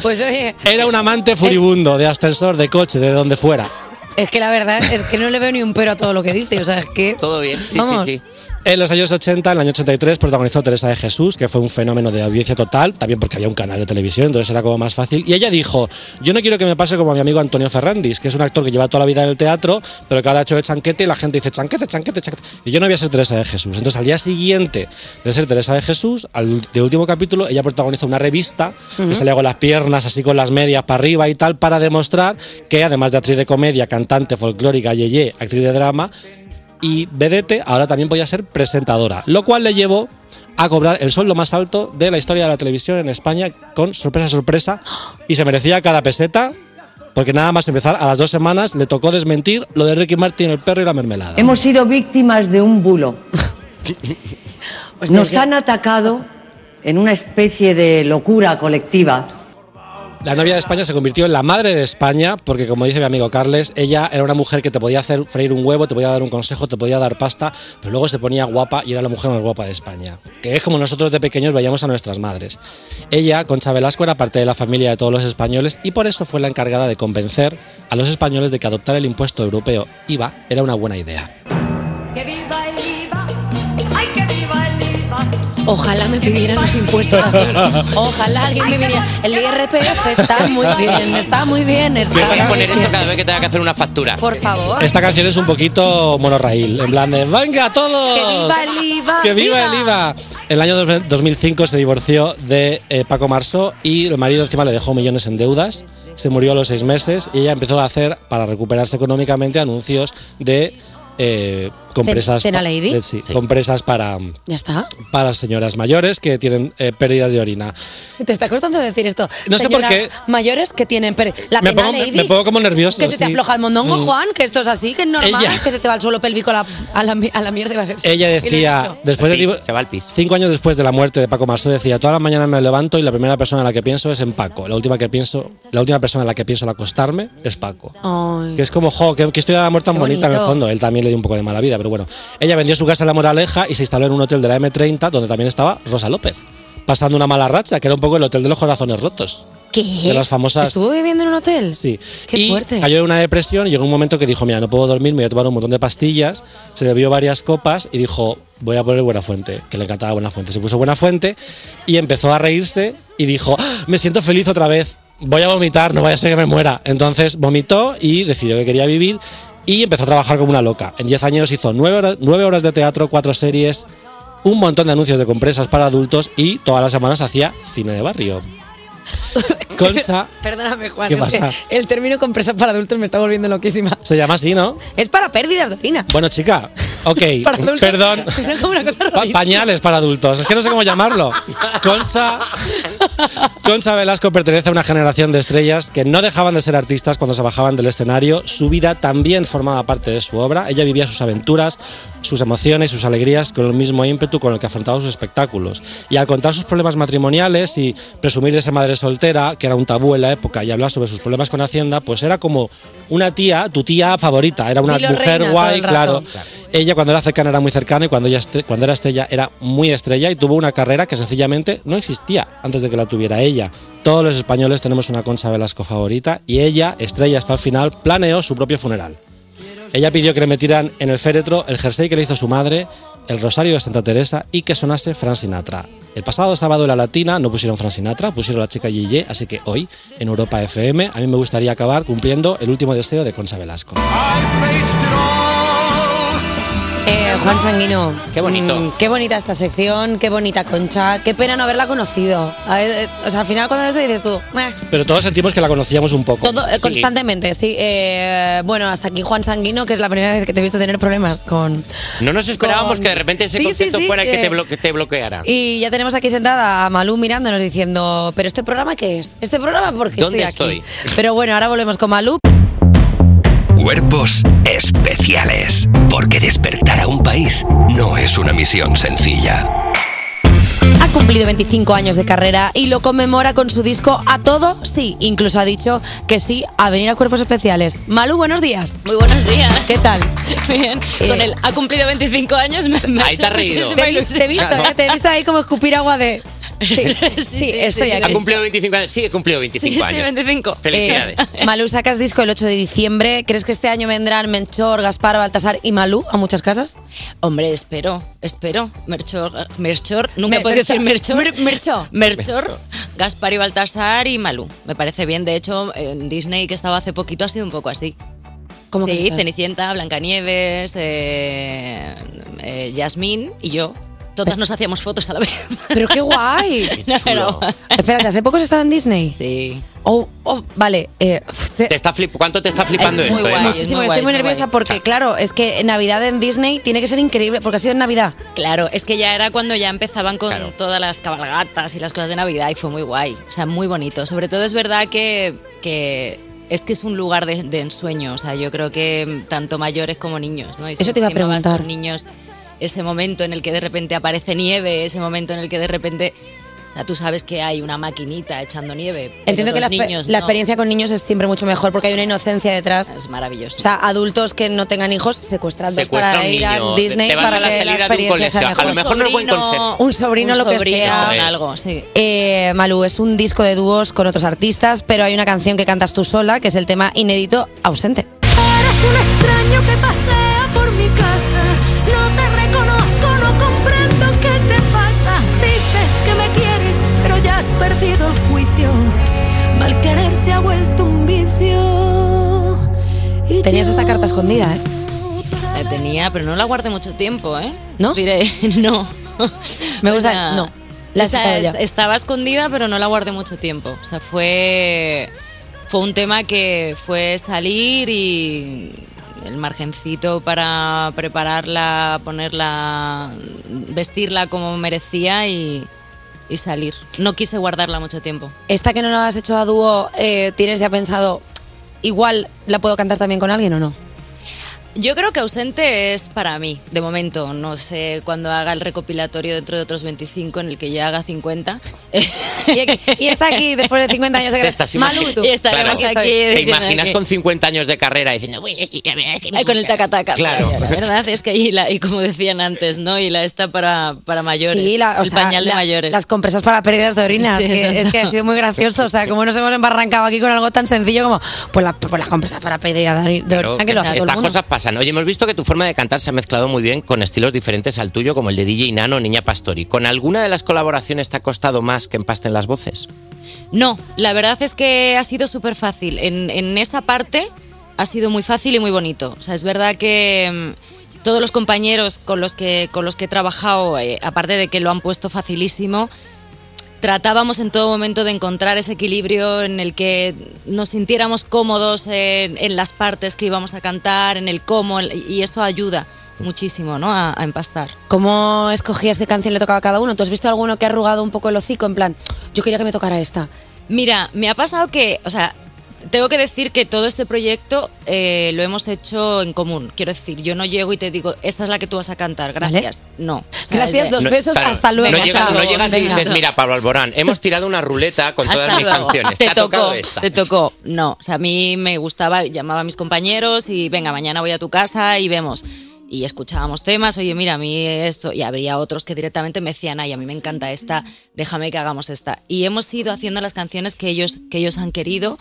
Speaker 2: Pues oye,
Speaker 16: Era un amante furibundo, de ascensor, de coche, de donde fuera.
Speaker 2: es que la verdad es que no le veo ni un pero a todo lo que dice. O sea, es que.
Speaker 3: Todo bien, sí,
Speaker 2: Vamos.
Speaker 3: sí, sí.
Speaker 16: En los años 80, en el año 83, protagonizó Teresa de Jesús, que fue un fenómeno de audiencia total, también porque había un canal de televisión, entonces era como más fácil. Y ella dijo, yo no quiero que me pase como a mi amigo Antonio Ferrandis, que es un actor que lleva toda la vida en el teatro, pero que ahora ha hecho de chanquete y la gente dice, chanquete, chanquete, chanquete. Y yo no voy a ser Teresa de Jesús. Entonces al día siguiente de ser Teresa de Jesús, al de último capítulo, ella protagonizó una revista,
Speaker 18: Ujú.
Speaker 16: que salía con las piernas así con las medias para arriba y tal, para demostrar que además de actriz de comedia, cantante, folclórica, yeye, actriz de drama, y vedete ahora también podía ser presentadora, lo cual le llevó a cobrar el sueldo más alto de la historia de la televisión en España con sorpresa sorpresa y se merecía cada peseta porque nada más empezar a las dos semanas le tocó desmentir lo de Ricky Martin, el perro y la mermelada.
Speaker 17: Hemos sido víctimas de un bulo.
Speaker 16: Pues
Speaker 17: Nos han atacado en una especie de locura colectiva
Speaker 16: La novia de España se convirtió en la madre de España porque, como dice mi amigo Carles, ella era una mujer que te podía hacer freír un huevo, te podía dar un consejo, te podía dar pasta, pero luego se ponía guapa y era la mujer más guapa de España. Que es como nosotros de pequeños veíamos a nuestras madres. Ella, Concha Velasco, era parte de la familia de todos los españoles y por eso fue la encargada de convencer a los españoles de que adoptar el impuesto europeo IVA era una buena idea.
Speaker 13: ¡Que viva el IVA! ¡Ay, que viva el IVA!
Speaker 2: Ojalá me pidieran los impuestos así. Ojalá alguien me viniera. El IRPF está muy bien, está muy bien. Está
Speaker 3: Tienes que
Speaker 2: muy
Speaker 3: poner
Speaker 2: bien.
Speaker 3: esto cada vez que tenga que hacer una factura.
Speaker 2: Por favor.
Speaker 16: Esta canción es un poquito monorraíl, en plan de ¡Venga, todos!
Speaker 2: ¡Que viva el IVA!
Speaker 16: ¡Que viva el IVA! En el año dos- 2005 se divorció de eh, Paco Marso y el marido encima le dejó millones en deudas. Se murió a los seis meses y ella empezó a hacer, para recuperarse económicamente, anuncios de eh, compresas,
Speaker 2: Cena Lady.
Speaker 16: de- sí, compresas para,
Speaker 2: Ya está.
Speaker 16: para señoras mayores que tienen eh, pérdidas de orina.
Speaker 2: Te está costando decir esto.
Speaker 16: No sé por
Speaker 2: Señoras
Speaker 16: qué.
Speaker 2: Mayores que tienen. per- La
Speaker 16: me,
Speaker 2: cena
Speaker 16: pongo, me-
Speaker 2: lady.
Speaker 16: me pongo como nervioso.
Speaker 2: Que se te
Speaker 16: sí.
Speaker 2: afloja el mondongo,
Speaker 16: Mm.
Speaker 2: Juan, que esto es así, que es normal,
Speaker 16: Ella-
Speaker 2: que se te va el suelo pélvico a la, a la, mi- a la mierda. iba a decir.
Speaker 16: Ella
Speaker 2: Y lo he
Speaker 16: decía,
Speaker 2: dicho.
Speaker 16: después de divo- cinco años después de la muerte de Paco Masó, decía, todas las mañanas me levanto y la primera persona a la que pienso es en Paco. La última que pienso, la última persona a la que pienso al acostarme es Paco.
Speaker 2: Ay.
Speaker 16: Que es como, jo, que, que historia de amor tan
Speaker 2: Qué
Speaker 16: bonita en el
Speaker 2: bonito.
Speaker 16: fondo. Él también le dio un poco de mala vida, pero bueno. Ella vendió su casa en La Moraleja y se instaló en un hotel de la M30 donde también estaba Rosa López. Pasando una mala racha, que era un poco el hotel de los corazones rotos.
Speaker 2: ¿Qué?
Speaker 16: De las famosas
Speaker 2: ¿Estuvo viviendo en un hotel?
Speaker 16: Sí.
Speaker 2: Qué
Speaker 16: y
Speaker 2: fuerte.
Speaker 16: Cayó en una depresión y llegó un momento que dijo, mira, no puedo dormir, me voy a tomar un montón de pastillas. Se bebió varias copas y dijo, voy a poner Buena Fuente, que le encantaba Buena Fuente. Se puso Buena Fuente y empezó a reírse y dijo, "Ah, me siento feliz otra vez, voy a vomitar, no vaya a ser que me muera. Entonces vomitó y decidió que quería vivir y empezó a trabajar como una loca. En 10 años hizo 9 horas, nueve horas de teatro, cuatro series, un montón de anuncios de compresas para adultos y todas las semanas hacía cine de barrio. Concha
Speaker 2: Perdóname, Juan.
Speaker 16: ¿Qué
Speaker 2: es que
Speaker 16: pasa?
Speaker 2: el término compresa para adultos me está volviendo loquísima.
Speaker 16: se llama así, ¿no?
Speaker 2: Es para pérdidas de orina.
Speaker 16: Bueno, chica, ok,
Speaker 2: Para adultos.
Speaker 16: perdón.
Speaker 2: Es como una cosa
Speaker 16: Pa-
Speaker 2: rarísima.
Speaker 16: pañales para adultos, es que no sé cómo llamarlo. Concha, Concha Velasco pertenece a una generación de estrellas que no dejaban de ser artistas cuando se bajaban del escenario. Su vida también formaba parte de su obra. Ella vivía sus aventuras, sus emociones, sus alegrías con el mismo ímpetu con el que afrontaba sus espectáculos. Y al contar sus problemas matrimoniales y presumir de ser madre soltera, que era un tabú en la época, y hablar sobre sus problemas con Hacienda, pues era como una tía, tu tía favorita. Era una
Speaker 18: Dilo, reina,
Speaker 16: mujer
Speaker 18: todo
Speaker 16: guay,
Speaker 18: el rato.
Speaker 16: claro. Ella cuando era cercana era muy cercana y cuando, ella estre- cuando era estrella era muy estrella y tuvo una carrera que sencillamente no existía antes de que la tuviera ella. Todos los españoles tenemos una Concha Velasco favorita y ella, estrella hasta el final, planeó su propio funeral. Ella pidió que le metieran en el féretro el jersey que le hizo su madre, el rosario de Santa Teresa y que sonase Fran Sinatra. El pasado sábado en la Latina no pusieron Fran Sinatra, pusieron la chica Gigi, así que hoy, en Europa FM, a mí me gustaría acabar cumpliendo el último deseo de Concha Velasco.
Speaker 2: Eh, Juan Sanguino.
Speaker 3: Qué bonito.
Speaker 2: Qué bonita esta sección, qué bonita concha. Qué pena no haberla conocido. A ver, es- o sea, al final cuando ves te dices tú, "Meh".
Speaker 16: Pero todos sentimos que la conocíamos un poco.
Speaker 2: Todo, eh, constantemente, sí. Eh, bueno, hasta aquí Juan Sanguino, que es la primera vez que te he visto tener problemas con...
Speaker 3: No nos esperábamos
Speaker 2: Con-
Speaker 3: que de repente ese
Speaker 2: Sí, sí,
Speaker 3: concierto
Speaker 2: sí,
Speaker 3: fuera el que
Speaker 2: eh,
Speaker 3: te, blo- que te bloqueara.
Speaker 2: Y ya tenemos aquí sentada a Malú mirándonos diciendo, pero este programa qué es? Este programa porque
Speaker 3: ¿Dónde
Speaker 2: estoy aquí.
Speaker 3: estoy?
Speaker 2: Pero bueno, ahora volvemos con Malú.
Speaker 1: Cuerpos especiales. Porque despertar a un país no es una misión sencilla.
Speaker 2: Ha cumplido 25 años de carrera y lo conmemora con su disco A Todo Sí. Incluso ha dicho que sí a venir a Cuerpos Especiales. Malú, buenos días. Muy buenos días. ¿Qué tal?
Speaker 19: Bien, con él. Ha cumplido 25 años. Me, me ha
Speaker 3: Ahí te
Speaker 19: hecho
Speaker 3: has reído.
Speaker 19: muchísima
Speaker 2: Eh. Te he visto, te he visto,
Speaker 19: ilusión. Ah,
Speaker 2: eh, te he visto ahí como escupir agua de... Sí, sí, estoy
Speaker 3: Ha
Speaker 2: aquí.
Speaker 3: cumplido 25 años. Sí, he cumplido 25
Speaker 2: Sí, sí,
Speaker 3: años.
Speaker 19: 25.
Speaker 3: Felicidades.
Speaker 2: Eh, Malú, sacas disco el 8 de diciembre. ¿Crees que este año vendrán Menchor, Gaspar, Baltasar y Malú a muchas casas?
Speaker 19: Hombre, espero, espero. Merchor, Merchor nunca he
Speaker 2: Me-
Speaker 19: podido decir
Speaker 2: Merchor.
Speaker 19: Merchor.
Speaker 2: Mer- Merchor.
Speaker 19: Merchor, Gaspar y Baltasar y Malú. Me parece bien. De hecho, en Disney, que estaba hace poquito, ha sido un poco así.
Speaker 2: ¿Cómo que
Speaker 19: sí,
Speaker 2: está?
Speaker 19: Cenicienta, Blancanieves, eh, eh, Yasmín y yo. Todas nos hacíamos fotos a la vez.
Speaker 2: ¡Pero qué guay! Espérate, ¿hace poco se estaba en Disney?
Speaker 19: Sí.
Speaker 2: Oh, oh, vale. eh,
Speaker 3: Te está flip- ¿Cuánto te está flipando
Speaker 19: Es
Speaker 3: esto?
Speaker 19: muy
Speaker 3: eh?
Speaker 19: guay,
Speaker 3: Emma?
Speaker 19: es
Speaker 2: Muchísimo, estoy muy nerviosa porque, claro, es que Navidad en Disney tiene que ser increíble, porque ha sido en Navidad.
Speaker 19: Claro, es que ya era cuando ya empezaban con todas las cabalgatas y las cosas de Navidad y fue muy guay, o sea, muy bonito. Sobre todo es verdad que, que es que es un lugar de, de ensueño, o sea, yo creo que tanto mayores como niños, ¿no? Y si
Speaker 2: Eso te iba a
Speaker 19: encima vas con
Speaker 2: preguntar.
Speaker 19: niños, ese momento en el que de repente aparece nieve, ese momento en el que de repente O sea, tú sabes que hay una maquinita echando nieve. pero
Speaker 2: Entiendo que la,
Speaker 19: los
Speaker 2: fe-
Speaker 19: niños no.
Speaker 2: la experiencia con niños es siempre mucho mejor porque hay una inocencia detrás.
Speaker 19: Es maravilloso.
Speaker 2: O sea, adultos que no tengan hijos secuestran dos
Speaker 3: Secuestra
Speaker 2: para
Speaker 3: un
Speaker 2: ir a
Speaker 3: niño,
Speaker 2: Disney
Speaker 3: te vas
Speaker 2: para
Speaker 3: a la
Speaker 2: que la
Speaker 3: salida de un
Speaker 2: experiencia sea
Speaker 3: colegio. A lo mejor
Speaker 2: mejor.
Speaker 3: no es buen consejo.
Speaker 2: Un sobrino,
Speaker 19: Un
Speaker 2: lo que
Speaker 19: sobrino,
Speaker 2: sea.
Speaker 19: algo, sí.
Speaker 2: Eh, Malú, es un disco de dúos con otros artistas, pero hay una canción que cantas tú sola, que es el tema inédito Ausente.
Speaker 8: un extraño que pasea por mi casa. No te reconozco, no comprendo qué te pasa. Dices que me quieres, pero ya has perdido el juicio. Mal querer se ha vuelto un vicio. Y
Speaker 2: Tenías
Speaker 8: yo-
Speaker 2: esta carta escondida, ¿eh?
Speaker 19: La tenía, pero no la guardé mucho tiempo, ¿eh?
Speaker 2: ¿No?
Speaker 19: Diré, no.
Speaker 2: Me gusta, no. La he
Speaker 19: o sea,
Speaker 2: sacado yo.
Speaker 19: es- Estaba escondida, pero no la guardé mucho tiempo. O sea, fue. Fue un tema que fue salir y. El margencito para prepararla, ponerla. vestirla como merecía y. y salir. No quise guardarla mucho tiempo.
Speaker 2: Esta que no la has hecho a dúo, eh, ¿tienes ya pensado, igual la puedo cantar también con alguien o no?
Speaker 19: Yo creo que ausente es para mí, de momento. No sé cuando haga el recopilatorio dentro de otros 25, en el que ya haga 50.
Speaker 2: y, está aquí después de 50 años de
Speaker 3: Te estás
Speaker 2: Malú,
Speaker 3: imagi-
Speaker 2: tú.
Speaker 19: Y estaremos
Speaker 3: Claro.
Speaker 19: aquí
Speaker 3: ¿Te
Speaker 19: diciendo ¿eh?
Speaker 3: imaginas
Speaker 19: que-
Speaker 3: con 50 años de carrera diciendo, "Uy,
Speaker 19: Ay, con el tacataca.
Speaker 3: Claro.
Speaker 19: La verdad es que y, la- y como decían antes, ¿no? Y la está para, para mayores.
Speaker 2: Sí, la- o
Speaker 19: el
Speaker 2: sea,
Speaker 19: pañal de
Speaker 2: la-
Speaker 19: mayores.
Speaker 2: Las compresas para pérdidas de orina.
Speaker 19: Sí,
Speaker 2: es, que,
Speaker 19: exacto.
Speaker 2: es que ha sido muy gracioso. O sea, como nos hemos embarrancado aquí con algo tan sencillo como pues, la- pues las compresas para pérdidas de ori- de orina.
Speaker 3: Claro,
Speaker 2: que lo hace todo el
Speaker 3: estas
Speaker 2: mundo.
Speaker 3: cosas pasan. Oye, hemos visto que tu forma de cantar se ha mezclado muy bien con estilos diferentes al tuyo, como el de DJ Nano, Niña Pastori. ¿Con alguna de las colaboraciones te ha costado más que empasten las voces?
Speaker 19: No, la verdad es que ha sido súper fácil. En, en esa parte ha sido muy fácil y muy bonito. O sea, es verdad que mm, todos los compañeros con los que, con los que he trabajado, eh, aparte de que lo han puesto facilísimo, tratábamos en todo momento de encontrar ese equilibrio en el que nos sintiéramos cómodos en, en las partes que íbamos a cantar, en el cómo, el- y eso ayuda muchísimo ¿no? a- a empastar.
Speaker 2: ¿Cómo escogías qué canción le tocaba a cada uno? ¿Tú has visto alguno que ha arrugado un poco el hocico? En plan, yo quería que me tocara esta.
Speaker 19: Mira, me ha pasado que, o sea, tengo que decir que todo este proyecto eh, lo hemos hecho en común. Quiero decir, yo no llego y te digo, esta es la que tú vas a cantar, gracias. No. O sea,
Speaker 2: Gracias,
Speaker 19: es de-
Speaker 2: dos besos, hasta luego.
Speaker 3: No llegas,
Speaker 2: hasta
Speaker 3: no
Speaker 2: luego,
Speaker 3: llegas y
Speaker 2: venga.
Speaker 3: dices, mira, Pablo Alborán, hemos tirado una ruleta con todas
Speaker 19: Hasta
Speaker 3: mis
Speaker 19: luego.
Speaker 3: canciones. Te,
Speaker 19: Te
Speaker 3: ha tocado
Speaker 19: tocó,
Speaker 3: esta.
Speaker 19: te tocó. No, o sea, a mí me gustaba, llamaba a mis compañeros y venga, mañana voy a tu casa y vemos. Y escuchábamos temas, oye, mira, a mí esto. Y habría otros que directamente me decían, ay, a mí me encanta esta, déjame que hagamos esta. Y hemos ido haciendo las canciones que ellos, que ellos han querido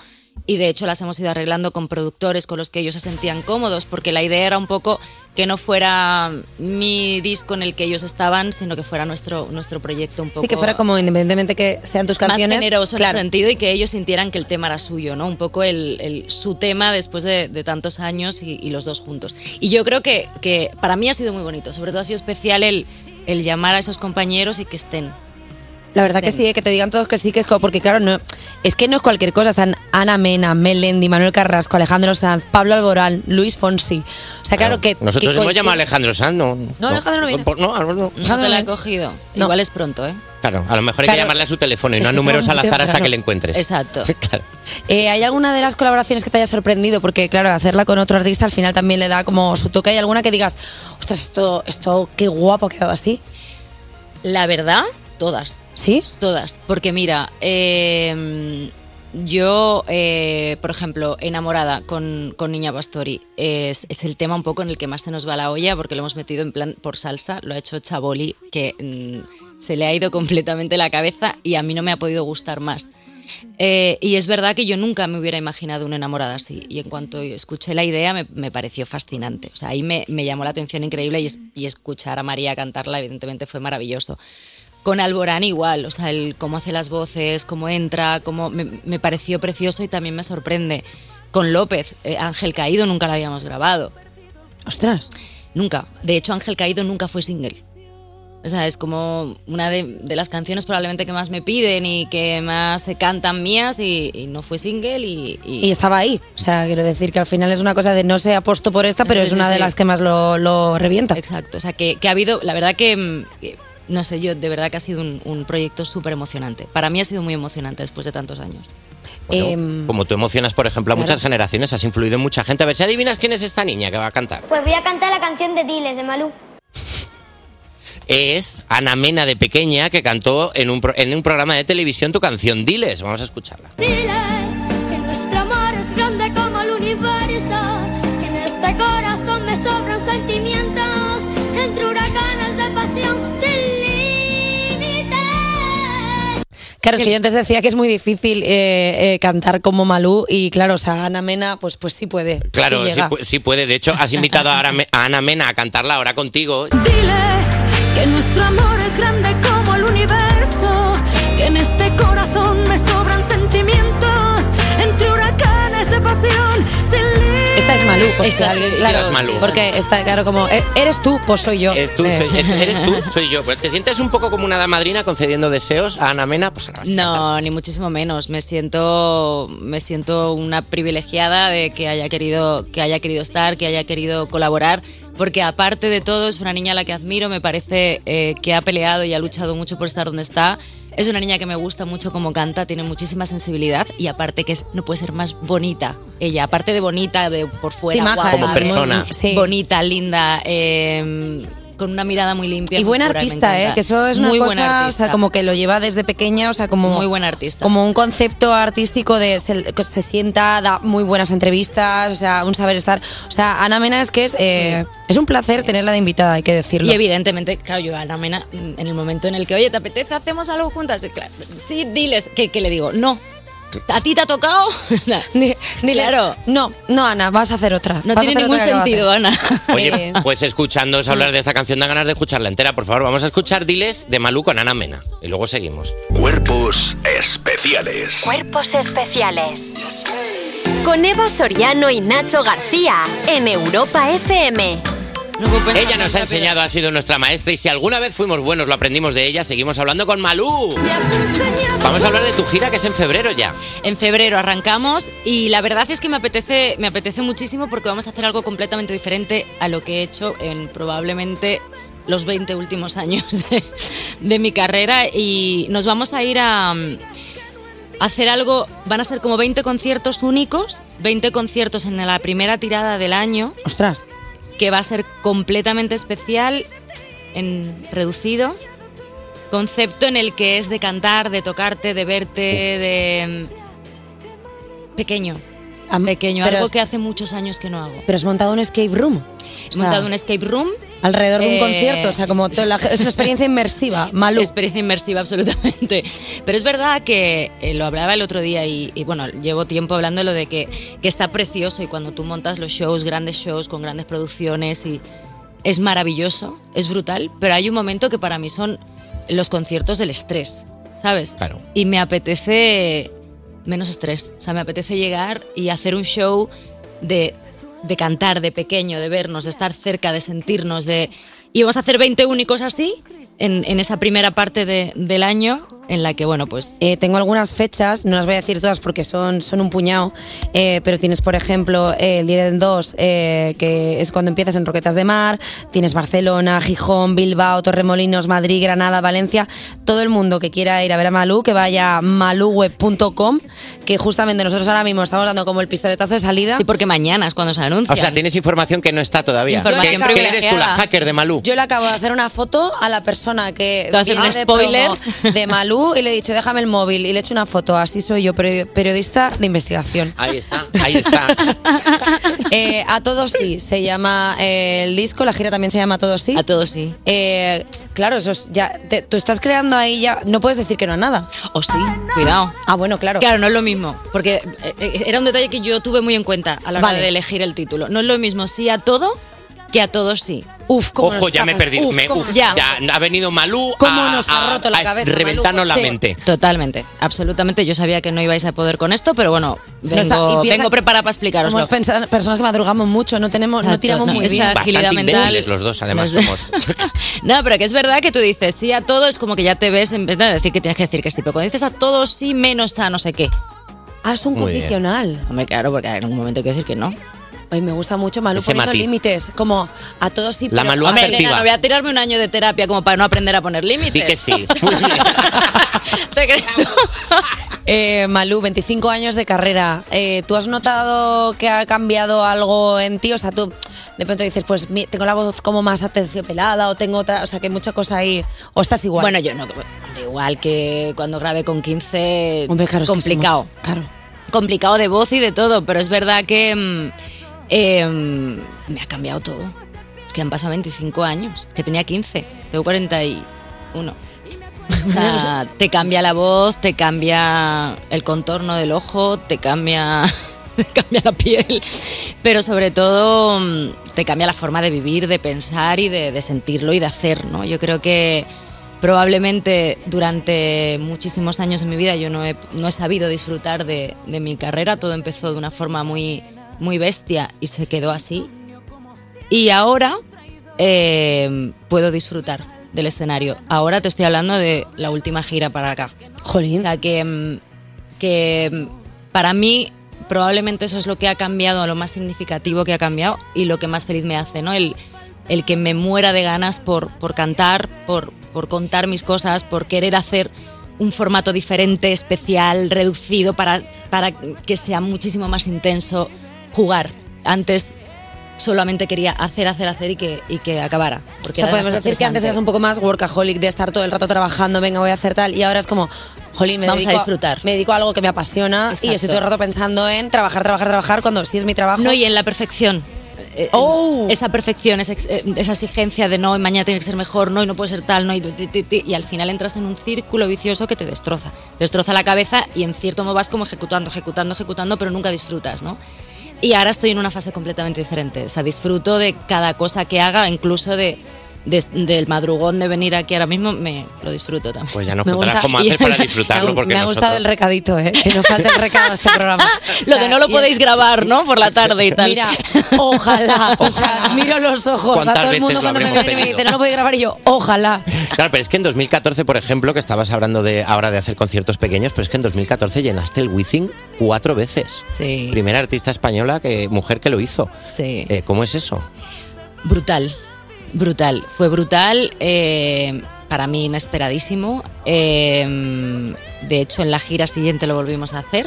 Speaker 19: y de hecho las hemos ido arreglando con productores con los que ellos se sentían cómodos, porque la idea era un poco que no fuera mi disco en el que ellos estaban, sino que fuera nuestro, nuestro proyecto un poco
Speaker 2: Sí, que fuera como independientemente que sean tus canciones.
Speaker 19: más generoso
Speaker 2: claro.
Speaker 19: en ese sentido y que ellos sintieran que el tema era suyo, ¿no? Un poco el, el- su tema después de, de tantos años y, y los dos juntos. Y yo creo que, que para mí ha sido muy bonito, sobre todo ha sido especial el, el llamar a esos compañeros y que estén.
Speaker 2: La verdad que sí, eh, que te digan todos que sí, que es como, porque claro, no, es que no es cualquier cosa. Están Ana Mena, Melendi, Manuel Carrasco, Alejandro Sanz, Pablo Alborán, Luis Fonsi. O sea, claro, que.
Speaker 3: Nosotros
Speaker 2: que
Speaker 3: hemos llamado a
Speaker 2: coinciden.
Speaker 3: Alejandro Sanz, ¿no?
Speaker 2: No, Alejandro no viene.
Speaker 3: por- no,
Speaker 19: No te la he cogido. Igual es pronto, ¿eh?
Speaker 3: Claro, a lo mejor hay que
Speaker 2: Claro.
Speaker 3: llamarle a su teléfono y no a
Speaker 2: Es que
Speaker 3: números
Speaker 2: está
Speaker 3: al
Speaker 2: muy
Speaker 3: azar hasta
Speaker 2: temprano.
Speaker 3: que le encuentres.
Speaker 19: Exacto.
Speaker 3: Claro.
Speaker 2: Eh, ¿Hay alguna de las colaboraciones que te haya sorprendido? Porque, claro, hacerla con otro artista al final también le da como su toque. ¿Hay alguna que digas, ostras, esto, esto qué guapo ha quedado así?
Speaker 19: La verdad, todas.
Speaker 2: ¿Sí?
Speaker 19: Todas. Porque mira, eh, yo, eh, por ejemplo, enamorada con, con Niña Pastori, es, es el tema un poco en el que más se nos va la olla porque lo hemos metido en plan por salsa, lo ha hecho Chaboli, que mm, se le ha ido completamente la cabeza y a mí no me ha podido gustar más. Eh, y es verdad que yo nunca me hubiera imaginado una enamorada así. Y en cuanto escuché la idea, me, me pareció fascinante. O sea, ahí me, me llamó la atención increíble y, es- y escuchar a María cantarla, evidentemente, fue maravilloso. Con Alborán igual, o sea, el cómo hace las voces, cómo entra, cómo me, me pareció precioso y también me sorprende. Con López, eh, Ángel Caído nunca la habíamos grabado.
Speaker 2: Ostras.
Speaker 19: Nunca. De hecho, Ángel Caído nunca fue single. O sea, es como una de, de las canciones probablemente que más me piden y que más se cantan mías y, y no fue single y...
Speaker 2: Y estaba ahí. O sea, quiero decir que al final es una cosa de no se ha puesto por esta, pero
Speaker 19: Sí,
Speaker 2: es
Speaker 19: sí,
Speaker 2: una de
Speaker 19: sí.
Speaker 2: las que más lo, lo revienta.
Speaker 19: Exacto. O sea, que, que ha habido, la verdad que, mm, que, no sé, yo de verdad que ha sido un, un proyecto súper emocionante. Para mí ha sido muy emocionante después de tantos años.
Speaker 2: Em,
Speaker 3: Mm. Como tú emocionas, por ejemplo, a muchas generaciones, has influido en mucha gente. A ver si adivinas quién es esta niña que va a cantar.
Speaker 18: Pues voy a cantar la canción de Diles de Malú.
Speaker 3: es Ana Mena de pequeña que cantó en un, pro- en un programa de televisión tu canción Diles. Vamos a escucharla.
Speaker 18: Que nuestro amor es grande como el universo. Que en este corazón me sobran sentimientos. Entre huraganes de pasión sin límites.
Speaker 2: Claro, es que yo antes decía que es muy difícil eh, eh, cantar como Malú y claro, o sea, Ana Mena, pues, pues sí puede.
Speaker 3: Claro, sí,
Speaker 2: llega.
Speaker 3: pu- sí puede. De hecho, has invitado a, Ana Me- a Ana Mena a cantarla ahora contigo.
Speaker 8: Que nuestro amor es grande como el universo. Que en este corazón me sobran sentimientos. Entre huracanes de pasión sin límites.
Speaker 2: Esta es Malú, pues
Speaker 8: Esta
Speaker 2: alguien-
Speaker 8: sí,
Speaker 2: claro,
Speaker 3: esta es Malú.
Speaker 2: porque está claro como "E- eres tú, pues soy yo.
Speaker 3: Tú,
Speaker 2: Eh.
Speaker 3: soy- es- eres tú, soy yo. Pues, ¿Te sientes un poco como una dama madrina concediendo deseos a Ana Mena? Pues ahora vas.
Speaker 19: No, ni muchísimo menos. Me siento, me siento una privilegiada de que haya querido, que haya querido estar, que haya querido colaborar, porque aparte de todo es una niña a la que admiro. Me parece eh, que ha peleado y ha luchado mucho por estar donde está. Es una niña que me gusta mucho como canta, tiene muchísima sensibilidad y aparte que es- no puede ser más bonita. Ella, aparte de bonita, de por fuera,
Speaker 2: Sí, maja,
Speaker 19: guapa,
Speaker 2: Como persona.
Speaker 19: muy- bonita, linda. eh, con una mirada muy limpia.
Speaker 2: Y buena
Speaker 19: cultural, me
Speaker 2: artista, ¿eh?
Speaker 19: encanta.
Speaker 2: Que eso es una
Speaker 19: Muy buena
Speaker 2: cosa, o sea,
Speaker 19: artista.
Speaker 2: como que lo lleva desde pequeña, o sea, como...
Speaker 19: Muy buena artista.
Speaker 2: Como un concepto artístico de se, que se sienta, da muy buenas entrevistas, o sea, un saber estar. O sea, Ana Mena es que es, eh, es un placer tenerla de invitada, hay que decirlo.
Speaker 19: Y evidentemente, claro, yo a Ana Mena, mm, en el momento en el que, oye, ¿te apetece? ¿Hacemos algo juntas? Y claro, sí, diles, que, que le digo, no. ¿A ti te ha tocado?
Speaker 2: Dile,
Speaker 19: claro.
Speaker 2: No, no, Ana, vas a hacer otra.
Speaker 19: No
Speaker 2: Vas a
Speaker 19: tiene
Speaker 2: hacer
Speaker 19: ningún
Speaker 2: otra que acabas de
Speaker 19: sentido,
Speaker 2: hacer.
Speaker 19: Ana.
Speaker 3: Oye, pues escuchándoos hablar de esta canción da ganas de escucharla entera, por favor. Vamos a escuchar Diles de Malú con Ana Mena. Y luego seguimos.
Speaker 6: Cuerpos especiales.
Speaker 5: Cuerpos especiales. Con Eva Soriano y Nacho García en Europa FM.
Speaker 19: Pues
Speaker 3: Ella nos ha enseñado, ha sido nuestra maestra y si alguna vez fuimos buenos, lo aprendimos de ella, seguimos hablando con Malú. Vamos a hablar de tu gira que es en febrero ya.
Speaker 19: En febrero arrancamos y la verdad es que me apetece, me apetece muchísimo porque vamos a hacer algo completamente diferente a lo que he hecho en probablemente los 20 últimos años de, de mi carrera y nos vamos a ir a mm, a hacer algo, van a ser como 20 conciertos únicos, 20 conciertos en la primera tirada del año
Speaker 2: Ostras.
Speaker 19: que va a ser completamente especial en reducido concepto en el que es de cantar, de tocarte, de verte, de mm, pequeño, pequeño,
Speaker 2: pero
Speaker 19: algo
Speaker 2: es-
Speaker 19: que hace muchos años que no hago.
Speaker 2: Pero has montado un escape room.
Speaker 19: He montado un escape room
Speaker 2: Alrededor de un
Speaker 19: eh,
Speaker 2: concierto, o sea, como toda la- es una experiencia inmersiva, Malú.
Speaker 19: Experiencia inmersiva, absolutamente. Pero es verdad que eh, lo hablaba el otro día y, y, bueno, llevo tiempo hablando de lo de que, que está precioso y cuando tú montas los shows, grandes shows con grandes producciones y es maravilloso, es brutal, pero hay un momento que para mí son los conciertos del estrés, ¿sabes?
Speaker 3: Claro.
Speaker 19: Y me apetece menos estrés, o sea, me apetece llegar y hacer un show de, de cantar, de pequeño, de vernos, de estar cerca, de sentirnos, de... Y vamos a hacer 20 únicos así en, en esa primera parte de- del año en la que, bueno, pues...
Speaker 2: Eh, tengo algunas fechas, no las voy a decir todas porque son, son un puñado, eh, pero tienes, por ejemplo, eh, el 10 del 2, eh, que es cuando empiezas en Roquetas de Mar, tienes Barcelona, Gijón, Bilbao, Torremolinos, Madrid, Granada, Valencia. Todo el mundo que quiera ir a ver a Malú, que vaya a maluweb.com, que justamente nosotros ahora mismo estamos dando como el pistoletazo de salida.
Speaker 19: Sí, porque mañana es cuando se anuncia.
Speaker 3: O sea, tienes información que no está todavía.
Speaker 2: Información
Speaker 3: ¿Qué- ¿Qué eres tú,
Speaker 2: privilegiada.
Speaker 3: la hacker de Malú?
Speaker 2: Yo le acabo de hacer una foto a la persona que
Speaker 19: Te voy a hacer
Speaker 2: viene
Speaker 19: un
Speaker 2: de
Speaker 19: spoiler.
Speaker 2: promo de Malú y le he dicho, déjame el móvil. Y le he hecho una foto. Así soy yo, peri- periodista de investigación.
Speaker 3: Ahí está, ahí está.
Speaker 2: Eh, a todos sí, se llama eh, el disco, la gira también se llama A todos sí. A
Speaker 19: todos sí.
Speaker 2: claro, eso es ya. te- tú estás creando ahí ya. No puedes decir que no a nada.
Speaker 19: O Oh, sí, cuidado.
Speaker 2: Ah, bueno, claro.
Speaker 19: Claro, no es lo mismo, porque eh, eh, era un detalle que yo tuve muy en cuenta a la hora
Speaker 2: Vale.
Speaker 19: de elegir el título. No es lo mismo sí a todo que a todos sí.
Speaker 2: Uf,
Speaker 3: Ojo, ya me he perdido. me- uf, ya. ha venido Malú
Speaker 19: ¿Cómo
Speaker 3: a,
Speaker 19: nos ha
Speaker 3: a-
Speaker 19: roto la
Speaker 3: a
Speaker 19: cabeza, Malú?
Speaker 3: reventarnos la
Speaker 19: Sí.
Speaker 3: mente.
Speaker 19: Totalmente, absolutamente. Yo sabía que no ibais a poder con esto, pero bueno,
Speaker 2: No está-
Speaker 19: vengo,
Speaker 2: y piensa
Speaker 19: vengo
Speaker 2: que
Speaker 19: preparada para explicaros.
Speaker 2: Somos pensa- personas que madrugamos mucho, no tenemos, no
Speaker 19: Exacto,
Speaker 2: tiramos
Speaker 19: no,
Speaker 2: muy
Speaker 19: esa
Speaker 2: bien.
Speaker 19: agilidad Bastante mental.
Speaker 3: Débiles los dos, además,
Speaker 19: Nos-
Speaker 3: somos.
Speaker 19: No, pero que es verdad que tú dices sí a todo, es como que ya te ves en vez de decir que tienes que decir que sí, pero cuando dices a todos sí menos a no sé qué.
Speaker 2: Ah, es un
Speaker 19: Muy bien.
Speaker 2: condicional.
Speaker 19: Hombre, claro, porque en un momento hay que decir que no.
Speaker 2: Ay, me gusta mucho Malú
Speaker 19: Ese
Speaker 2: poniendo
Speaker 19: matiz.
Speaker 2: límites, como a todos sí.
Speaker 19: La
Speaker 2: pero-
Speaker 19: Hombre, nena, no voy a tirarme un año de terapia como para no aprender a poner límites.
Speaker 3: Di que sí.
Speaker 2: Eh, Malú, 25 años de carrera. eh, ¿Tú has notado que ha cambiado algo en ti? O sea, tú de pronto dices, pues mi- tengo la voz como más aterciopelada o tengo otra, o sea, que hay mucha cosa ahí. O estás igual.
Speaker 19: Bueno, yo no. hombre, Igual que cuando grabé con 15,
Speaker 2: Hombre, claro, es que
Speaker 19: complicado. Complicado de voz y de todo, pero es verdad que mm, eh, mm, me ha cambiado todo. Es que han pasado 25 años, que tenía 15, tengo 41. O sea, te cambia la voz, te cambia el contorno del ojo, te cambia, te cambia la piel, pero sobre todo mm, te cambia la forma de vivir, de pensar y de, de sentirlo y de hacer, ¿no? Yo creo que probablemente durante muchísimos años de mi vida yo no he, no he sabido disfrutar de, de mi carrera, todo empezó de una forma muy, muy bestia y se quedó así. Y ahora eh, puedo disfrutar del escenario. Ahora te estoy hablando de la última gira para acá.
Speaker 2: Jolín.
Speaker 19: O sea, que, mm, que mm, para mí probablemente eso es lo que ha cambiado, lo más significativo que ha cambiado y lo que más feliz me hace, ¿no? El, el que me muera de ganas por, por cantar, por, por contar mis cosas, por querer hacer un formato diferente, especial, reducido, para, para que sea muchísimo más intenso jugar. Antes solamente quería hacer, hacer, hacer y que, y que acabara.
Speaker 2: O
Speaker 19: Porque
Speaker 2: sea,
Speaker 19: era
Speaker 2: podemos
Speaker 19: demasiado
Speaker 2: decir que antes
Speaker 19: estresante.
Speaker 2: eras un poco más workaholic de estar todo el rato trabajando, venga, voy a hacer tal, y ahora es como, jolín, me
Speaker 19: Vamos a
Speaker 2: dedico disfrutar. me dedico a algo que me apasiona y
Speaker 19: Exacto.
Speaker 2: estoy todo el rato pensando en trabajar, trabajar, trabajar, cuando sí es mi trabajo. oh.
Speaker 19: No, y en la perfección. Eh, eh, Esa perfección, esa, ex- eh, esa exigencia de no, y mañana tiene que ser mejor, no, y no puede ser tal, no, y, ti, ti, ti, ti, y al final entras en un círculo vicioso que te destroza. Te destroza la cabeza y en cierto modo vas como ejecutando, ejecutando, ejecutando, pero nunca disfrutas, ¿no? Y ahora estoy en una fase completamente diferente. O sea, disfruto de cada cosa que haga, incluso de, de- del madrugón de venir aquí ahora mismo, me lo disfruto también.
Speaker 3: Pues ya nos
Speaker 19: Me
Speaker 3: contarás
Speaker 19: gusta-
Speaker 3: cómo hacer para
Speaker 2: Me
Speaker 3: disfrutarlo,
Speaker 2: ha-
Speaker 3: porque
Speaker 2: me ha gustado el
Speaker 3: nosotros-
Speaker 2: recadito, ¿eh? que no falte el recado a este programa.
Speaker 19: Lo de no lo podéis grabar, ¿no? Por la tarde y tal.
Speaker 2: Mira, ojalá, o sea, miro los ojos a
Speaker 3: ¿Cuántas
Speaker 2: todo el
Speaker 3: veces
Speaker 2: mundo
Speaker 3: lo
Speaker 2: cuando me
Speaker 3: habremos
Speaker 2: viene y me
Speaker 3: pedido?
Speaker 2: dice, no lo podéis grabar, y yo, ojalá.
Speaker 3: Claro, pero es que en 2014, por ejemplo, que estabas hablando de ahora de hacer conciertos pequeños, pero es que en 2014 llenaste el Wizzing cuatro veces.
Speaker 19: Sí.
Speaker 3: Primera artista española que mujer que lo hizo.
Speaker 19: Sí.
Speaker 3: Eh, ¿Cómo es eso?
Speaker 19: Brutal, brutal. Fue brutal, eh, para mí inesperadísimo. Eh, de hecho, en la gira siguiente lo volvimos a hacer,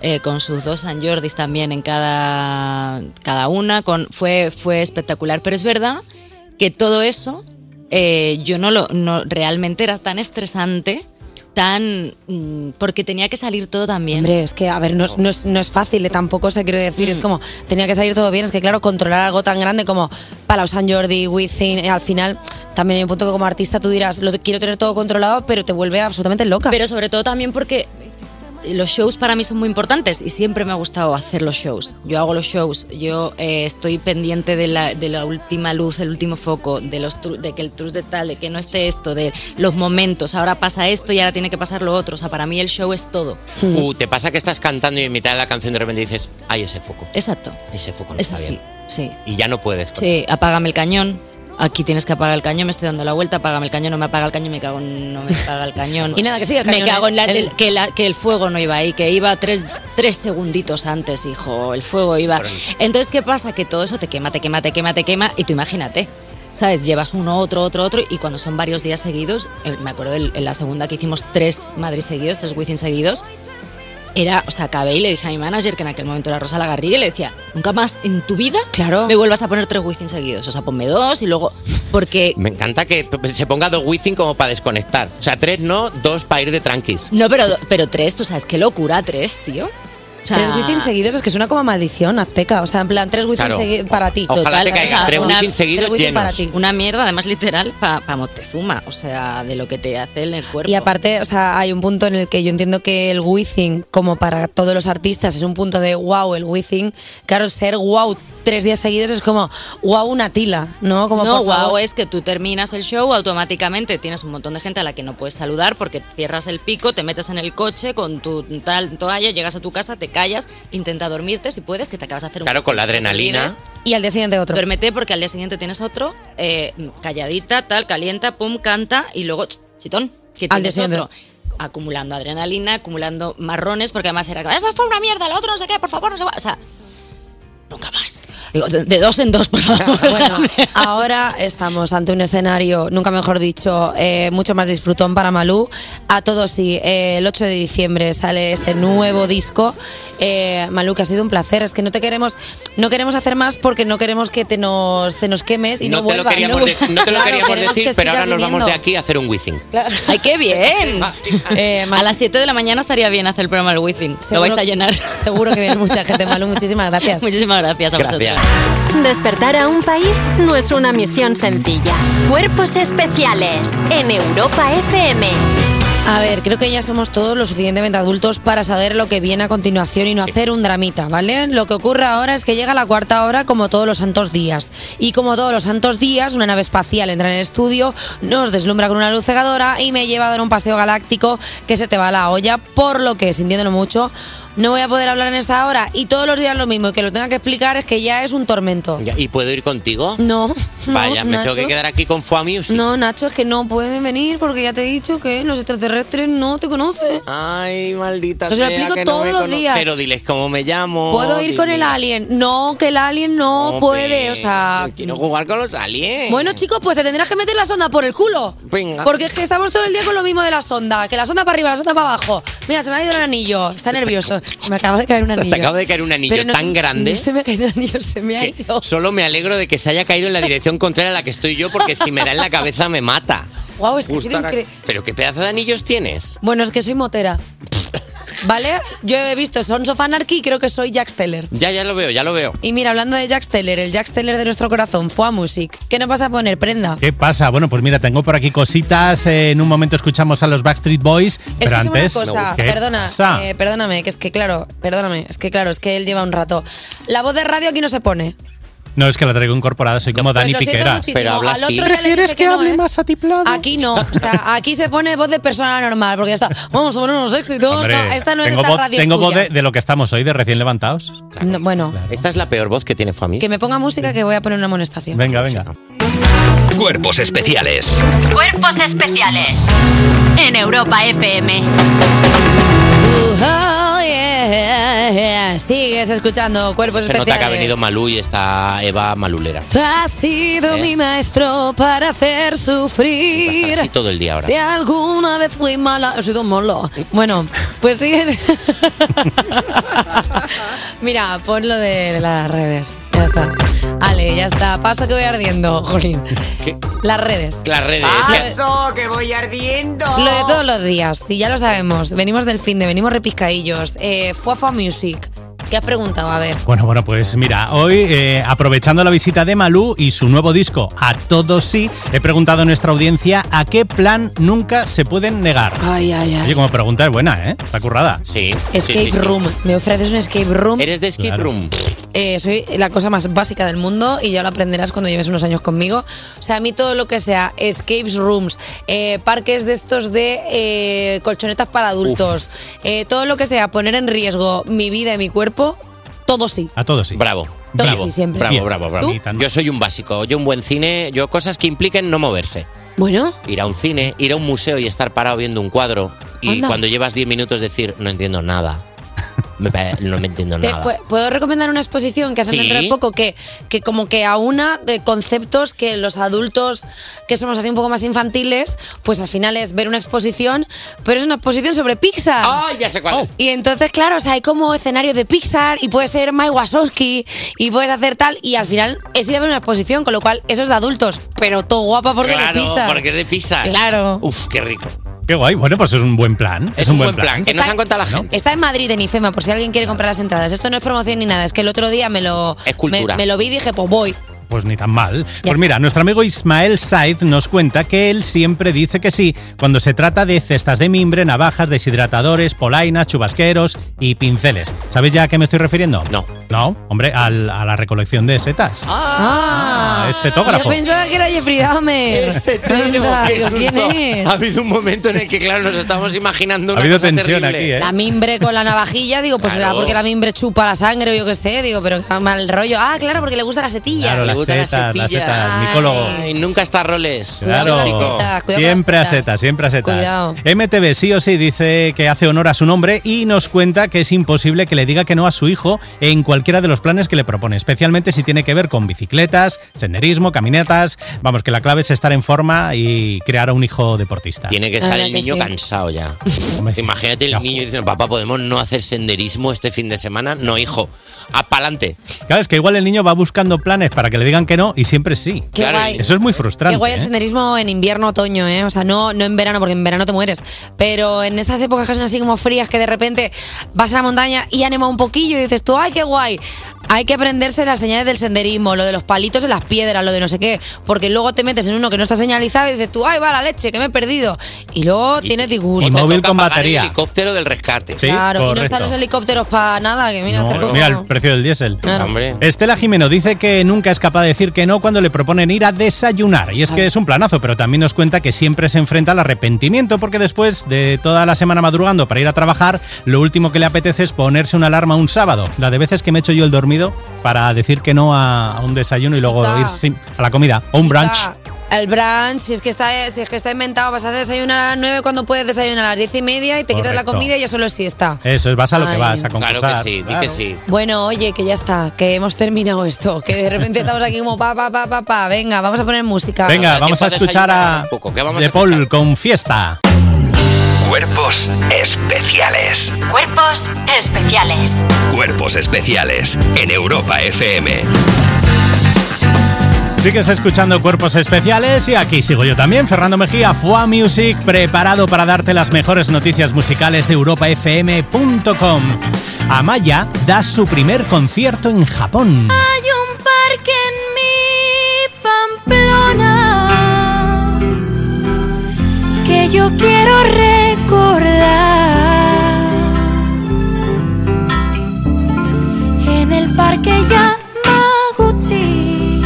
Speaker 19: eh, con sus dos San Jordis también en cada, cada una. Con, fue, fue espectacular, pero es verdad que todo eso eh, yo no lo no, realmente era tan estresante, tan mm, porque tenía que salir todo también.
Speaker 2: Hombre, es que, a ver, no, es- no es, no es fácil, eh, tampoco se quiero decir,
Speaker 19: Mm.
Speaker 2: es como, tenía que salir todo bien, es que claro, controlar algo tan grande como Palau San Jordi, Wizzing, eh, al final también hay un punto que como artista tú dirás, lo quiero tener todo controlado, pero te vuelve absolutamente loca.
Speaker 19: Pero sobre todo también porque los shows para mí son muy importantes y siempre me ha gustado hacer los shows. Yo hago los shows, yo eh, estoy pendiente de la, de la última luz, el último foco, de, los tru- de que el trus de tal, de que no esté esto, de los momentos, ahora pasa esto y ahora tiene que pasar lo otro. O sea, para mí el show es todo.
Speaker 2: Hmm.
Speaker 3: Uh, ¿Te pasa que estás cantando y en mitad de la canción de repente dices, ay, ese foco?
Speaker 19: Exacto.
Speaker 3: Ese foco no
Speaker 19: Eso
Speaker 3: está
Speaker 19: sí,
Speaker 3: bien.
Speaker 19: sí.
Speaker 3: Y ya no puedes. con-
Speaker 19: Sí, apágame el cañón. Aquí tienes que apagar el cañón, me estoy dando la vuelta, apágame el cañón, no me apaga el cañón, me cago en- no me apaga el cañón.
Speaker 2: Y nada, que siga el cañón,
Speaker 19: Me cago en la-
Speaker 2: ¿eh? El-
Speaker 19: que, la- que el fuego no iba ahí, que iba tres, tres segunditos antes, hijo, el fuego iba. Entonces, ¿qué pasa? Que todo eso te quema, te quema, te quema, te quema, y tú imagínate. ¿Sabes? Llevas uno, otro, otro, otro, y cuando son varios días seguidos, eh, me acuerdo el- en la segunda que hicimos tres Madrid seguidos, tres Wizzing seguidos, era, o sea, acabé y le dije a mi manager, que en aquel momento era Rosa Lagarriga, y le decía, nunca más en tu vida me vuelvas a poner tres Wizzing seguidos. O sea, ponme dos y luego. Porque.
Speaker 3: Me encanta que p- se ponga dos Wizzing como para desconectar. O sea, tres no, dos para ir de tranquis.
Speaker 19: No, pero, pero tres, tú sabes, qué locura, tres, tío. O sea,
Speaker 2: tres Wizzing seguidos es que suena como a maldición azteca, o sea, en plan, tres Wizzing
Speaker 19: Claro.
Speaker 2: segui- para ti.
Speaker 19: Total, o sea, una-
Speaker 2: tres Wizzing para ti.
Speaker 19: Una mierda, además literal, para Moctezuma. O sea, de lo que te hace en el cuerpo.
Speaker 2: Y aparte, o sea, hay un punto en el que yo entiendo que el Wizzing, como para todos los artistas, es un punto de wow, el Wizzing. Claro, ser wow tres días seguidos es como wow, una tila, ¿no? Como
Speaker 19: no,
Speaker 2: por
Speaker 19: guau, eh.
Speaker 2: favor.
Speaker 19: es que tú terminas el show automáticamente, tienes un montón de gente a la que no puedes saludar porque cierras el pico, te metes en el coche con tu tal toalla, llegas a tu casa, te callas, intenta dormirte si puedes, que te acabas de hacer un
Speaker 3: Claro, con la adrenalina.
Speaker 2: Y al día siguiente otro.
Speaker 19: Duérmete porque al día siguiente tienes otro, eh, calladita, tal, calienta, pum, canta y luego ch, chitón, que
Speaker 2: Al día
Speaker 19: tienes
Speaker 2: siguiente.
Speaker 19: otro. Acumulando adrenalina, acumulando marrones, porque además era, esa fue una mierda, la otra no sé qué, por favor, no se va. O sea, Digo, de, de dos en dos, por favor.
Speaker 2: Bueno, ahora estamos ante un escenario, nunca mejor dicho, eh, mucho más disfrutón para Malú. A todos sí, eh, el 8 de diciembre sale este nuevo disco. Eh, Malú, que ha sido un placer. Es que no te queremos, no queremos hacer más porque no queremos que te nos, te nos quemes y no,
Speaker 3: no, te lo
Speaker 2: vuelvas.
Speaker 3: queríamos, de- no te lo
Speaker 2: Claro,
Speaker 3: queríamos
Speaker 2: queremos
Speaker 3: decir,
Speaker 2: que
Speaker 3: pero ahora
Speaker 2: sigas
Speaker 3: nos vamos de
Speaker 2: viniendo.
Speaker 3: aquí a hacer un whizzing.
Speaker 19: ¡Ay, qué bien!
Speaker 2: Ah,
Speaker 19: Eh, a las 7 de la mañana estaría bien hacer el programa El Within. Lo vais a llenar.
Speaker 2: Seguro que viene mucha gente, Malú. Muchísimas gracias.
Speaker 19: Muchísimas gracias a vosotros.
Speaker 5: Despertar a un país no es una misión sencilla. Cuerpos especiales en Europa FM.
Speaker 2: A ver, creo que ya somos todos lo suficientemente adultos para saber lo que viene a continuación y no hacer un dramita, ¿vale? Lo que ocurre ahora es que llega la cuarta hora como todos los santos días. Y como todos los santos días, una nave espacial entra en el estudio, nos deslumbra con una luz cegadora y me lleva a dar un paseo galáctico que se te va a la olla, por lo que, sintiéndolo mucho, no voy a poder hablar en esta hora. Y todos los días lo mismo, y que lo tenga que explicar es que ya es un tormento.
Speaker 3: Ya, ¿Y puedo ir contigo?
Speaker 2: No.
Speaker 3: Vaya,
Speaker 2: no,
Speaker 3: me tengo
Speaker 2: Nacho.
Speaker 3: que quedar aquí con Fua Music.
Speaker 2: No, Nacho, es que no pueden venir porque ya te he dicho que los extraterrestres no te conocen.
Speaker 3: Ay, maldita
Speaker 2: Yo se lo
Speaker 3: sea,
Speaker 2: explico
Speaker 3: que no
Speaker 2: todos
Speaker 3: me
Speaker 2: los
Speaker 3: cono-
Speaker 2: días.
Speaker 3: Pero diles cómo me llamo.
Speaker 2: ¿Puedo ir con
Speaker 3: dile-
Speaker 2: el alien? No, que el alien no
Speaker 3: Hombre,
Speaker 2: puede, o sea...
Speaker 3: Quiero jugar con los aliens.
Speaker 2: Bueno, chicos, pues te tendrás que meter la sonda por el culo.
Speaker 3: Venga.
Speaker 2: Porque es que estamos todo el día con lo mismo de la sonda. Que la sonda para arriba, la sonda para abajo. Mira, se me ha ido el anillo. Está nervioso. Se me acaba de caer un
Speaker 3: Te
Speaker 2: anillo.
Speaker 3: acaba de caer un anillo
Speaker 2: Pero no
Speaker 3: tan
Speaker 2: se-
Speaker 3: grande.
Speaker 2: no se me ha caído el anillo, se me ha ido.
Speaker 3: Solo me alegro de que se haya caído en la dirección contraria a la que estoy yo, porque si me da en la cabeza me mata.
Speaker 2: Guau, Oh, es que ha sido
Speaker 3: Gustará-
Speaker 2: incre-
Speaker 3: Pero qué pedazo de anillos tienes.
Speaker 2: Bueno, es que soy motera. ¿Vale? Yo he visto Sons of Anarchy y creo que soy Jack Steller.
Speaker 3: Ya, ya lo veo, ya lo veo.
Speaker 2: Y mira, hablando de Jack Steller, el Jack Steller de nuestro corazón, fue a Music. ¿Qué nos vas a poner, prenda?
Speaker 4: ¿Qué pasa? Bueno, pues mira, tengo por aquí cositas. eh, en un momento escuchamos a los Backstreet Boys, pero
Speaker 2: Escúchame
Speaker 4: antes.
Speaker 2: Una cosa,
Speaker 4: ¿qué
Speaker 2: perdona,
Speaker 4: pasa?
Speaker 2: eh, perdóname, que es que claro, perdóname, es que claro, es que él lleva un rato. La voz de radio aquí no se pone.
Speaker 4: No, es que la traigo incorporada, soy como
Speaker 2: Pues
Speaker 4: Dani
Speaker 2: lo siento
Speaker 4: Piquera.
Speaker 2: muchísimo. Al otro ya le dije que, hable más
Speaker 4: atiplado?
Speaker 2: Aquí no, o sea, aquí se pone voz de persona normal, porque ya está, vamos a poner unos éxitos.
Speaker 4: Hombre,
Speaker 2: no, esta no
Speaker 4: tengo
Speaker 2: es esta
Speaker 4: voz,
Speaker 2: radio.
Speaker 4: tengo voz
Speaker 2: tuya.
Speaker 4: de, de lo que estamos hoy, de recién levantados.
Speaker 2: No, bueno,
Speaker 3: Esta es la peor voz que tiene Pues familia.
Speaker 2: que me ponga música que voy a poner una amonestación.
Speaker 4: Venga, venga.
Speaker 1: Cuerpos especiales.
Speaker 5: Cuerpos especiales en Europa FM.
Speaker 2: Uh, oh, yeah. Sigues escuchando cuerpos
Speaker 3: Se nota
Speaker 2: Pues especiales.
Speaker 3: que ha venido Malú y está Eva Malulera.
Speaker 2: Tú has sido mi maestro para hacer sufrir.
Speaker 3: Así todo el día ahora.
Speaker 2: Si alguna vez fui mala, he sido un molo. Bueno, pues sigue. Mira, pon lo de las redes. Ya está. Ale, ya está. Paso que voy ardiendo, Jolín. Las redes.
Speaker 3: Las redes.
Speaker 2: Ah, eh.
Speaker 3: es que-
Speaker 20: Paso, que voy ardiendo.
Speaker 2: Lo de todos los días, sí, ya lo sabemos. Venimos del fin de, venimos repiscadillos. Eh, Fuafa Music. ¿Qué has preguntado? A ver.
Speaker 4: Bueno, bueno, pues mira, hoy eh, aprovechando la visita de Malú y su nuevo disco, A Todos Sí, he preguntado a nuestra audiencia a qué plan nunca se pueden negar.
Speaker 2: Ay, ay, ay.
Speaker 4: Oye, como pregunta es buena, ¿eh? Está currada.
Speaker 3: Sí.
Speaker 2: Escape room. Me ofreces un escape room.
Speaker 3: ¿Eres de escape room?
Speaker 2: Eh, soy la cosa más básica del mundo y ya lo aprenderás cuando lleves unos años conmigo. O sea, a mí todo lo que sea escapes rooms, eh, parques de estos de eh, colchonetas para adultos, eh, todo lo que sea poner en riesgo mi vida y mi cuerpo, todo sí.
Speaker 4: A todos sí.
Speaker 3: Bravo.
Speaker 2: Todos
Speaker 3: Bravo,
Speaker 2: sí, siempre.
Speaker 3: bravo,
Speaker 2: Bien.
Speaker 3: bravo, bravo. Yo soy un básico, yo un buen cine, yo cosas que impliquen no moverse.
Speaker 2: Bueno,
Speaker 3: Ir a un cine, ir a un museo y estar parado viendo un cuadro y
Speaker 2: Anda.
Speaker 3: cuando llevas 10 minutos decir, no entiendo nada. Me pa- no me entiendo
Speaker 2: te-
Speaker 3: Pues nada.
Speaker 2: pu- ¿puedo recomendar una exposición que hacen
Speaker 3: Sí.
Speaker 2: dentro de poco que, que como que aúna de conceptos que los adultos que somos así un poco más infantiles, pues al final es ver una exposición, pero es una exposición sobre Pixar.
Speaker 3: ¡Ah, ya sé cuál!
Speaker 2: Y entonces, claro, o sea, hay como escenario de Pixar y puede ser Mike Wazowski y puedes hacer tal. Y al final es ir a ver una exposición, con lo cual eso es de adultos, pero todo guapa porque
Speaker 3: claro,
Speaker 2: de Pixar.
Speaker 3: porque es de pizza.
Speaker 2: Claro.
Speaker 3: Uf, qué rico.
Speaker 4: Qué guay. Bueno, pues es un buen plan. Es, un, buen plan.
Speaker 2: Está- Está en Madrid, en IFEMA, por si alguien quiere comprar las entradas. Esto no es promoción ni nada, es que el otro día me lo,
Speaker 4: Es cultura.
Speaker 2: me, me lo vi y dije, pues voy.
Speaker 4: Pues ni tan mal. Pues mira, nuestro amigo Ismael Saiz nos cuenta que él siempre dice que sí cuando se trata de cestas de mimbre, navajas, deshidratadores, polainas, chubasqueros y pinceles. ¿Sabéis ya a qué me estoy refiriendo?
Speaker 3: No.
Speaker 4: No, hombre, al- a la recolección de setas.
Speaker 2: Ah,
Speaker 4: es setógrafo.
Speaker 2: Yo pensaba que era Jeffrey Dahmer. Anda,
Speaker 3: qué
Speaker 2: pero ¿Quién
Speaker 3: susto.
Speaker 2: es?
Speaker 3: Ha habido un momento en el que, claro, nos estamos imaginando una
Speaker 4: habido
Speaker 3: cosa
Speaker 4: tensión
Speaker 3: terrible.
Speaker 4: aquí, ¿eh?
Speaker 2: La mimbre con la navajilla, digo, pues
Speaker 3: Claro.
Speaker 2: será porque la mimbre chupa la sangre o yo qué sé, digo, pero qué mal rollo. Ah, claro, porque le gusta la setilla.
Speaker 4: Claro,
Speaker 3: Le
Speaker 4: las
Speaker 3: gusta la
Speaker 4: setas, las
Speaker 3: setilla.
Speaker 4: setas, micólogo.
Speaker 3: Ay, nunca está roles.
Speaker 4: Claro,
Speaker 2: cuidado
Speaker 4: siempre
Speaker 2: con
Speaker 4: a
Speaker 2: las tetas.
Speaker 4: setas, siempre a setas.
Speaker 2: Cuidado.
Speaker 4: MTV sí o sí dice que hace honor a su nombre y nos cuenta que es imposible que le diga que no a su hijo en cualquiera de los planes que le propone, especialmente si tiene que ver con bicicletas, senderismo, caminatas. Vamos, que la clave es estar en forma y crear a un hijo deportista.
Speaker 3: Tiene que estar el niño cansado ya. Imagínate el niño diciendo, papá, ¿podemos no hacer senderismo este fin de semana? No, hijo. ¡Apalante!
Speaker 4: Claro, es que igual el niño va buscando planes para que le digan que no y siempre sí.
Speaker 2: Qué Claro, guay.
Speaker 4: Eso es muy
Speaker 2: Qué
Speaker 4: frustrante.
Speaker 2: guay el
Speaker 4: ¿eh?
Speaker 2: senderismo en invierno, otoño, ¿eh? O sea, no, no en verano, porque en verano te mueres. Pero en estas épocas que son así como frías, que de repente vas a la montaña y anima un poquillo y dices tú, ¡ay, qué guay! Hay que aprenderse las señales del senderismo, lo de los palitos en las piedras, lo de no sé qué, porque luego te metes en uno que no está señalizado y dices tú, ¡ay, va la leche, que me he perdido! Y luego tienes disgusto.
Speaker 4: Y móvil con
Speaker 3: Pagar el
Speaker 4: batería.
Speaker 3: helicóptero del rescate.
Speaker 2: claro, y no
Speaker 4: correcto.
Speaker 2: están los helicópteros para nada, que mira,
Speaker 4: No,
Speaker 2: hace poco-
Speaker 4: mira el precio del diésel.
Speaker 2: Claro.
Speaker 4: Estela Jimeno dice que nunca es capaz de decir que no cuando le proponen ir a desayunar. Y es que es un planazo, pero también nos cuenta que siempre se enfrenta al arrepentimiento porque después de toda la semana madrugando para ir a trabajar, lo último que le apetece es ponerse una alarma un sábado. La de veces que me echo yo el dormido para decir que no a a un desayuno y luego
Speaker 2: Quizá.
Speaker 4: ir sin- a la comida o un brunch.
Speaker 2: Ah, El brunch, si es que está, si es que está inventado, vas a desayunar a las 9 cuando puedes desayunar a las 10 y media y te quitas la
Speaker 4: Correcto.
Speaker 2: comida y ya solo es siesta.
Speaker 4: Eso es, vas a lo que
Speaker 2: Ay.
Speaker 4: vas, a concursar.
Speaker 3: Claro que sí, di que
Speaker 4: claro.
Speaker 3: sí.
Speaker 2: Bueno, oye, que ya está, que hemos terminado esto, que de repente estamos aquí como pa, pa, pa, pa, pa, venga, vamos a poner música.
Speaker 4: Venga, vamos a escuchar a De Paul con fiesta.
Speaker 1: Cuerpos especiales.
Speaker 5: Cuerpos especiales.
Speaker 1: Cuerpos especiales en Europa FM.
Speaker 4: Sigues escuchando Cuerpos Especiales y aquí sigo yo también, Fernando Mejía, Fua Music, preparado para darte las mejores noticias musicales de europafm.com. Amaya da su primer concierto en Japón.
Speaker 18: Hay un parque en mi Pamplona que yo quiero recordar. En el parque Yamaguchi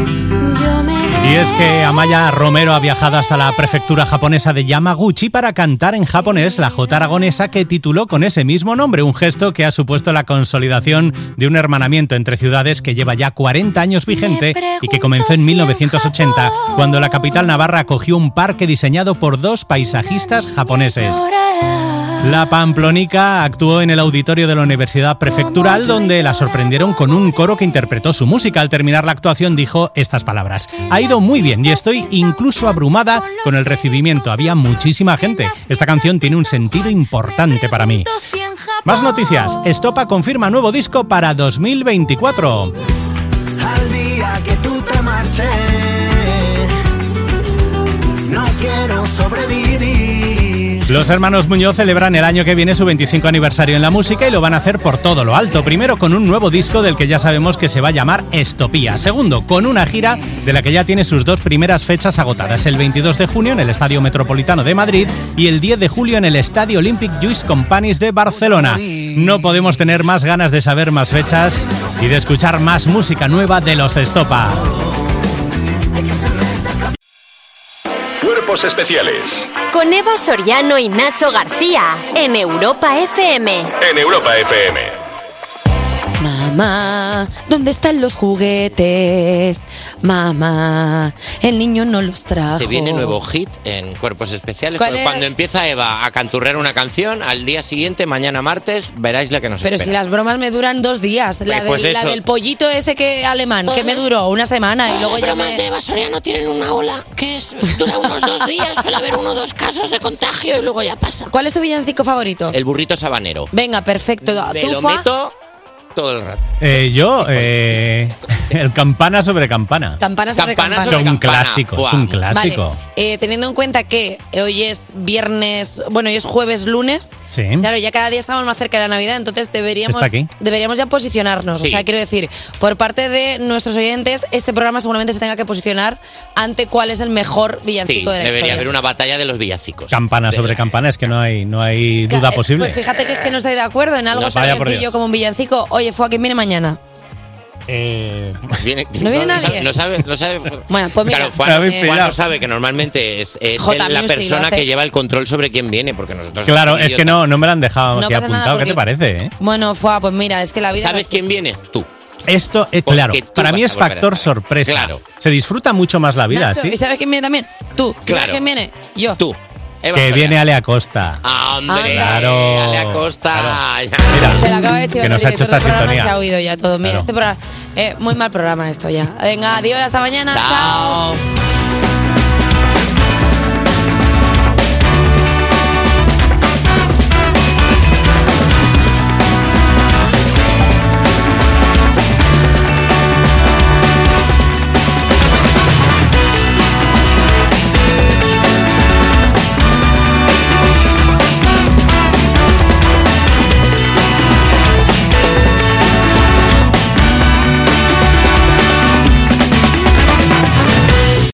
Speaker 18: yo me
Speaker 4: Y es que Amaya Romero ha viajado hasta la prefectura japonesa de Yamaguchi para cantar en japonés la jota aragonesa que tituló con ese mismo nombre, un gesto que ha supuesto la consolidación de un hermanamiento entre ciudades que lleva ya 40 años vigente y que comenzó en 1980, cuando la capital navarra acogió un parque diseñado por dos paisajistas japoneses. La Pamplonica actuó en el auditorio de la Universidad Prefectural donde la sorprendieron con un coro que interpretó su música. Al terminar la actuación dijo estas palabras. Ha ido muy bien y estoy incluso abrumada con el recibimiento. Había muchísima gente. Esta canción tiene un sentido importante para mí. Más noticias. Estopa confirma nuevo disco para 2024.
Speaker 11: al día que tú te marches. No quiero sobrevivir.
Speaker 4: Los hermanos Muñoz celebran el año que viene su 25 aniversario en la música y lo van a hacer por todo lo alto. Primero con un nuevo disco del que ya sabemos que se va a llamar Estopía. Segundo, con una gira de la que ya tiene sus dos primeras fechas agotadas. El 22 de junio en el Estadio Metropolitano de Madrid y el 10 de julio en el Estadio Olympic Juiz Companys de Barcelona. No podemos tener más ganas de saber más fechas y de escuchar más música nueva de los Estopa.
Speaker 6: Cuerpos especiales
Speaker 5: Con Eva Soriano y Nacho García en Europa FM.
Speaker 6: en Europa FM.
Speaker 2: Mamá, ¿dónde están los juguetes? Mamá, el niño no los trajo.
Speaker 3: Se viene nuevo hit en Cuerpos Especiales.
Speaker 2: ¿Cuál
Speaker 3: porque
Speaker 2: es?
Speaker 3: Cuando empieza Eva a canturrear una canción, al día siguiente, mañana martes, veráis la que nos
Speaker 2: Pero si
Speaker 3: espera.
Speaker 2: las bromas me duran dos días. La,
Speaker 3: Pues
Speaker 2: del, la
Speaker 3: eso.
Speaker 2: del pollito ese que alemán, que me duró una semana y luego ya me...
Speaker 15: no tienen una ola que es, dura unos dos días, suele haber uno o dos casos de contagio y luego ya pasa.
Speaker 2: ¿Cuál es tu villancico favorito?
Speaker 3: El burrito sabanero.
Speaker 2: Venga, perfecto.
Speaker 3: Me
Speaker 2: ¿Tú,
Speaker 3: lo
Speaker 2: Fua?
Speaker 3: meto todo el rato.
Speaker 4: Eh, yo, eh, el campana sobre campana.
Speaker 2: Campana sobre campana.
Speaker 4: Es un clásico, es un clásico.
Speaker 2: Vale, eh, teniendo en cuenta que eh, hoy es viernes, bueno, hoy es jueves, lunes.
Speaker 4: Sí.
Speaker 2: Claro, ya cada día estamos más cerca de la Navidad, entonces deberíamos,
Speaker 4: Está aquí.
Speaker 2: deberíamos ya posicionarnos. O
Speaker 4: Sí.
Speaker 2: sea, quiero decir, por parte de nuestros oyentes, este programa seguramente se tenga que posicionar ante cuál es el mejor
Speaker 3: Sí,
Speaker 2: villancico de la
Speaker 3: debería
Speaker 2: historia.
Speaker 3: haber una batalla de los villancicos.
Speaker 4: Campana sobre campana, es que no hay, no hay duda
Speaker 2: Eh,
Speaker 4: posible.
Speaker 2: Pues fíjate que es que no estoy de acuerdo en algo
Speaker 4: No,
Speaker 2: tan
Speaker 4: vaya por
Speaker 2: sencillo
Speaker 4: Dios.
Speaker 2: como un villancico. Oye, fue a quien viene mañana.
Speaker 4: Eh,
Speaker 3: Pues Viene-
Speaker 2: ¿No viene nadie?
Speaker 3: Lo sabe, lo sabe.
Speaker 2: Bueno, pues mira.
Speaker 3: claro, Juan,
Speaker 2: Eh,
Speaker 3: Juan lo sabe que normalmente es, es
Speaker 2: J
Speaker 3: la
Speaker 2: Music lo
Speaker 3: persona
Speaker 2: hace.
Speaker 3: que lleva el control sobre quién viene, porque nosotros.
Speaker 4: Claro,
Speaker 3: somos
Speaker 4: es que
Speaker 3: idiotas.
Speaker 4: no, no me lo han dejado
Speaker 2: No
Speaker 4: aquí
Speaker 2: pasa nada,
Speaker 4: apuntado. ¿Qué
Speaker 2: porque-
Speaker 4: te parece? eh?
Speaker 2: Bueno, fue, pues mira, es que la vida.
Speaker 3: ¿Sabes quién viene? Tú.
Speaker 4: Esto, es
Speaker 3: Porque
Speaker 4: claro,
Speaker 3: tú
Speaker 4: para
Speaker 3: vas
Speaker 4: mí
Speaker 3: a
Speaker 4: es
Speaker 3: volver a
Speaker 4: factor
Speaker 3: saber.
Speaker 4: sorpresa.
Speaker 3: Claro.
Speaker 4: Se disfruta mucho más la vida,
Speaker 2: Nacho,
Speaker 4: ¿sí?
Speaker 2: ¿Y sabes quién viene también? Tú. ¿Y ¿Sabes
Speaker 4: Claro.
Speaker 2: quién viene? Yo.
Speaker 3: Tú.
Speaker 4: Que viene Ale Acosta.
Speaker 3: ¡Hombre!
Speaker 4: Claro.
Speaker 3: Ale Acosta.
Speaker 2: Se la acaba de chivar
Speaker 4: que nos
Speaker 2: el
Speaker 4: ha hecho
Speaker 2: director
Speaker 4: esta
Speaker 2: del programa y
Speaker 4: sintonía.
Speaker 2: Se ha oído ya todo. Mira,
Speaker 4: Claro.
Speaker 2: este programa. eh, muy mal programa esto ya. Venga, adiós, hasta mañana. Chao.